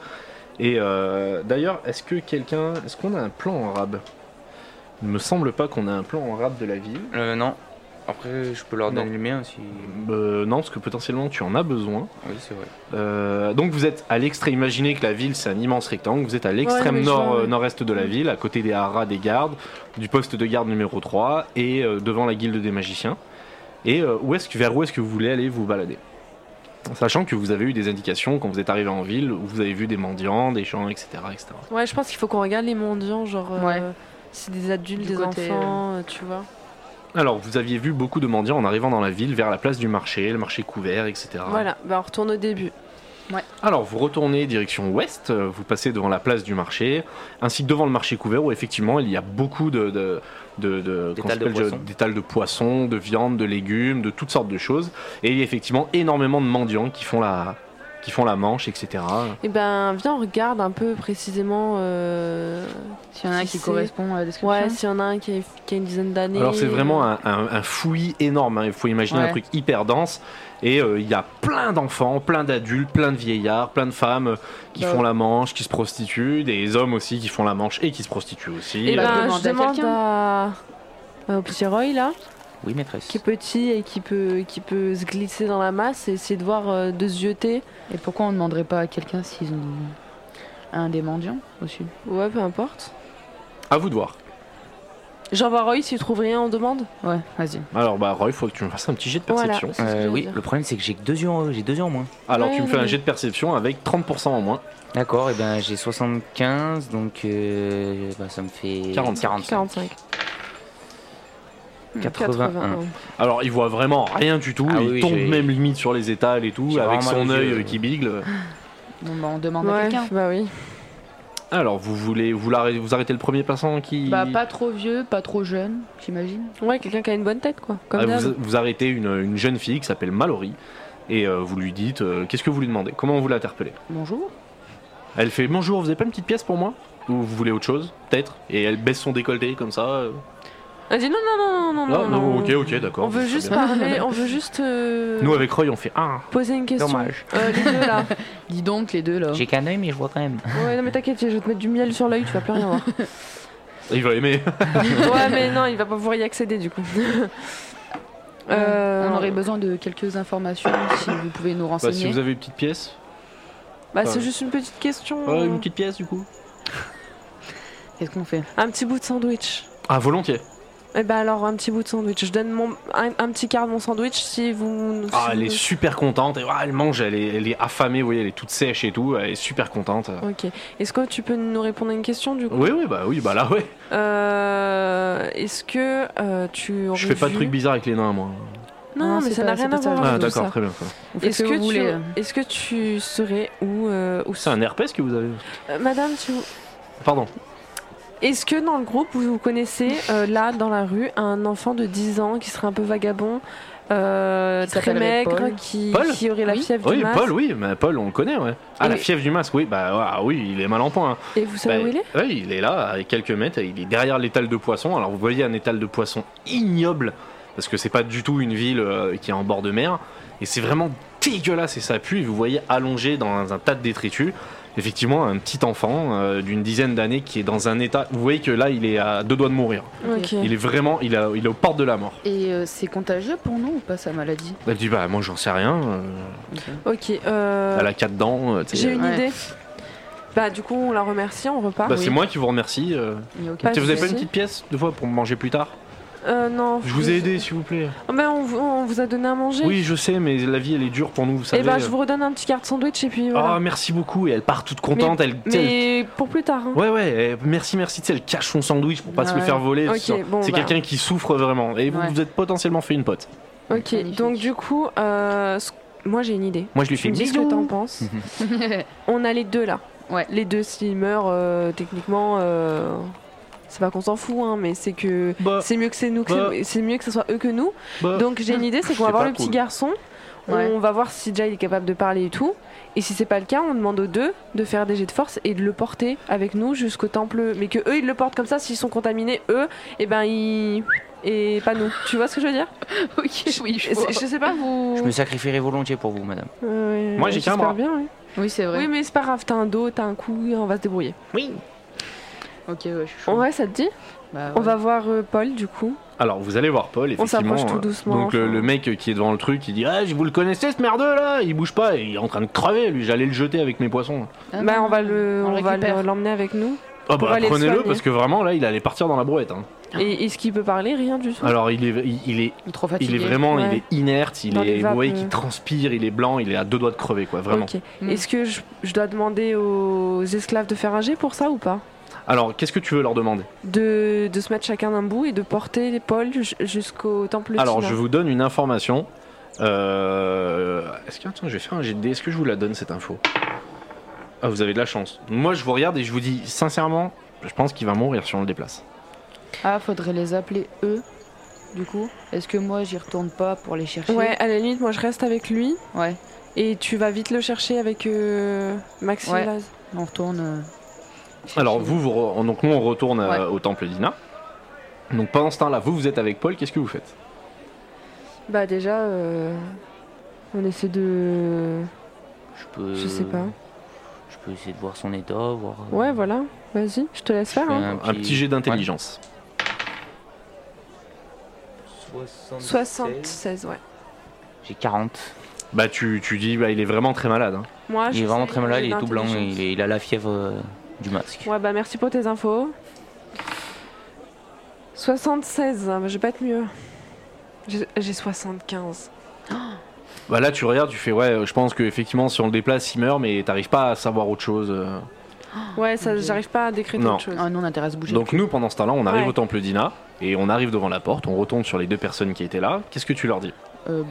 Et euh, d'ailleurs, est-ce que quelqu'un. Est-ce qu'on a un plan en rab Il me semble pas qu'on a un plan en rab de la ville.
Euh, non. Après, je peux leur
Non.
donner le mien si.
Euh, non, parce que potentiellement tu en as besoin.
Oui, c'est vrai.
Euh, donc vous êtes à l'extrême, imaginez que la ville c'est un immense rectangle, vous êtes à l'extrême
mais je
nord,
vois,
euh,
ouais.
nord-est de la ville, à côté des haras des gardes, du poste de garde numéro 3 et euh, devant la guilde des magiciens. Et euh, où est-ce que, vers où est-ce que vous voulez aller vous balader Sachant que vous avez eu des indications quand vous êtes arrivé en ville, où vous avez vu des mendiants, des gens, etc. etc.
Ouais, je pense qu'il faut qu'on regarde les mendiants, genre. euh,
Ouais.
C'est des adultes,
Du
des
côté,
enfants, euh, tu vois.
Alors vous aviez vu beaucoup de mendiants en arrivant dans la ville, vers la place du marché, le marché couvert, etc.
Voilà, bah, on retourne au début.
Alors, vous retournez direction ouest, euh, vous passez devant la place du marché, ainsi que devant le marché couvert où effectivement il y a beaucoup de, de, de, de- comment ça
D'étals de
s'appelle,
poissons.
d'étals de poissons, de viande, de légumes, de toutes sortes de choses. Et il y a effectivement énormément de mendiants qui font la, qui font la manche, etc.
Et ben, viens, on regarde un peu précisément. euh,
S'il y en a un
Qui
qui
c'est
correspond à la description.
Ouais, s'il y en a un qui a, qui a une dizaine d'années.
Alors c'est vraiment un, un- un fouillis énorme, hein. il faut imaginer un
Ouais.
truc hyper dense. Et euh, il y a plein d'enfants, plein d'adultes, plein de vieillards, plein de femmes euh, qui
Bah.
font la manche, qui se prostituent, des hommes aussi qui font la manche et qui se prostituent aussi. Euh,
Et
Bah,
ben,
demande
je
à
demande
quelqu'un.
à... au petit Roy là,
Oui, maîtresse.
qui est petit et qui peut, qui peut se glisser dans la masse et essayer de voir, euh, de se jeter.
Et pourquoi on ne demanderait pas à quelqu'un s'ils ont un des mendiants aussi
Ouais, peu importe.
À vous de voir.
J'envoie Roy, s'il trouve rien, on demande.
Ouais, vas-y.
Alors bah Roy, faut que tu me fasses un petit jet de
Voilà.
perception.
c'est ce que
Euh,
j'allais
oui,
dire.
le problème c'est que j'ai que deux yeux en, j'ai deux yeux en moins.
Alors
Ouais,
tu me fais
ouais,
un
ouais.
jet de perception avec 30% en moins.
D'accord, et ben j'ai 75, donc euh, bah, ça me fait
45.
45.
81.
Alors il voit vraiment rien du tout,
Ah
il
oui,
tombe
j'ai-
même limite sur les étals et tout,
j'ai
avec
vraiment
son
mal aux
œil
yeux.
euh, qui bigle.
Bon, bah, on demande à
Ouais,
quelqu'un.
bah oui.
Alors, vous voulez vous, l'arrêtez- vous arrêtez le premier passant qui.
Bah, pas trop vieux, pas trop jeune, j'imagine.
Ouais, quelqu'un qui a une bonne tête, quoi. Comme
Ah,
d'hab.
vous, vous arrêtez une, une jeune fille qui s'appelle Mallory et euh, vous lui dites euh, qu'est-ce que vous lui demandez Comment vous l'interpellez
Bonjour.
Elle fait bonjour, vous avez pas une petite pièce pour moi Ou vous voulez autre chose Peut-être Et elle baisse son décolleté comme ça euh.
Elle dit non, non, non, non,
Ah,
non, non.
ok, ok, d'accord.
On veut
très
juste
bien. <laughs>
parler, on veut juste euh,
Nous avec Roy, on fait ah
poser une question.
Dommage.
<laughs>
Euh, les deux là.
Dis donc, les deux là.
J'ai qu'un œil, mais je vois quand même.
Ouais, non mais t'inquiète, je vais te mettre du miel sur l'œil, tu vas plus rien voir.
<laughs>
Il va aimer.
ouais, mais non, il va pas pouvoir y accéder du coup. Euh,
On aurait besoin de quelques informations si vous pouvez nous
Bah, si
renseigner.
vous avez une petite pièce.
Bah, c'est juste une petite question.
Ouais, Euh, une petite pièce du coup
Qu'est-ce qu'on fait
Un petit bout de sandwich.
Ah, volontiers.
Eh ben alors, un petit bout de sandwich. Je donne mon, un, un petit quart de mon sandwich si vous. si
Ah, elle
vous-
est super contente. Et, ah, elle mange, elle est, elle est affamée, vous voyez, elle est toute sèche et tout. Elle est super contente.
Ok. Est-ce que tu peux nous répondre à une question du coup
Oui, oui, bah oui, bah là, ouais.
Euh, Est-ce que euh, tu.
Je
aurais
fais pas de
vu-
trucs bizarres avec les nains, moi.
Non,
Non,
mais
c'est
ça
pas-
n'a
c'est
rien
pas
à
ça,
voir.
ouais,
Ah,
avec
d'accord,
Ah, ça.
très bien. ça.
Vous faites
Est-ce
ce que, vous
que,
voulez.
tu, est-ce que tu serais où, euh, où
C'est un herpès que vous avez
Euh, Madame, tu...
Pardon.
est-ce que dans le groupe vous, vous connaissez euh, là dans la rue un enfant de 10 ans qui serait un peu vagabond, euh,
Qui
très
s'appellerait
maigre,
Paul.
Qui,
Paul
qui aurait la
Oui.
fièvre du
Oui,
masque
Paul, oui, mais Paul, on le connaît, ouais. Ah,
Et-
la fièvre du masque, oui, bah ah, oui, il est mal en point. hein.
Et vous savez
Bah,
où il est
ouais, il est là, à quelques mètres, il est derrière l'étal de poisson. Alors, vous voyez un étal de poisson ignoble, parce que c'est pas du tout une ville euh, qui est en bord de mer, et c'est vraiment dégueulasse, et ça pue, et vous voyez allongé dans un tas de détritus, effectivement, un petit enfant euh, d'une dizaine d'années qui est dans un état. Vous voyez que là, il est à deux doigts de mourir.
Ok.
Il est vraiment, il, a, il est aux portes de la mort.
Et euh, c'est contagieux pour nous ou pas sa maladie
Elle dit, bah, moi, j'en sais rien, euh,
Ok. euh,
elle a quatre dents, euh, tu sais,
J'ai une
Ouais.
idée. Bah du coup on la remercie, on repart.
Bah,
oui.
c'est moi qui vous remercie. euh.
Il n'y a aucun
Pas
Tiens, vous avez pas une
souci.
petite pièce de fois pour manger plus tard
Euh, non.
Je vous ai aidé, s'il vous plaît.
Ah, bah, on, vous- on vous a donné à manger.
Oui, je sais, mais la vie elle est dure pour nous, vous
Et
savez. euh.
bah je vous redonne un petit quart de sandwich et puis
Ah,
voilà.
merci beaucoup. Et elle part toute contente. elle, tu sais, elle-
Mais pour plus tard. hein.
Ouais, ouais, elle- merci, merci. Tu sais, elle cache son sandwich pour pas se le
Ouais.
faire voler.
Ok,
sinon-
bon,
C'est
bah.
quelqu'un qui souffre vraiment. Et vous
Ouais.
vous êtes potentiellement fait une pote.
Ok.
Magnifique.
Donc du coup, euh, ce- moi j'ai une idée.
Moi, je lui
Tu
fais
me dis ce que
bisous.
t'en penses. <laughs> On a les deux là.
Ouais.
Les deux, s'ils meurent, euh, techniquement, euh, c'est pas qu'on s'en fout, hein, mais c'est que
Bah,
c'est mieux que c'est nous, que
Bah.
c'est- c'est mieux que ce soit eux que nous.
bah.
Donc j'ai une idée, c'est qu'on va
C'est
voir
pas
le petit
cool.
garçon.
Ouais.
On va voir si déjà il est capable de parler et tout. Et si c'est pas le cas, on demande aux deux de faire des jets de force et de le porter avec nous jusqu'au temple. Mais que eux ils le portent comme ça, s'ils sont contaminés, eux, et ben ils. Et pas nous. Tu vois ce que je veux dire
ok, oui, <laughs> je
je,
vois.
je sais pas, vous.
Je me sacrifierai volontiers pour vous, madame.
Ouais,
Moi, j'ai qu'un
j'espère
bras.
bien, oui.
Oui, c'est vrai.
Oui, mais c'est pas grave, t'as un dos, t'as un cou, on va se débrouiller.
Ok, ouais, je suis chaud.
Ouais, ça te dit
Bah,
On
ouais.
va voir euh, Paul du coup.
Alors, vous allez voir Paul,
On
effectivement.
s'approche tout
euh,
doucement.
Donc le,
enfin.
le mec qui est devant le truc, il dit Ah, vous le connaissez ce merdeux là Il bouge pas, il est en train de crever, lui, j'allais le jeter avec mes poissons.
Ah,
Bah,
non,
on va le,
on
on,
le
va
récupère.
le- l'emmener avec nous.
Ah
Pour
bah
aller le
prenez-le
soigner.
parce que vraiment là il allait partir dans la brouette. hein.
Et est-ce qu'il peut parler Rien du tout.
Alors il est, il- il est
Trop fatigué.
Il est vraiment,
Ah, Ouais.
il est inerte, il
Dans les
est, vous voyez,
vapes,
qui
euh.
transpire, il est blanc, il est à deux doigts de crever, quoi, vraiment.
Ok.
Mm.
Est-ce que je, je dois demander aux esclaves de faire un jet pour ça ou pas
Alors, qu'est-ce que tu veux leur demander
de, de se mettre chacun d'un bout et de porter les Paul ju- jusqu'au temple
Alors,
Tina.
je vous donne une information. Euh, Est-ce que, attends, je vais faire un jet de dés. Est-ce que je vous la donne cette info Ah, vous avez de la chance. Moi, je vous regarde et je vous dis sincèrement, je pense qu'il va mourir si on le déplace.
Ah, faudrait les appeler eux, du coup. Est-ce que moi, j'y retourne pas pour les chercher
Ouais, à la limite, moi je reste avec lui
Ouais,
et tu vas vite le chercher avec euh, Maxime.
Ouais.
là.
on retourne. euh, chercher.
Alors, vous, vous re- donc nous, on retourne euh, au temple d'Ina. Donc pendant ce temps-là, vous, vous êtes avec Paul. Qu'est-ce que vous faites
Bah déjà, euh, on essaie de...
Je peux.
Je sais pas.
Je peux essayer de voir son état, voir. euh,
Ouais, voilà, vas-y, je te laisse
je
faire.
fais
hein.
Un, petit jet d'intelligence.
Ouais.
76, ouais.
J'ai 40.
Bah, tu, tu dis, bah, il est vraiment très malade. hein.
Moi,
il
Ah, je
est vraiment
sais,
très malade,
j'ai
il est tout blanc,
l'intelligence.
il, est- il a la fièvre euh, du masque.
Ouais, bah merci pour tes infos. 76, hein, bah, je vais pas être mieux. J'ai j'ai 75.
Bah là, tu regardes, tu fais ouais. euh, Je pense que effectivement, si on le déplace, il meurt, mais t'arrives pas à savoir autre chose. euh.
Ouais, ça,
Ah, ok.
j'arrive pas à décréter
Non.
autre chose.
Ah, non, on intéresse bouger.
Donc nous, pendant ce temps-là, on arrive
Ouais.
au temple d'Ina et on arrive devant la porte. On retourne sur les deux personnes qui étaient là. Qu'est-ce que tu leur dis
Euh,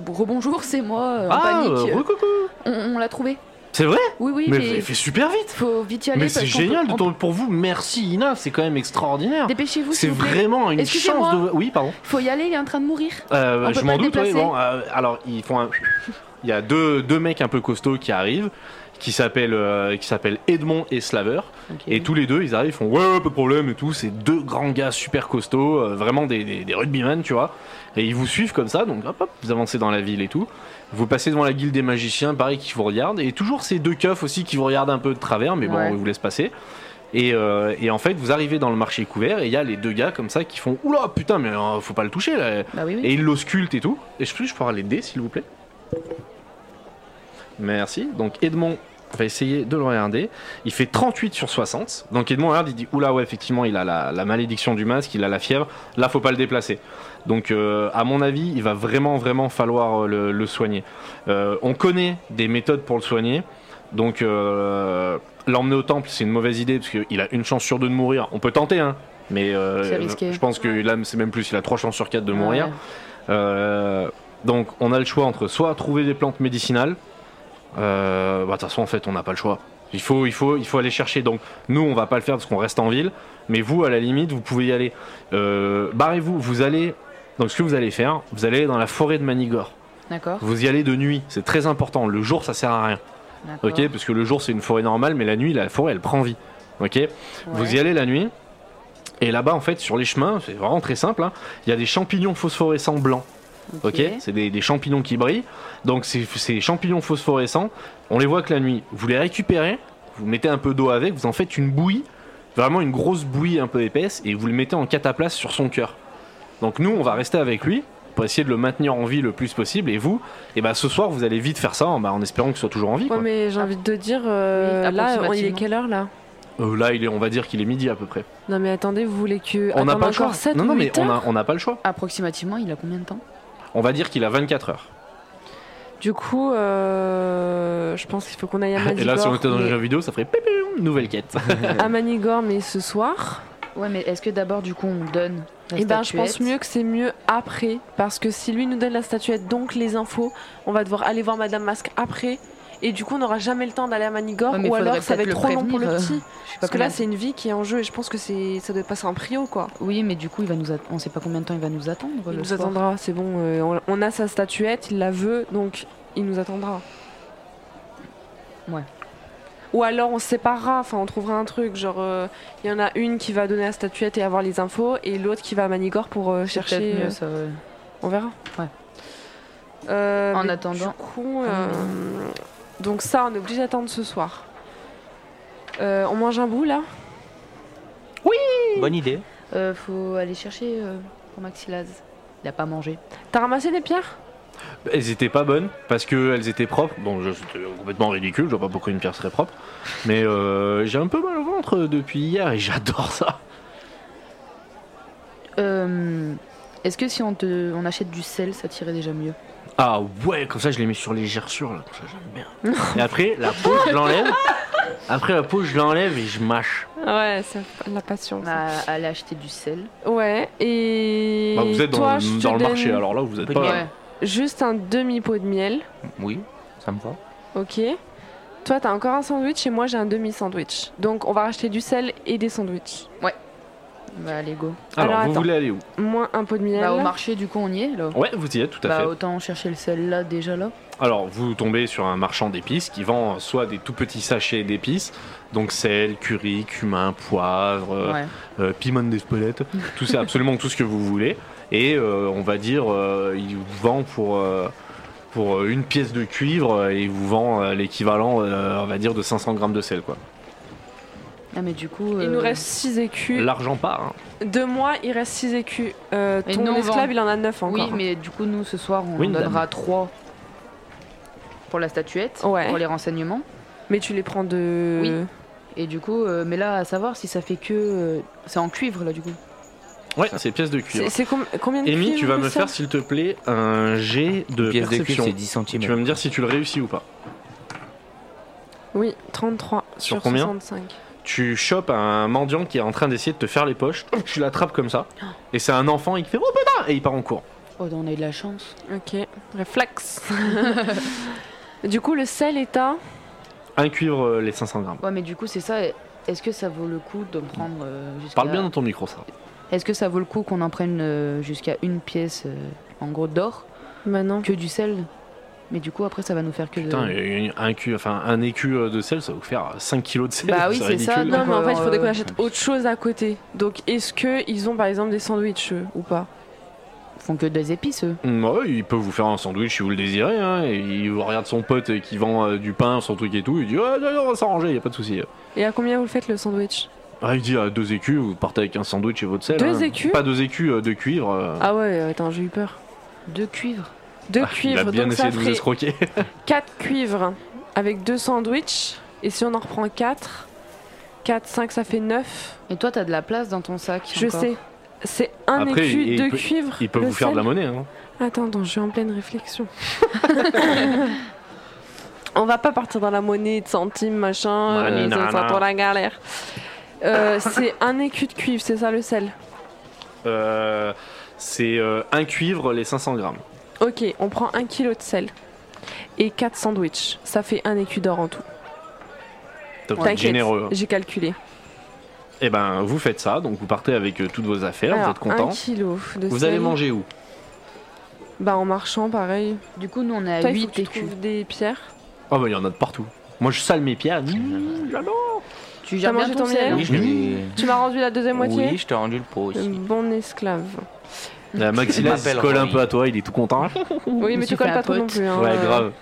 bon- Rebonjour, c'est moi, euh, en
Ah,
panique.
euh, recoucou
On, on l'a trouvé.
C'est vrai
Oui, oui,
Mais
mais,
vous avez fait super vite
faut vite y aller.
Mais
parce
c'est
qu'on
génial
peut-
de
on-
tomber pour vous. Merci Ina, c'est quand même extraordinaire.
Dépêchez-vous,
C'est
s'il vous plaît.
vraiment une
Excusez-moi.
chance de. Oui, pardon.
Faut y aller, il est en train de mourir.
Euh,
On
je
peut
m'en
pas le
doute, ouais,
déplacer.
bon, euh, alors, ils font un. Il y a deux, deux mecs un peu costauds qui arrivent, qui s'appellent euh, qui s'appellent Edmond et Slaver. Et tous les deux, ils arrivent, ils font ouais, ouais, pas de problème et tout. C'est deux grands gars super costauds, euh, vraiment des, des, des rugbymen, tu vois. Et ils vous suivent comme ça, donc hop, hop, vous avancez dans la ville et tout. Vous passez devant la guilde des magiciens, pareil, qui vous regardent. Et toujours ces deux keufs aussi qui vous regardent un peu de travers, mais bon,
Ouais.
on vous laisse passer. Et, euh, et en fait, vous arrivez dans le marché couvert et il y a les deux gars comme ça qui font Oula, putain, mais euh, faut pas le toucher là.
Bah oui, oui.
Et il l'ausculte et tout. Et je peux, je peux avoir les dés, s'il vous plaît Merci. Donc Edmond va essayer de le regarder. Il fait 38 sur 60. Donc Edmond regarde, il dit Oula, ouais, effectivement, il a la, la malédiction du masque, il a la fièvre. Là, faut pas le déplacer. Donc, euh, à mon avis, il va vraiment, vraiment falloir euh, le, le soigner. Euh, on connaît des méthodes pour le soigner. Donc, euh, l'emmener au temple, c'est une mauvaise idée parce qu'il a une chance sur deux de mourir. On peut tenter, hein. Mais euh,
C'est risqué.
je pense que là, c'est même plus, il a trois chances sur quatre de
Ah
mourir.
ouais.
Euh, donc on a le choix entre soit trouver des plantes médicinales, euh, bah, de toute façon en fait on n'a pas le choix. Il faut, il, faut, il faut aller chercher. Donc nous on va pas le faire parce qu'on reste en ville, mais vous à la limite vous pouvez y aller. Euh, Barrez-vous, vous allez... Donc ce que vous allez faire, vous allez aller dans la forêt de Manigore.
D'accord.
Vous y allez de nuit, c'est très important. Le jour ça sert à rien.
d'accord.
Ok, parce que le jour c'est une forêt normale, mais la nuit la forêt elle prend vie. Ok, vous y allez la nuit. Et là-bas, en fait, sur les chemins, c'est vraiment très simple. hein, Il y a des champignons phosphorescents blancs. Ok,
Ok.
c'est des, des champignons qui brillent. Donc ces, ces champignons phosphorescents, on les voit que la nuit. Vous les récupérez, vous mettez un peu d'eau avec, vous en faites une bouillie, vraiment une grosse bouillie un peu épaisse, et vous le mettez en cataplasme sur son cœur. Donc nous, on va rester avec lui pour essayer de le maintenir en vie le plus possible. Et vous, et ben ce soir, vous allez vite faire ça, en, bah, en espérant qu'il soit toujours en vie.
Ouais,
quoi.
mais j'ai envie de te dire, euh,
Oui,
là, on- il est
approximativement.
quelle heure là
Euh, là, il est, on va dire qu'il est midi à peu près.
Non, mais attendez, vous voulez que.
on n'a
attendre
pas le choix.
encore 7
non,
ou
non, mais
8
on
heures
a- on n'a pas le choix.
Approximativement, il a combien de temps
On va dire qu'il a 24 heures.
Du coup, euh, je pense qu'il faut qu'on aille à Manigore.
Et là, si on était dans un
mais-
jeu vidéo, ça ferait pépé, nouvelle quête.
à Manigore, mais ce soir.
Ouais, mais est-ce que d'abord, du coup, on donne la
Et ben, je
statuette
pense mieux que c'est mieux après, parce que si lui nous donne la statuette, donc les infos, on va devoir aller voir Madame Masque après, et du coup, on n'aura jamais le temps d'aller à Manigore,
Ouais, mais
ou
faudrait
alors ça va
peut-être
être
le
trop long pour le
prévenir,
petit.
Je sais pas
Parce que là,
combien-
c'est une vie qui est en jeu, et je pense que c'est ça doit passer un prio, quoi.
Oui, mais du coup, il va nous. att- On sait pas combien de temps il va nous attendre.
Il
le
nous
soir.
attendra, c'est bon. euh, on- on a sa statuette, il la veut, donc il nous attendra.
Ouais.
Ou alors on se séparera, enfin on trouvera un truc, genre euh, il y en a une qui va donner la statuette et avoir les infos, et l'autre qui va à Manigore pour euh,
C'est peut-être
chercher.
mieux,
euh,
ça, ouais.
on verra.
Ouais.
Euh,
En
mais Du
attendant- Mmh.
coup, euh, donc ça, on est obligé d'attendre ce soir. Euh, on mange un bout là
Bonne idée.
Euh, faut aller chercher euh, pour Maxilaz. Il a pas mangé.
T'as ramassé des pierres
elles étaient pas bonnes parce qu'elles étaient propres. Bon, je- c'était complètement ridicule, je vois pas pourquoi une pierre serait propre. Mais euh, j'ai un peu mal au ventre depuis hier et j'adore ça.
Euh, est-ce que si on te, on achète du sel, ça tirait déjà mieux
Ah ouais, comme ça je les mets sur les gerçures là, comme ça j'aime bien. Et après, la peau je l'enlève. Après la peau je l'enlève et je mâche.
Ouais, c'est la passion. ça.
Bah, aller acheter du sel.
Ah. Ouais, et.
Bah, vous êtes dans,
toi,
le-
je te
dans le
donne
marché, alors là vous êtes
Ouais.
pas.
Ouais.
Juste un demi-pot de miel,
Oui, ça me va.
ok Toi, t'as encore un sandwich et moi, j'ai un demi-sandwich. Donc, on va racheter du sel et des sandwichs.
Bah, allez go.
Alors,
Alors,
vous
attends.
voulez aller où
Moins un pot de miel.
Bah, au marché, du coup, on y est là.
Ouais, vous y êtes tout à
bah,
fait.
autant chercher le sel là déjà là.
Alors, vous tombez sur un marchand d'épices qui vend soit des tout petits sachets d'épices, donc sel, curry, cumin, poivre, euh,
ouais.
euh, piment d'Espelette, <laughs> tout ça, absolument tout ce que vous voulez. Et euh, on va dire, euh, il vous vend pour, euh, pour euh, une pièce de cuivre euh, et il vous vend euh, l'équivalent, euh, on va dire, de 500 grammes de sel. quoi.
Ah mais du coup.
Il
euh,
nous reste 6 écus.
L'argent part. hein.
De moi, il reste 6 écus. Euh,
Et
ton
nous, on
esclave,
vend.
il en a 9 encore.
Oui, mais du coup, nous ce soir, on
Oui,
en
madame.
donnera 3 pour la statuette,
Ouais.
pour les renseignements.
Mais tu les prends de.
Oui. Et du coup, euh, mais là, à savoir si ça fait que. euh, c'est en cuivre là du coup.
Ouais, c'est pièce de
C'est
cuivre.
c'est com- combien de
Amy,
cuivres,
tu vas me
ça
faire, s'il te plaît, un jet de
Pièce de cuivre,
Euh, perception.
c'est 10 centimes.
tu vas me dire si tu le réussis ou pas.
Oui, 33
Sur
sur,
combien
65.
tu chopes un mendiant qui est en train d'essayer de te faire les poches, Hop, tu l'attrapes comme ça,
Oh.
et c'est un enfant, il fait oh putain et il part en cours.
Oh, on a eu de la chance.
<laughs> Ok, réflexe. du coup, le sel est à
Un cuivre, euh, les 500 grammes.
Ouais, mais du coup, c'est ça. Est-ce que ça vaut le coup de prendre euh, jusqu'à.
Parle bien dans ton micro, ça.
Est-ce que ça vaut le coup qu'on en prenne euh, jusqu'à une pièce, euh, en gros, d'or
Maintenant.
Que du sel Mais du coup, après, ça va nous faire que
Putain,
de.
et- et un, cul, enfin, un écu euh, de sel, ça va vous faire 5 kilos de sel.
Bah oui, c'est ça,
ridicule.
Non, mais en fait, il faudrait
Euh,
qu'on achète autre chose à côté. Donc, est-ce que ils ont par exemple des sandwichs euh, ou pas
font que des épices, eux.
Mm, ouais, il peut vous faire un sandwich si vous le désirez. hein, et il regarde son pote euh, qui vend euh, du pain, son truc et tout. Il dit Ah, non, non, on va s'arranger, il a pas de souci.
Et à combien vous le faites le sandwich
Ah, il dit à deux écus, vous partez avec un sandwich et votre sel.
Deux
hein.
écus
Pas deux écus euh, de cuivre. euh,
Ah ouais, attends, j'ai eu peur.
De cuivre.
Deux
ah, il a
cuivres,
bien
donc
essayé
ça
de vous
ferait <laughs>
escroquer.
quatre cuivres avec deux sandwichs. Et si on en reprend quatre, 4, 5, ça fait 9.
Et toi, t'as de la place dans ton sac.
Je
encore.
sais. C'est un
Après, il-
écu,
il
deux
peut-
cuivres.
Il peut
le
vous faire de la
sel.
monnaie. hein.
Attends, attends, je suis en pleine réflexion. <laughs> On va pas partir dans la monnaie de centimes, machin,
Mani,
euh, ça sera
nana.
pour la galère. Euh, c'est un écu de cuivre, c'est ça le sel
Euh, c'est euh, un cuivre, les 500 grammes.
Ok, on prend un kilo de sel et quatre sandwichs. Ça fait un écu d'or en tout.
T'as- Vous êtes
T'inquiète,
généreux. hein.
j'ai calculé.
Et ben, vous faites ça, donc vous partez avec euh, toutes vos affaires, vous
Alors,
êtes content.
Un kilo de
Vous
sel.
allez manger où
Bah en marchant, pareil.
Du coup, nous, on est à
Toi, il faut
8
que tu
écus.
trouves des pierres.
Oh bah il y en a de partout. Moi je sale mes pierres. Mmh, j'adore.
Tu gères
T'as
bien
mangé
ton
ton
sel
miel
Oui, je l'ai-
Tu m'as rendu la deuxième moitié Euh,
Oui, je t'ai rendu le pot aussi.
Bon esclave.
<laughs> La Maxilas
m'appelle
se colle un
Rory.
peu à toi, il est tout content.
Oui,
me
mais tu
suis
colles
fait un
pas trop non
pote.
plus. hein.
ouais, grave.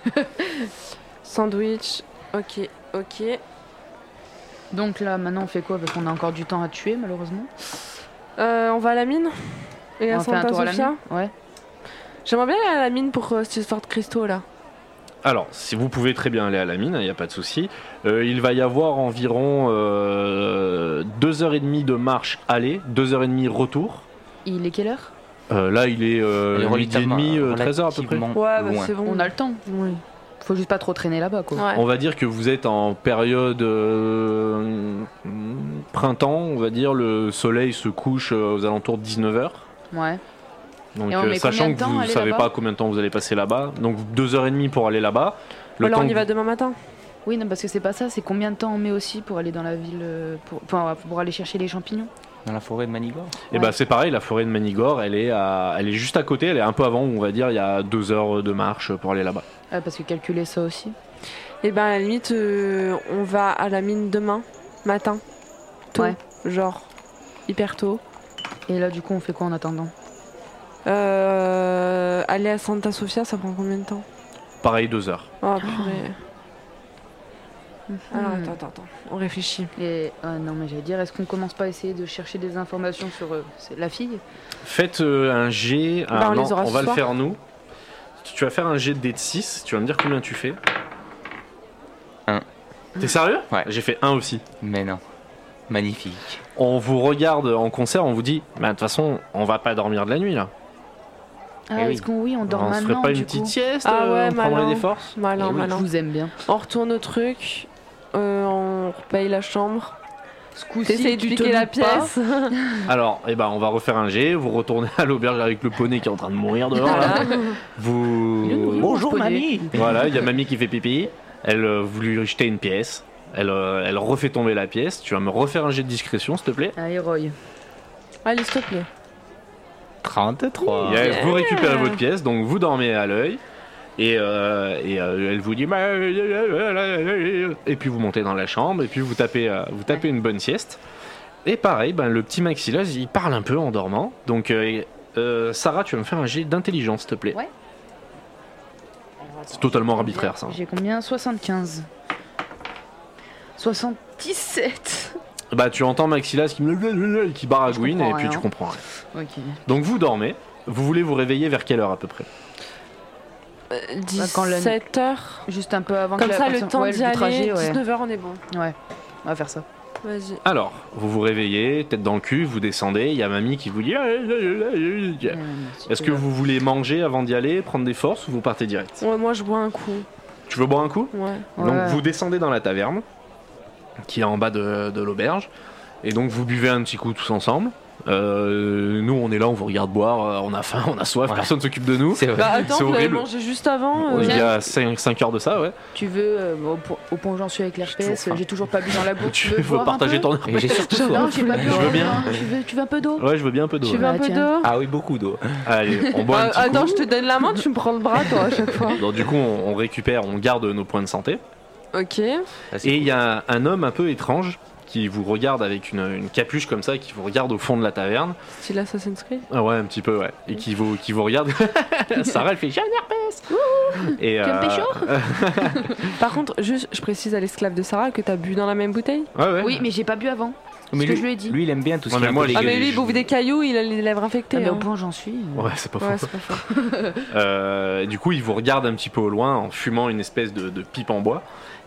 Sandwich, ok, ok.
Donc là, maintenant, on fait quoi Parce qu'on a encore du temps à tuer, malheureusement.
Euh, on va à la mine Et à
on fait un
Santa
tour à la
Sofia
mine. Ouais.
J'aimerais bien aller à la mine pour euh, cette histoire de cristaux là.
Alors, si vous pouvez très bien aller à la mine, il n'y a pas de souci. Euh, il va y avoir environ euh, 2h30 de marche aller, 2h30 retour.
Il est quelle heure
Euh, là, il est
Elle est
8h30,
relativement-
13h euh, à peu près.
relativement
Ouais, bah,
loin.
c'est bon.
On a le temps.
Oui.
Faut juste pas trop traîner là-bas, quoi.
Ouais.
On va dire que vous êtes en période euh, mm, printemps, on va dire le soleil se couche euh, aux alentours de 19h.
Ouais.
Donc
Et on
euh,
met combien
sachant
de
que
temps
vous
à
ne
aller
savez
là-bas
pas combien de temps vous allez passer là-bas, donc 2h30 pour aller là-bas. Le
Voilà,
temps
on y
que
va demain matin.
Oui, non, parce que c'est pas ça. C'est combien de temps on met aussi pour aller dans la ville, euh, pour, enfin, pour aller chercher les champignons
Dans la forêt de Manigore.
Et bah c'est pareil, la forêt de Manigore, elle est, à, elle est juste à côté, elle est un peu avant, on va dire, il y a deux heures de marche pour aller là-bas.
Ah, Parce que calculer ça aussi.
Et ben à la limite, euh, on va à la mine demain matin. Tôt.
Ouais.
Genre hyper tôt.
Et là, du coup, on fait quoi en attendant
Euh, aller à Santa Sofia, ça prend combien de temps
Pareil, deux heures.
Oh purée. Alors
Ah. Hmm.
attends, attends, attends. On réfléchit.
Et ah, non, mais j'allais dire, est-ce qu'on commence pas à essayer de chercher des informations sur euh, c'est la fille
Faites euh, un jet,
Bah,
ah,
on
non,
les aura
on
ce
va le
soir.
faire nous. Tu vas faire un jet de dé de 6, tu vas me dire combien tu fais.
Un.
T'es sérieux
Ouais.
J'ai fait un aussi.
Mais non. Magnifique.
On vous regarde en concert, on vous dit, bah de toute façon, on va pas dormir de la nuit là.
Ah,
Eh oui.
est-ce qu'on, oui, on dort
on se ferait
maintenant
pas une
du coup
petite sieste
Ah
euh,
ouais,
On prendrait
malin.
des forces
Malin,
Eh oui.
malin.
Je vous aime bien.
On retourne au truc. euh, on repaye la chambre.
Ce coup-ci,
T'essayes de
tu te
piquer la
doutes pas.
pièce.
Alors, eh ben, on va refaire un jet, vous retournez à l'auberge avec le poney qui est en train de mourir dehors
<laughs>
là.
Voilà.
Vous.
Il est mignon, ce poney.
Voilà, il y a mamie qui fait pipi. Elle euh, vous lui jetez une pièce. Elle, euh, elle refait tomber la pièce. Tu vas me refaire un jet de discrétion, s'il te plaît.
Ah,
Allez, Roy.
Allez, s'il te plaît.
33.
Ah,
Yes, Vous récupérez votre pièce, donc vous dormez à l'œil. Et, euh, et, euh, elle vous dit. Et puis vous montez dans la chambre, et puis vous tapez, euh, vous tapez une bonne sieste. Et pareil, ben, le petit Maxilas, il parle un peu en dormant. Donc, euh, euh, Sarah, tu vas me faire un jet d'intelligence, s'il te plaît.
Ouais.
C'est totalement arbitraire, ça. hein.
J'ai combien 75. 77
Bah, tu entends Maxilas qui, me- qui baragouine,
Je
et
comprends
puis
rien.
tu comprends rien.
Ok.
Donc vous dormez, vous voulez vous réveiller vers quelle heure à peu près
quand la-
17h.
Juste un peu avant
Euh, Comme
que
ça,
la...
le temps
ouais,
d'y
le
aller.
trajet, ouais.
19h, on est bon.
Ouais, on va faire ça.
Vas-y.
Alors, vous vous réveillez, tête dans le cul, vous descendez, il y a mamie qui vous dit... Ah, Est-ce que vous voulez manger avant d'y aller, prendre des forces ou vous partez direct
Ouais, moi, je bois un coup.
Tu veux boire un coup
Ouais.
Donc vous descendez dans la taverne, qui est en bas de, de l'auberge, et donc vous buvez un petit coup tous ensemble. Euh, nous, on est là, on vous regarde boire, euh, on a faim, on a soif,
Ouais.
personne s'occupe de nous.
C'est vrai.
Bah attends,
C'est
vous l'avez
horrible.
mangé juste avant. euh,
Il y a 5, heures de ça, ouais.
Tu veux, euh, bon, pour- au point où j'en suis avec
toujours
l'herpès,
faim.
j'ai toujours pas bu
<laughs>
dans la bourse.
Tu
veux,
veux
boire un
partager
peu
ton
Et j'ai surtout
Non,
soif.
j'ai pas bu.
Je veux
hein,
bien.
Tu veux, tu veux un peu d'eau
Ouais, je veux bien un peu d'eau.
Tu veux un
Bah,
peu
tiens.
d'eau
Ah oui, beaucoup d'eau.
Allez, on boit Ah, un <laughs>
Euh,
petit
Attends,
coup.
je te donne la main, tu me prends le bras, toi, à chaque
<laughs>
fois.
Donc, du coup, hein. on, on récupère, on garde nos points de santé.
Ok.
Ça, c'est
Et il
cool.
y a un homme un peu étrange qui vous regarde avec une, une capuche comme ça, qui vous regarde au fond de la taverne.
Style Assassin's Creed.
Ah ouais, un petit peu, ouais. Et qui vous, qui vous regarde. <laughs> Sarah, elle fait J'ai un herpès Et, euh,
Tu veux me pécho
Par contre, juste, je précise à l'esclave de Sarah que t'as bu dans la même bouteille.
Ouais, ouais.
Oui, mais j'ai pas bu avant.
Mais
ce que
lui,
je lui ai dit.
lui, il aime bien tout ce
Ouais,
qui
mais
est un
moi,
peu
les
Ah,
gars,
mais
les
lui, il
jeux-
bouffe des cailloux, il a les lèvres infectées.
Ah, mais au
hein.
point où j'en suis. euh,
Ouais, c'est pas faux.
Ouais, c'est
<laughs>
pas faux.
Euh, du coup, il vous regarde un petit peu au loin en fumant une espèce de, de pipe en bois.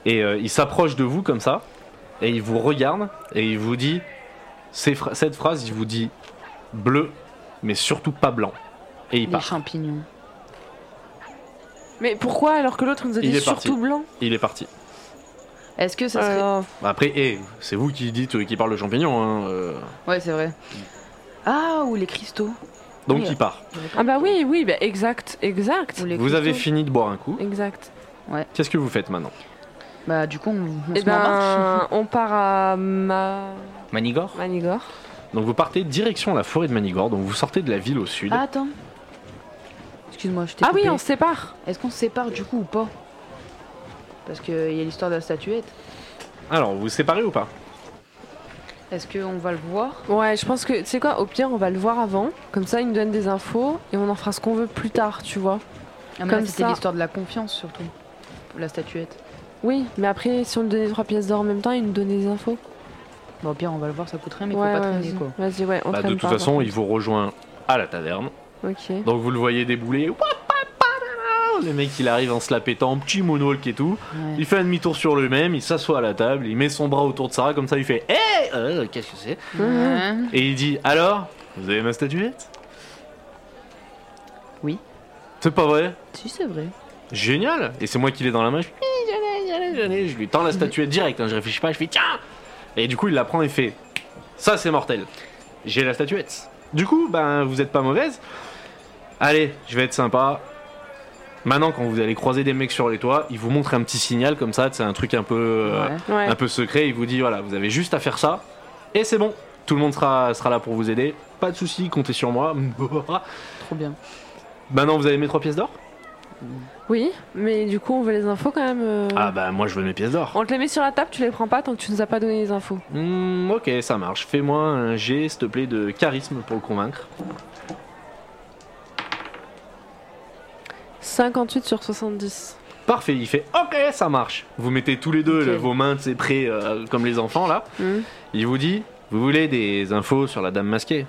Et euh, il s'approche de vous comme ça. Et il vous regarde. Et il vous dit ces phra- Cette phrase, il vous dit bleu, mais surtout pas blanc. Et il
Les
part.
champignons.
Mais pourquoi alors que l'autre il nous a
Il
dit
est parti.
surtout blanc Euh,
Il est parti.
Est-ce que ça serait.
Alors,
Après, eh, c'est vous qui dites euh, qui parle le champignon. hein, euh.
Ouais, c'est vrai. Ah, ou les cristaux.
Donc
Oui.
il part.
Ah bah oui, oui, bah exact, exact.
Ou les
Vous avez
cristaux.
fini de boire un coup.
Exact.
Qu'est-ce que vous faites maintenant
Bah, du coup, on, on
Et
se met en marche.
ben, on part à Ma...
Manigore
Manigore.
Donc vous partez direction la forêt de Manigore. Donc vous sortez de la ville au sud.
Ah, attends. Excuse-moi, je t'ai
Ah oui,
coupé.
on se sépare.
Est-ce qu'on se sépare du coup ou pas Parce qu'il y a l'histoire de la statuette.
Alors vous vous séparez ou pas
Est-ce qu'on va le voir
Ouais, je pense que, tu sais quoi, au pire, on va le voir avant. Comme ça, il nous donne des infos et on en fera ce qu'on veut plus tard, tu vois.
Ah, mais
Comme
là, C'était
ça.
l'histoire de la confiance surtout. La statuette.
Oui, mais après, si on lui donnait trois pièces d'or en même temps, il nous donnait des infos.
Bon, au pire, on va le voir, ça coûte rien, mais
ouais,
faut pas
ouais,
traîner
vas-y.
quoi.
Vas-y, ouais, on
Bah, De
traîne
toute
pas,
façon,
par
il vous rejoint à la taverne.
contre. Ok.
Donc vous le voyez débouler. Le mec il arrive en se la pétant, petit moonwalk et tout.
Ouais.
Il fait un demi-tour sur le même, il s'assoit à la table, il met son bras autour de Sarah comme ça, il fait Hé euh, Qu'est-ce que c'est
Mhm.
Hein
Et il dit Alors Vous avez ma statuette
Oui.
C'est pas vrai
Si, c'est vrai.
Génial Et c'est moi qui l'ai dans la main, je fais, Hi, j'en ai, j'en ai, j'en ai. Je lui tends la statuette direct, hein, je réfléchis pas, je fais Tiens Et du coup il la prend et fait Ça c'est mortel J'ai la statuette Du coup, ben vous êtes pas mauvaise. Allez, je vais être sympa. Maintenant, quand vous allez croiser des mecs sur les toits, ils vous montrent un petit signal comme ça, c'est un truc un peu, euh,
Ouais.
Ouais.
un peu secret. Il vous dit voilà, vous avez juste à faire ça, et c'est bon. Tout le monde sera, sera là pour vous aider. Pas de soucis, comptez sur moi. <laughs>
Trop bien.
Maintenant, vous avez mes trois pièces d'or
Oui, mais du coup, on veut les infos quand même. euh.
Ah bah moi, je veux mes pièces d'or.
On te les met sur la table, tu les prends pas tant que tu nous as pas donné les infos.
Hmm, ok, ça marche. Fais-moi un jet, s'il te plaît, de charisme pour le convaincre.
58 sur 70.
Parfait, il fait ok, ça marche. Vous mettez tous les deux
Nickel.
le- vos mains, c'est prêts euh, comme les enfants là.
Mhm.
Il vous dit, vous voulez des infos sur la dame masquée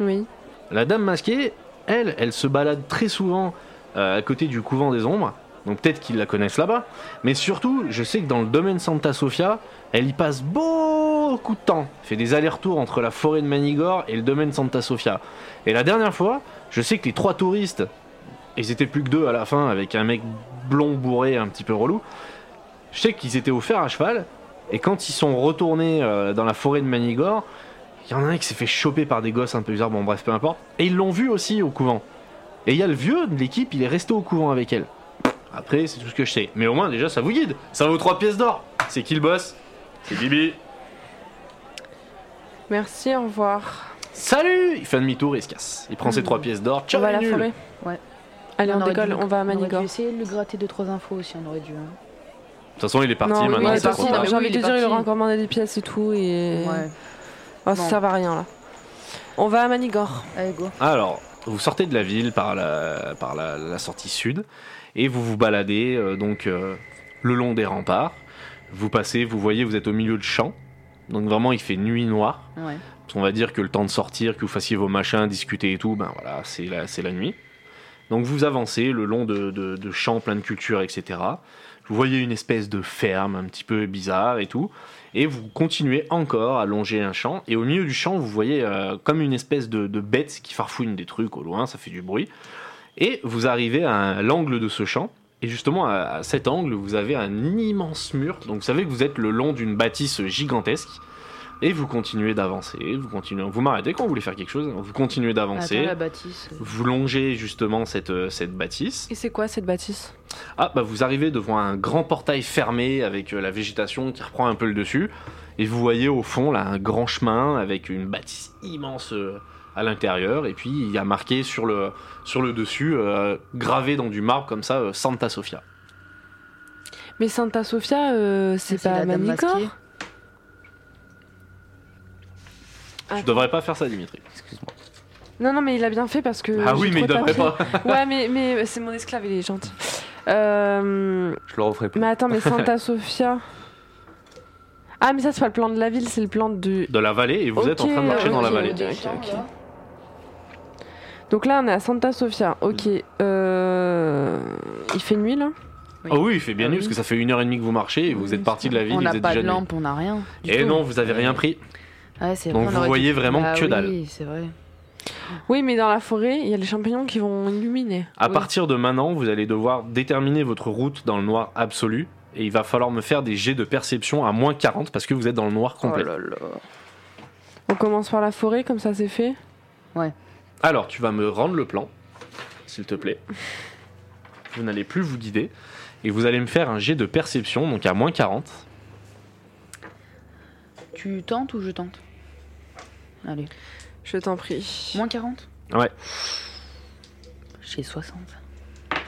Oui.
La dame masquée, elle, elle se balade très souvent euh, à côté du couvent des ombres. Donc peut-être qu'ils la connaissent là-bas. Mais surtout, je sais que dans le domaine Santa Sofia, elle y passe beaucoup de temps. Elle Fait des allers-retours entre la forêt de Manigore et le domaine Santa Sofia. Et la dernière fois, je sais que les trois touristes, ils étaient plus que deux à la fin avec un mec blond bourré un petit peu relou, je sais qu'ils étaient au fer à cheval. Et quand ils sont retournés euh, dans la forêt de Manigore, il y en a un qui s'est fait choper par des gosses un peu bizarres, bon bref, peu importe. Et ils l'ont vu aussi au couvent. Et il y a le vieux de l'équipe, il est resté au couvent avec elle. Après, c'est tout ce que je sais. Mais au moins, déjà, ça vous guide. Ça vaut trois pièces d'or. C'est qui le boss C'est Bibi.
Merci, au revoir.
Salut Il fait un demi-tour et il se casse. Il prend ses trois pièces d'or.
on
Ciao,
va à
les
la
nuls.
forêt.
Ouais.
Allez, on,
aurait
décolle,
dû-
on va à
On aurait
Manigore.
dû essayer de lui gratter deux trois infos aussi, on aurait dû. hein.
De toute façon, il est parti
non, oui,
maintenant.
oui,
c'est
de toute
trop
façon,
tard.
parti.
j'ai envie de
Il est
te dire, il
parti.
aura encore demandé des pièces et tout. Et...
Ouais.
Oh,
Bon.
Ça va rien là. On va à Manigore.
Allez, go.
Alors, vous sortez de la ville par la, par la, la sortie sud et vous vous baladez euh, donc euh, le long des remparts. Vous passez, vous voyez, vous êtes au milieu de champs. Donc vraiment, il fait nuit noire.
Ouais.
On va dire que le temps de sortir, que vous fassiez vos machins, discuter et tout, ben voilà, c'est la, c'est la nuit. Donc vous avancez le long de, de- de champs pleins de cultures, etc. Vous voyez une espèce de ferme un petit peu bizarre et tout. Et vous continuez encore à longer un champ. Et au milieu du champ, vous voyez euh, comme une espèce de, de bête qui farfouine des trucs au loin, ça fait du bruit. Et vous arrivez à un- l'angle de ce champ. Et justement, à, à cet angle, vous avez un immense mur. Donc vous savez que vous êtes le long d'une bâtisse gigantesque Et vous continuez d'avancer, vous continuez, vous m'arrêtez quand vous voulez faire quelque chose, vous continuez
Attends
d'avancer,
la bâtisse.
vous longez justement cette, euh, cette bâtisse.
Et c'est quoi cette bâtisse
Ah bah vous arrivez devant un grand portail fermé avec euh, la végétation qui reprend un peu le dessus, et vous voyez au fond là un grand chemin avec une bâtisse immense euh, à l'intérieur, et puis il y a marqué sur le, sur le dessus, euh, gravé dans du marbre comme ça, euh, Santa Sofia.
Mais Santa Sofia, euh, c'est
Ça,
pas
la dame
Manicor
masquée. Ah.
Je devrais pas faire ça Dimitri.
Excuse-moi.
Non, non, mais il a bien fait parce
Euh,
que.
ah
j'ai
oui mais il
trop
devrait
tapé.
pas.
Ouais, mais, mais euh, c'est mon esclave, il est gentil. Euh,
Je le referai plus.
mais attends,
<laughs>
mais Santa Sofia. Ah, mais ça, c'est pas le plan de la ville, c'est le plan du.
De la vallée, et vous êtes en
Ok,
train de marcher
ouais,
dans la
ok,
vallée.
ok, ok.
là.
Donc là, on est à Santa Sofia. Ok. Euh... Il fait nuit là
Ah oui, il fait bien
Ah
nuit
oui.
parce que ça fait une heure et demie que vous marchez et vous êtes parti de la ville,
On
il
n'a
faisait
pas
déjà
de
nuit.
lampe, on n'a rien. du
Et
tout.
Eh non, vous avez rien pris.
Ouais, c'est
Donc
vrai, on
vous
aurait
voyez
dû-
vraiment
Bah
que dalle.
Oui, c'est vrai.
Oui, mais dans la forêt, il y a les champignons qui vont illuminer.
À
Oui.
partir de maintenant, vous allez devoir déterminer votre route dans le noir absolu et il va falloir me faire des jets de perception à moins 40 parce que vous êtes dans le noir complet.
On commence par la forêt, comme ça c'est fait.
Alors, tu vas me rendre le plan, s'il te plaît. Vous n'allez plus vous guider et vous allez me faire un jet de perception donc à moins 40.
Tu tentes ou je tente Allez.
Je t'en prie.
Moins 40
Ouais.
J'ai 60. Voilà.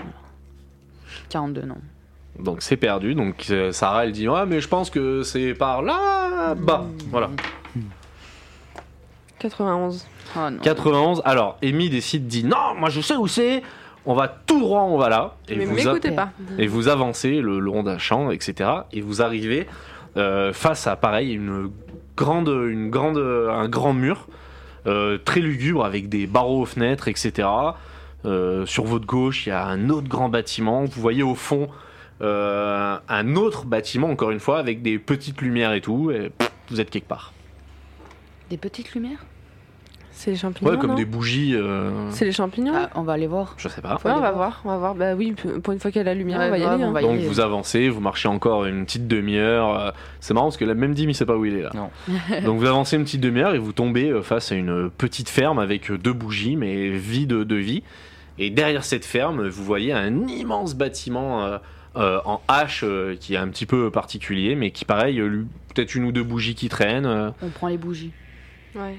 42, non.
Donc c'est perdu. Donc euh, Sarah elle dit "Ah mais je pense que c'est par là bas." Bah, Voilà.
91.
Ah non.
91. Alors, Amy décide, dit non, moi je sais où c'est. On va tout droit, on va là. Et,
mais
vous, a-
m'écoutez pas.
et vous avancez le long d'un champ, etc. Et vous arrivez euh, face à pareil une grande, une grande, un grand mur euh, très lugubre avec des barreaux aux fenêtres, etc. Euh, sur votre gauche, il y a un autre grand bâtiment. Vous voyez au fond euh, un autre bâtiment, encore une fois, avec des petites lumières et tout. Et pff, vous êtes quelque part.
Des petites lumières
C'est les champignons.
Ouais, comme
non
des bougies. euh,
C'est les champignons.
Ah, On va aller voir.
Je sais pas.
Ouais,
aller
on va
voir.
voir. On va voir. Bah oui, p- pour une fois qu'il y a la lumière,
Ouais,
on va y
grave,
aller.
on
hein.
va y
Donc
aller.
vous avancez, vous marchez encore une petite demi-heure. euh, C'est marrant parce que la même Dim, il sait pas où il est là.
<laughs>
Non.
<laughs> Donc vous avancez une petite demi-heure et vous tombez euh, face à une petite ferme avec euh, deux bougies, mais vide de vie. Et derrière cette ferme, vous voyez un immense bâtiment euh, euh, en H euh, qui est un petit peu particulier, mais qui pareil, euh, lui- peut-être une ou deux bougies qui traînent. euh.
On prend les bougies.
Ouais.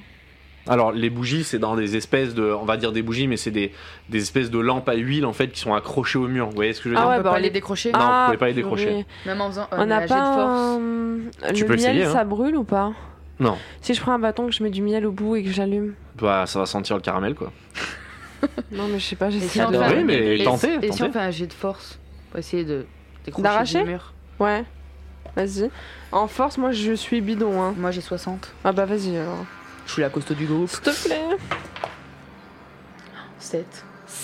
Alors les bougies, c'est dans des espèces de, on va dire des bougies, mais c'est des, des espèces de lampes à huile en fait qui sont accrochées au mur. Vous voyez ce que je veux
Ah
dire
ouais,
on peut
bah,
pas
on
les
est-
décrocher.
Non, vous pouvez pas les
purée.
décrocher.
Même en faisant euh,
On n'a
un jet
pas
de force.
un- hum,
Tu
le
peux essayer,
miel,
hein.
ça brûle ou pas
Non.
Si je prends un bâton que je mets du miel au bout et que j'allume.
Bah ça va sentir le caramel quoi.
Non, mais je sais pas,
Et
j'essaie
si on
de.
fait un-
Oui, mais
et-
tentez,
Et si
tentez.
on fait un jet de force Pour essayer de décrocher
D'arracher
le mur.
Ouais. Vas-y. En force, moi je suis bidon. Hein.
Moi j'ai 60.
Ah bah vas-y alors.
Je suis la costaud du groupe.
S'il te plaît.
7.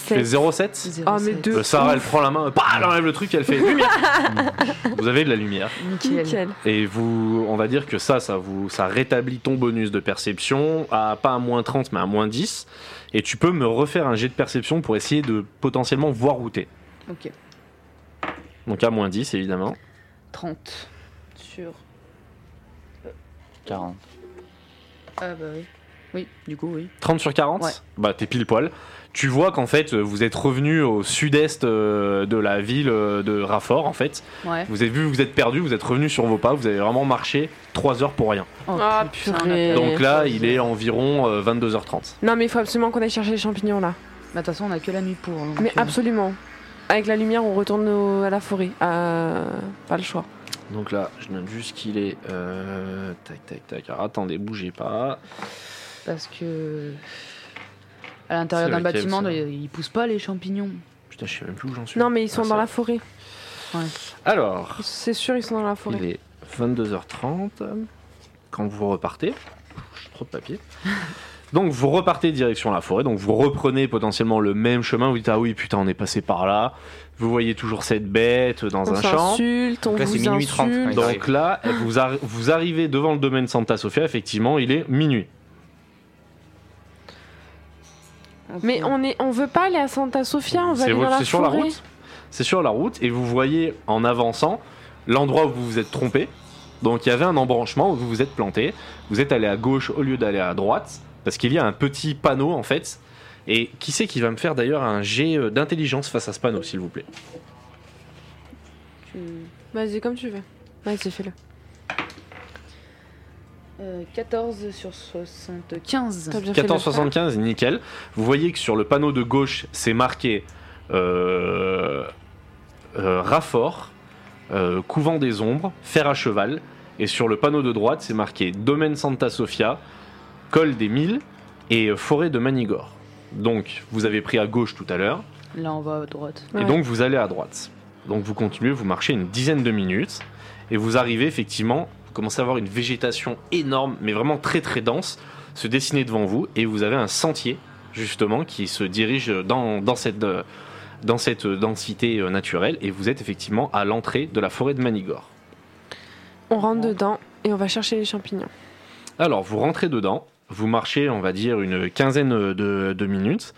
Tu fais
Sept.
0,7
Ah, mais deux.
Euh, Sarah, elle prend la main, bah, elle enlève le truc, elle fait lumière. vous avez de la lumière.
Nickel.
Nickel.
Et vous, on va dire que ça, ça vous, ça rétablit ton bonus de perception à pas à moins 30, mais à moins 10. Et tu peux me refaire un jet de perception pour essayer de potentiellement voir où t'es.
Ok.
Donc à moins 10, évidemment.
30. Sur.
40.
Ah bah oui. Oui, du coup oui.
30 sur 40
Ouais.
Bah, t'es pile poil. Tu vois qu'en fait, euh, vous êtes revenu au sud-est euh, de la ville euh, de Raffort, en fait.
Ouais.
Vous avez vu, vous êtes perdu, vous êtes revenu sur vos pas, vous avez vraiment marché 3 heures pour rien.
Oh,
Ah,
putain,
purée.
on a-
Donc là, il est environ euh, 22h30.
Non, mais il faut absolument qu'on aille chercher les champignons là.
Bah, De toute façon, on a que la nuit pour. donc,
Mais
euh,
absolument. Avec la lumière, on retourne au- à la forêt. Euh, Pas le choix.
Donc là, je note juste qu'il est. euh, tac, tac, tac. Alors, attendez, bougez pas.
Parce que. À l'intérieur
C'est
d'un
laquelle,
bâtiment,
ça
ils ils poussent pas les champignons.
Putain, je sais même plus où j'en suis.
Non, mais ils sont
Ah,
dans
ça.
la forêt.
Alors,
C'est sûr, ils sont dans la forêt.
il est 22h30. Quand vous repartez, j'ai trop de
<laughs>
papier. Donc vous repartez direction la forêt, donc vous reprenez potentiellement le même chemin, vous dites ah oui putain on est passé par là, vous voyez toujours cette bête dans
On
un champ,
s'insulte, on
Donc là, c'est
vous
minuit trente,
insulte.
ouais.
donc là vous, arri- vous arrivez devant le domaine Santa Sofia, effectivement il est minuit.
Mais on est, on veut pas aller à Santa Sofia, on va
C'est
aller
votre-
dans la
c'est sur la
forêt.
route C'est sur la route et vous voyez en avançant l'endroit où vous vous êtes trompé. Donc il y avait un embranchement où vous vous êtes planté. Vous êtes allé à gauche au lieu d'aller à droite parce qu'il y a un petit panneau en fait. Et qui c'est qui va me faire d'ailleurs un jet euh, d'intelligence face à ce panneau, s'il vous plaît
Vas-y, comme tu veux. Vas-y, fais-le.
Euh, 14 sur 75.
T'as bien fait de le faire.
1475, nickel. Vous voyez que sur le panneau de gauche, c'est marqué euh, euh, Raffort, euh, Couvent des Ombres, Fer à Cheval. Et sur le panneau de droite, c'est marqué Domaine Santa Sofia, Col des Mille et euh, Forêt de Manigore. Donc, vous avez pris à gauche tout à l'heure.
Là, on va à droite.
Et
Ouais.
donc vous allez à droite. Donc vous continuez, vous marchez une dizaine de minutes et vous arrivez effectivement, vous commencez à avoir une végétation énorme, mais vraiment très très dense, se dessiner devant vous et vous avez un sentier justement qui se dirige dans, dans cette, euh, dans cette densité euh, naturelle et vous êtes effectivement à l'entrée de la forêt de Manigore.
On rentre dedans et on va chercher les champignons.
Alors, vous rentrez dedans, vous marchez, on va dire, une quinzaine de, de minutes.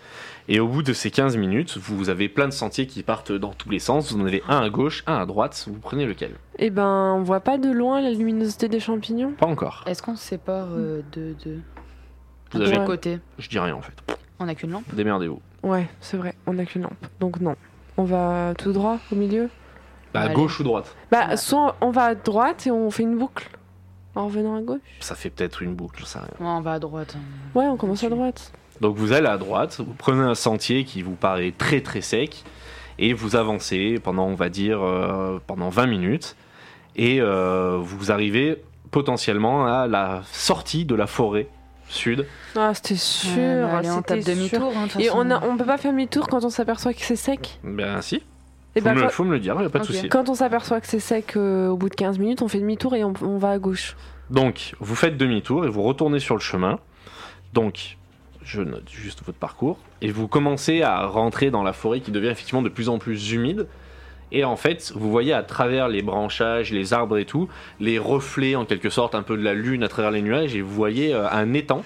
Et au bout de ces 15 minutes, vous avez plein de sentiers qui partent dans tous les sens. Vous en avez un à gauche, un à droite. Vous prenez lequel
Eh ben, on voit pas de loin la luminosité des champignons.
Pas encore.
Est-ce qu'on se sépare euh,
Mm.
de, de...
Vous
de
avez-
quel côté
Je dis rien en fait.
On n'a qu'une lampe
Démerdez-vous.
Ouais, c'est vrai, on a qu'une lampe. Donc non. On va tout droit au milieu.
Bah,
Allez.
gauche ou droite
Bah,
Ouais.
soit on va à droite et on fait une boucle en revenant à gauche.
Ça fait peut-être une boucle, j'en sais rien.
Ouais, on va à droite.
Ouais, on commence à droite.
Donc vous allez à droite, vous prenez un sentier qui vous paraît très très sec et vous avancez pendant, on va dire, euh, pendant 20 minutes et euh, vous arrivez potentiellement à la sortie de la forêt sud.
Ah, c'était sûr. Ah,
Ouais, bah, allez, on
c'était
tape demi-tour. hein, de
sûr.
toute
Et
façon.
on, a- on peut pas faire demi-tour quand on s'aperçoit que c'est sec.
Ben si,
Et
faut,
bah,
me,
quand,
faut me le dire, y a pas de
Ok.
souci.
quand on s'aperçoit que c'est sec euh, au bout de 15 minutes, on fait demi-tour et on, on va à gauche.
Donc, vous faites demi-tour et vous retournez sur le chemin. Donc, je note juste votre parcours. Et vous commencez à rentrer dans la forêt qui devient effectivement de plus en plus humide. Et en fait, vous voyez à travers les branchages, les arbres et tout, les reflets en quelque sorte un peu de la lune à travers les nuages. Et vous voyez euh, un étang.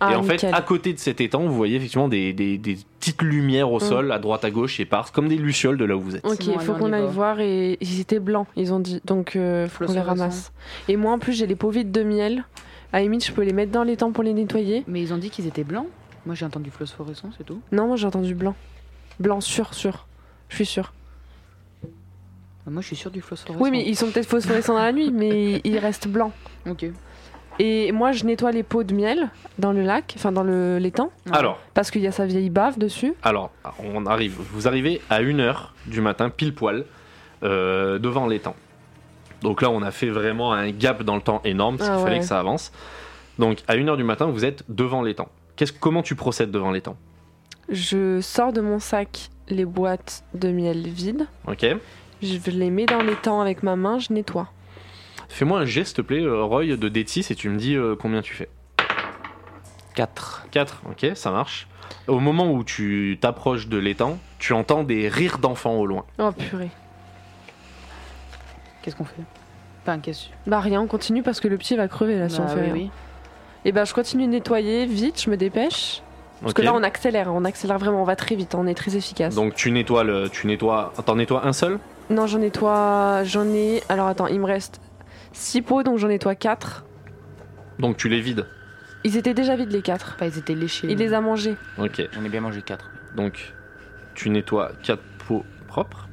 Ah,
et en fait,
nickel.
à côté de cet étang, vous voyez effectivement des, des- des petites lumières au
Mm.
sol, à droite, à gauche, et partent comme des lucioles de là où vous êtes.
Ok,
Sinon,
il faut
allez, on
qu'on
y
aille
va.
voir et ils étaient blancs, ils ont dit. Donc euh, faut qu'on les
Phosphorescent.
ramasse. Et moi en plus j'ai les povides de miel. À la limite je peux les mettre dans les temps pour les nettoyer.
Mais ils ont dit qu'ils étaient blancs. Moi, j'ai entendu phosphorescent, c'est tout.
Non moi j'ai entendu blanc. Blanc sûr sûr. Je suis sûr.
Ah, Moi, je suis sûre du phosphorescent.
Oui mais ils sont peut-être phosphorescents dans la nuit mais ils restent blancs.
Ok.
Et moi je nettoie les pots de miel dans le lac, enfin dans le- l'étang,
Ouais.
Alors,
parce qu'il y a sa vieille bave dessus.
Alors, on arrive. Vous arrivez à 1h du matin, pile poil, euh, devant l'étang. Donc là, on a fait vraiment un gap dans le temps énorme, parce
Ah
qu'il fallait
ouais.
que ça avance. Donc, à 1h du matin, vous êtes devant l'étang. Qu'est-ce- Comment tu procèdes devant l'étang
Je sors de mon sac les boîtes de miel vides.
Ok
Je les mets dans l'étang avec ma main, je nettoie.
Fais-moi un geste, s'il te plaît, euh, Roy, de D6 et tu me dis euh, combien tu fais.
4.
4, ok, ça marche. Au moment où tu t'approches de l'étang, tu entends des rires d'enfants au loin.
Oh purée.
Qu'est-ce qu'on fait Enfin, qu'est-ce
Bah rien, on continue parce que le pied va crever là si on
Bah
fait
oui,
rien.
oui.
Et ben je continue de nettoyer vite, je me dépêche. Parce
Ok.
que là on accélère, on accélère vraiment, on va très vite, on est très efficace.
Donc tu nettoies le, tu nettoies, t'en nettoies un seul
Non j'en nettoie, j'en ai... Alors attends, il me reste 6 pots donc j'en nettoie 4.
Donc tu les vides.
Ils étaient déjà vides les 4.
Enfin, Bah, ils étaient léchés.
Il les a mangés.
Ok.
J'en ai bien mangé 4.
Donc, tu nettoies 4 pots propres.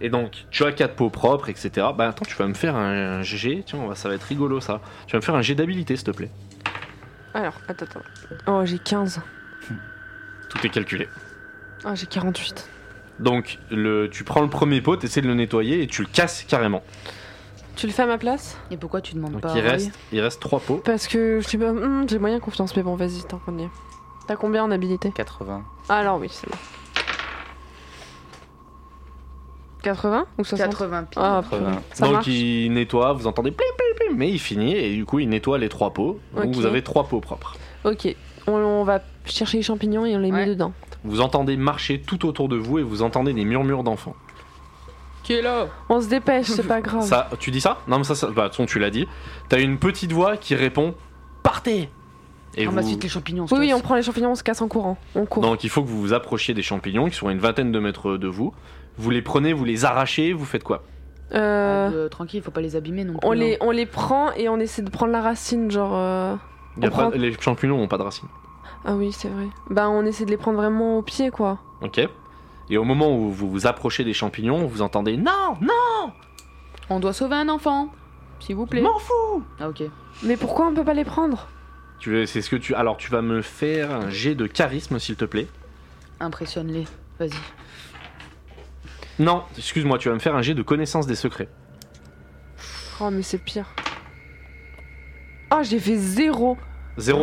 Et donc, tu as 4 pots propres, etc. Bah attends, tu vas me faire un GG. Tiens, on va- ça va être rigolo ça. Tu vas me faire un jet d'habilité, s'il te plaît.
Alors, attends, attends. Oh j'ai 15.
Tout est calculé.
Ah j'ai 48.
Donc, le, tu prends le premier pot, tu essaies de le nettoyer et tu le casses carrément.
Tu le fais à ma place
Et pourquoi tu demandes
Donc,
pas
Bah
il,
à Roy
reste, il reste 3 pots.
Parce que je sais pas, hmm, j'ai moyen confiance mais bon vas-y tant qu'on y est. T'as combien en habilité
80.
Alors oui, c'est bon. 80 ou 60
80 piles.
Ah,
80.
ça
donc,
marche.
il nettoie, vous entendez plim, plim, plim, mais il finit et du coup, il nettoie les 3 pots. Donc,
Ok.
vous avez 3 pots propres.
Ok, on, on va chercher les champignons et on les met
Ouais.
dedans.
Vous entendez marcher tout autour de vous et vous entendez des murmures d'enfants.
Qui est là
On se dépêche, c'est pas grave.
Ça, tu dis ça Non, mais ça, ça bah, de toute façon, tu l'as dit. T'as une petite voix qui répond Partez Et
Ah,
On
bah,
vous-
va suite les champignons.
oui, oui, on prend les champignons, on se casse en courant. On court.
Donc, il faut que vous vous approchiez des champignons qui sont à une vingtaine de mètres de vous. Vous les prenez, vous les arrachez, vous faites quoi
Euh,
Euh, tranquille, faut pas les abîmer non plus.
on,
hein.
les, on les prend et on essaie de prendre la racine, genre. euh,
Il y a
on prend-
pas- Les champignons n'ont pas de racines.
Ah oui, c'est vrai. Bah, on essaie de les prendre vraiment au pied, quoi.
Ok Et au moment où vous vous approchez des champignons, vous entendez Non Non
On doit sauver un enfant, s'il vous plaît.
M'en fous
Ah ok.
Mais pourquoi on peut pas les prendre
tu veux, c'est ce que tu, Alors tu vas me faire un jet de charisme s'il te plaît.
Impressionne-les. Vas-y.
Non, excuse-moi, tu vas me faire un jet de connaissance des secrets.
Oh, mais c'est pire. Oh, j'ai fait zéro.
0-0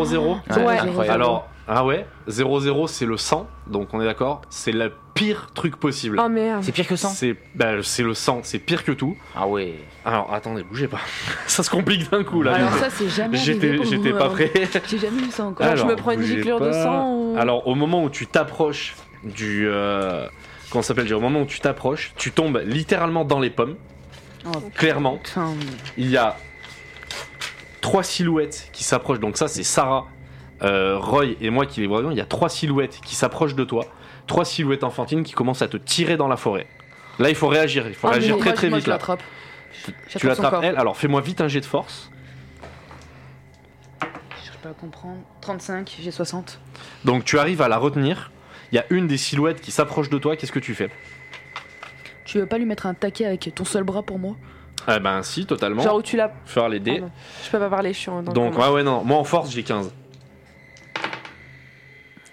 Ouais,
Ouais.
incroyable.
Alors, ah ouais, 0-0 c'est le 100, donc on est d'accord, c'est le pire truc possible.
Oh merde.
C'est pire que 100
C'est bah, c'est le 100, c'est pire que tout.
Ah ouais.
Alors attendez, bougez pas. <laughs> ça se complique d'un coup là.
Alors ça, c'est jamais arrivé
J'étais
pour
j'étais
moi.
pas prêt. <laughs>
J'ai jamais vu ça encore.
Alors,
alors,
je me prends une
bougez
giclure de
pas.
sang ou-
Alors au moment où tu t'approches du euh, comment ça s'appelle dire, au moment où tu t'approches, tu tombes littéralement dans les pommes.
Oh.
Clairement,
Putain,
il y a trois silhouettes qui s'approchent. Donc ça, c'est Sarah, euh, Roy et moi qui les voyons. Il y a trois silhouettes qui s'approchent de toi. Trois silhouettes enfantines qui commencent à te tirer dans la forêt. Là, il faut réagir. Il faut
Ah, mais
réagir
moi,
très très
moi,
vite.
je
là.
l'attrape.
Tu
J'attrape son
l'attrapes
corps.
elle. Alors fais-moi vite un jet de force.
Je cherche pas à comprendre. 35, j'ai 60.
Donc tu arrives à la retenir. Il y a une des silhouettes qui s'approche de toi. Qu'est-ce que tu fais
Tu veux pas lui mettre un taquet avec ton seul bras pour moi
Eh ben si, totalement.
Genre où tu l'as.
Faire les dés.
Ah,
Pardon. Je peux pas parler, je suis en. dans le
Donc
coma.
ouais ouais non. Moi en force j'ai 15.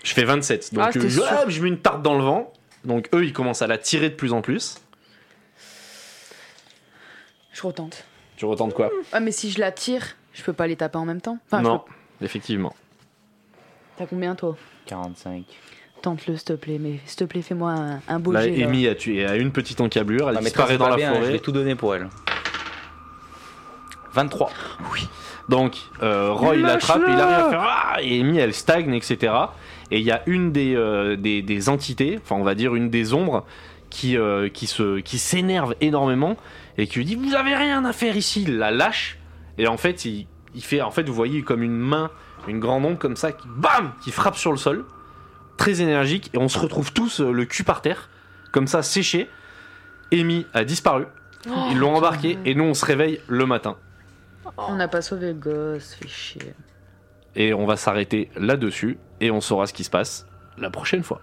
Je fais 27. Donc
Ah, c'était
euh, je,
sûr.
hop, je mets une tarte dans le vent. Donc eux ils commencent à la tirer de plus en plus.
Je retente.
Tu retentes quoi
Ah, mais si je la tire, je peux pas les taper en même temps Enfin, je
Non, effectivement.
peux- T'as combien toi
45.
Tente-le, s'il te plaît, mais s'il te plaît, fais-moi un, un beau
Là,
jet. là.
Amy a, tué, a une petite encablure. Elle
Ah, mais
disparaît
trace
dans
pas
la
bien, Je
forêt.
vais tout donner pour elle. 23.
Donc euh, Roy il l'attrape,
Lâche-le
il arrive à faire Ah et Amy elle stagne, etc. Et il y a une des, euh, des, des entités, enfin on va dire une des ombres, qui, euh, qui, se, qui s'énerve énormément et qui lui dit Vous avez rien à faire ici, il la lâche. Et en fait, il, il fait, en fait, vous voyez comme une main, une grande ombre comme ça, qui bam, qui frappe sur le sol, très énergique, et on se retrouve tous euh, le cul par terre, comme ça séché. Amy a disparu, ils l'ont embarqué, et nous on se réveille le matin.
On n'a pas sauvé le gosse, fais chier.
Et on va s'arrêter là-dessus et on saura ce qui se passe la prochaine fois.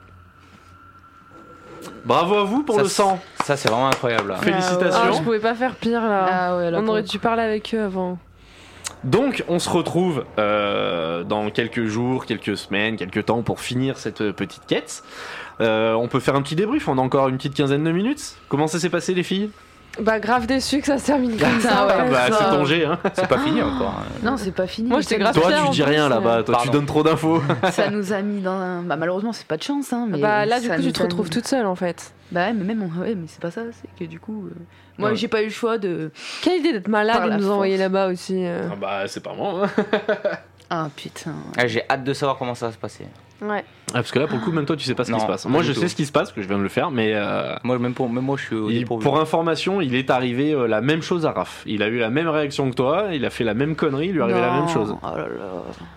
Bravo à vous pour
Ça,
le
c'est-
sang.
Ça, c'est vraiment incroyable. hein. là.
Ah,
Félicitations.
je pouvais pas faire pire là.
Ah ouais, là,
on aurait dû parler avec eux avant.
Donc on se retrouve euh, dans quelques jours, quelques semaines, quelques temps pour finir cette euh, petite quête. Euh, on peut faire un petit débrief. On a encore une petite quinzaine de minutes. Comment ça s'est passé les filles
Bah, grave déçu que ça se termine comme ça.
Ah
Ah
ouais.
Bah
ça.
c'est ton jet. Hein.
C'est pas fini encore. hein.
Non, c'est pas fini.
Moi, j'étais
Ça nous-
grave
Toi
fière,
tu
en
dis
plus,
rien
euh,
là-bas. Toi tu
pardon.
donnes trop d'infos.
Ça nous a mis dans un. Bah, malheureusement, c'est pas de chance, hein. Mais
Bah, là, du
ça
coup,
nous
tu te
a
retrouves
mis-
toute seule en fait.
Bah, ouais, mais même, on- ouais, mais c'est pas ça, c'est que du coup. euh, Moi,
Ouais.
j'ai pas eu le choix de.
Quelle idée d'être malade
Par
et de
la
nous envoyer
force.
là-bas aussi. euh.
Ah bah c'est pas moi. hein.
Ah putain.
Ah, J'ai hâte de savoir comment ça va se passer.
Ouais.
Ah, parce que là pour le coup même toi tu sais pas ce qui
Non,
se passe.
pas
Moi
du
je
tout.
sais ce qui se passe parce que je viens de le faire mais. euh,
Moi, même, pour, même moi, je suis au
Il-
dépourvu.
pour information, il est arrivé euh, la même chose à Raph. Il a eu la même réaction que toi, il a fait la même connerie, il lui est arrivé la
Non.
même chose.
Oh là là.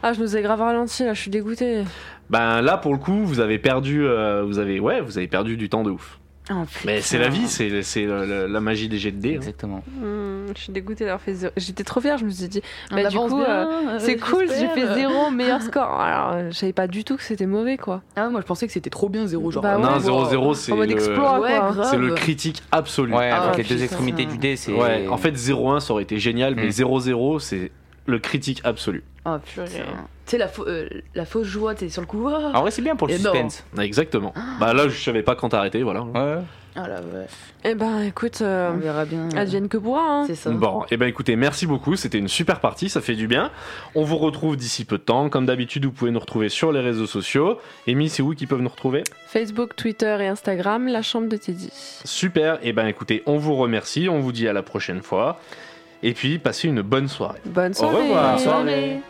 Ah, je nous ai grave ralenti là, je suis dégoûtée.
Ben là, pour le coup, vous avez perdu, euh, vous avez, ouais, vous avez perdu du temps de ouf.
Ah, putain.
Mais c'est la vie, c'est c'est, euh, la magie des jets de dés. hein.
Exactement.
Hmm, je suis dégoûtée d'avoir fait zéro. J'étais trop fière, je me suis dit,
On
Bah, du
avance
coup,
bien, euh,
c'est cool, j'ai
j'espère.
fait zéro meilleur score. Alors, euh, je savais pas du tout que c'était mauvais quoi.
Ah, moi, je pensais que c'était trop bien, zéro. Genre,
Bah ouais.
non, 0-0, c'est
En mode
le-
exploit
Ouais,
quoi.
grave.
c'est le critique absolu.
Ouais,
Ah,
avec les
putain.
deux extrémités du dé, c'est.
Ouais, en fait, 0-1, ça aurait été génial, mais
Mm.
0-0, c'est le critique absolu.
Ah, putain. Tu sais, la, fau- euh, la fausse joie, t'es sur le coup. Ah,
En vrai, c'est bien pour le
Et non.
suspense.
Exactement. Bah là, je savais pas quand t'arrêter, voilà.
Ouais.
Ah là, ouais.
Eh ben, écoute, euh,
On verra bien. euh,
advienne que pourra. Hein.
C'est ça.
Bon, et ben écoutez, merci beaucoup, c'était une super partie, ça fait du bien. On vous retrouve d'ici peu de temps. Comme d'habitude, vous pouvez nous retrouver sur les réseaux sociaux. Amy, c'est où qu'ils peuvent nous retrouver
Facebook, Twitter et Instagram, la chambre de Teddy.
Super, et ben écoutez, on vous remercie, on vous dit à la prochaine fois. Et puis, passez une bonne soirée.
Bonne
Au
soirée.
revoir.
Bonne soirée.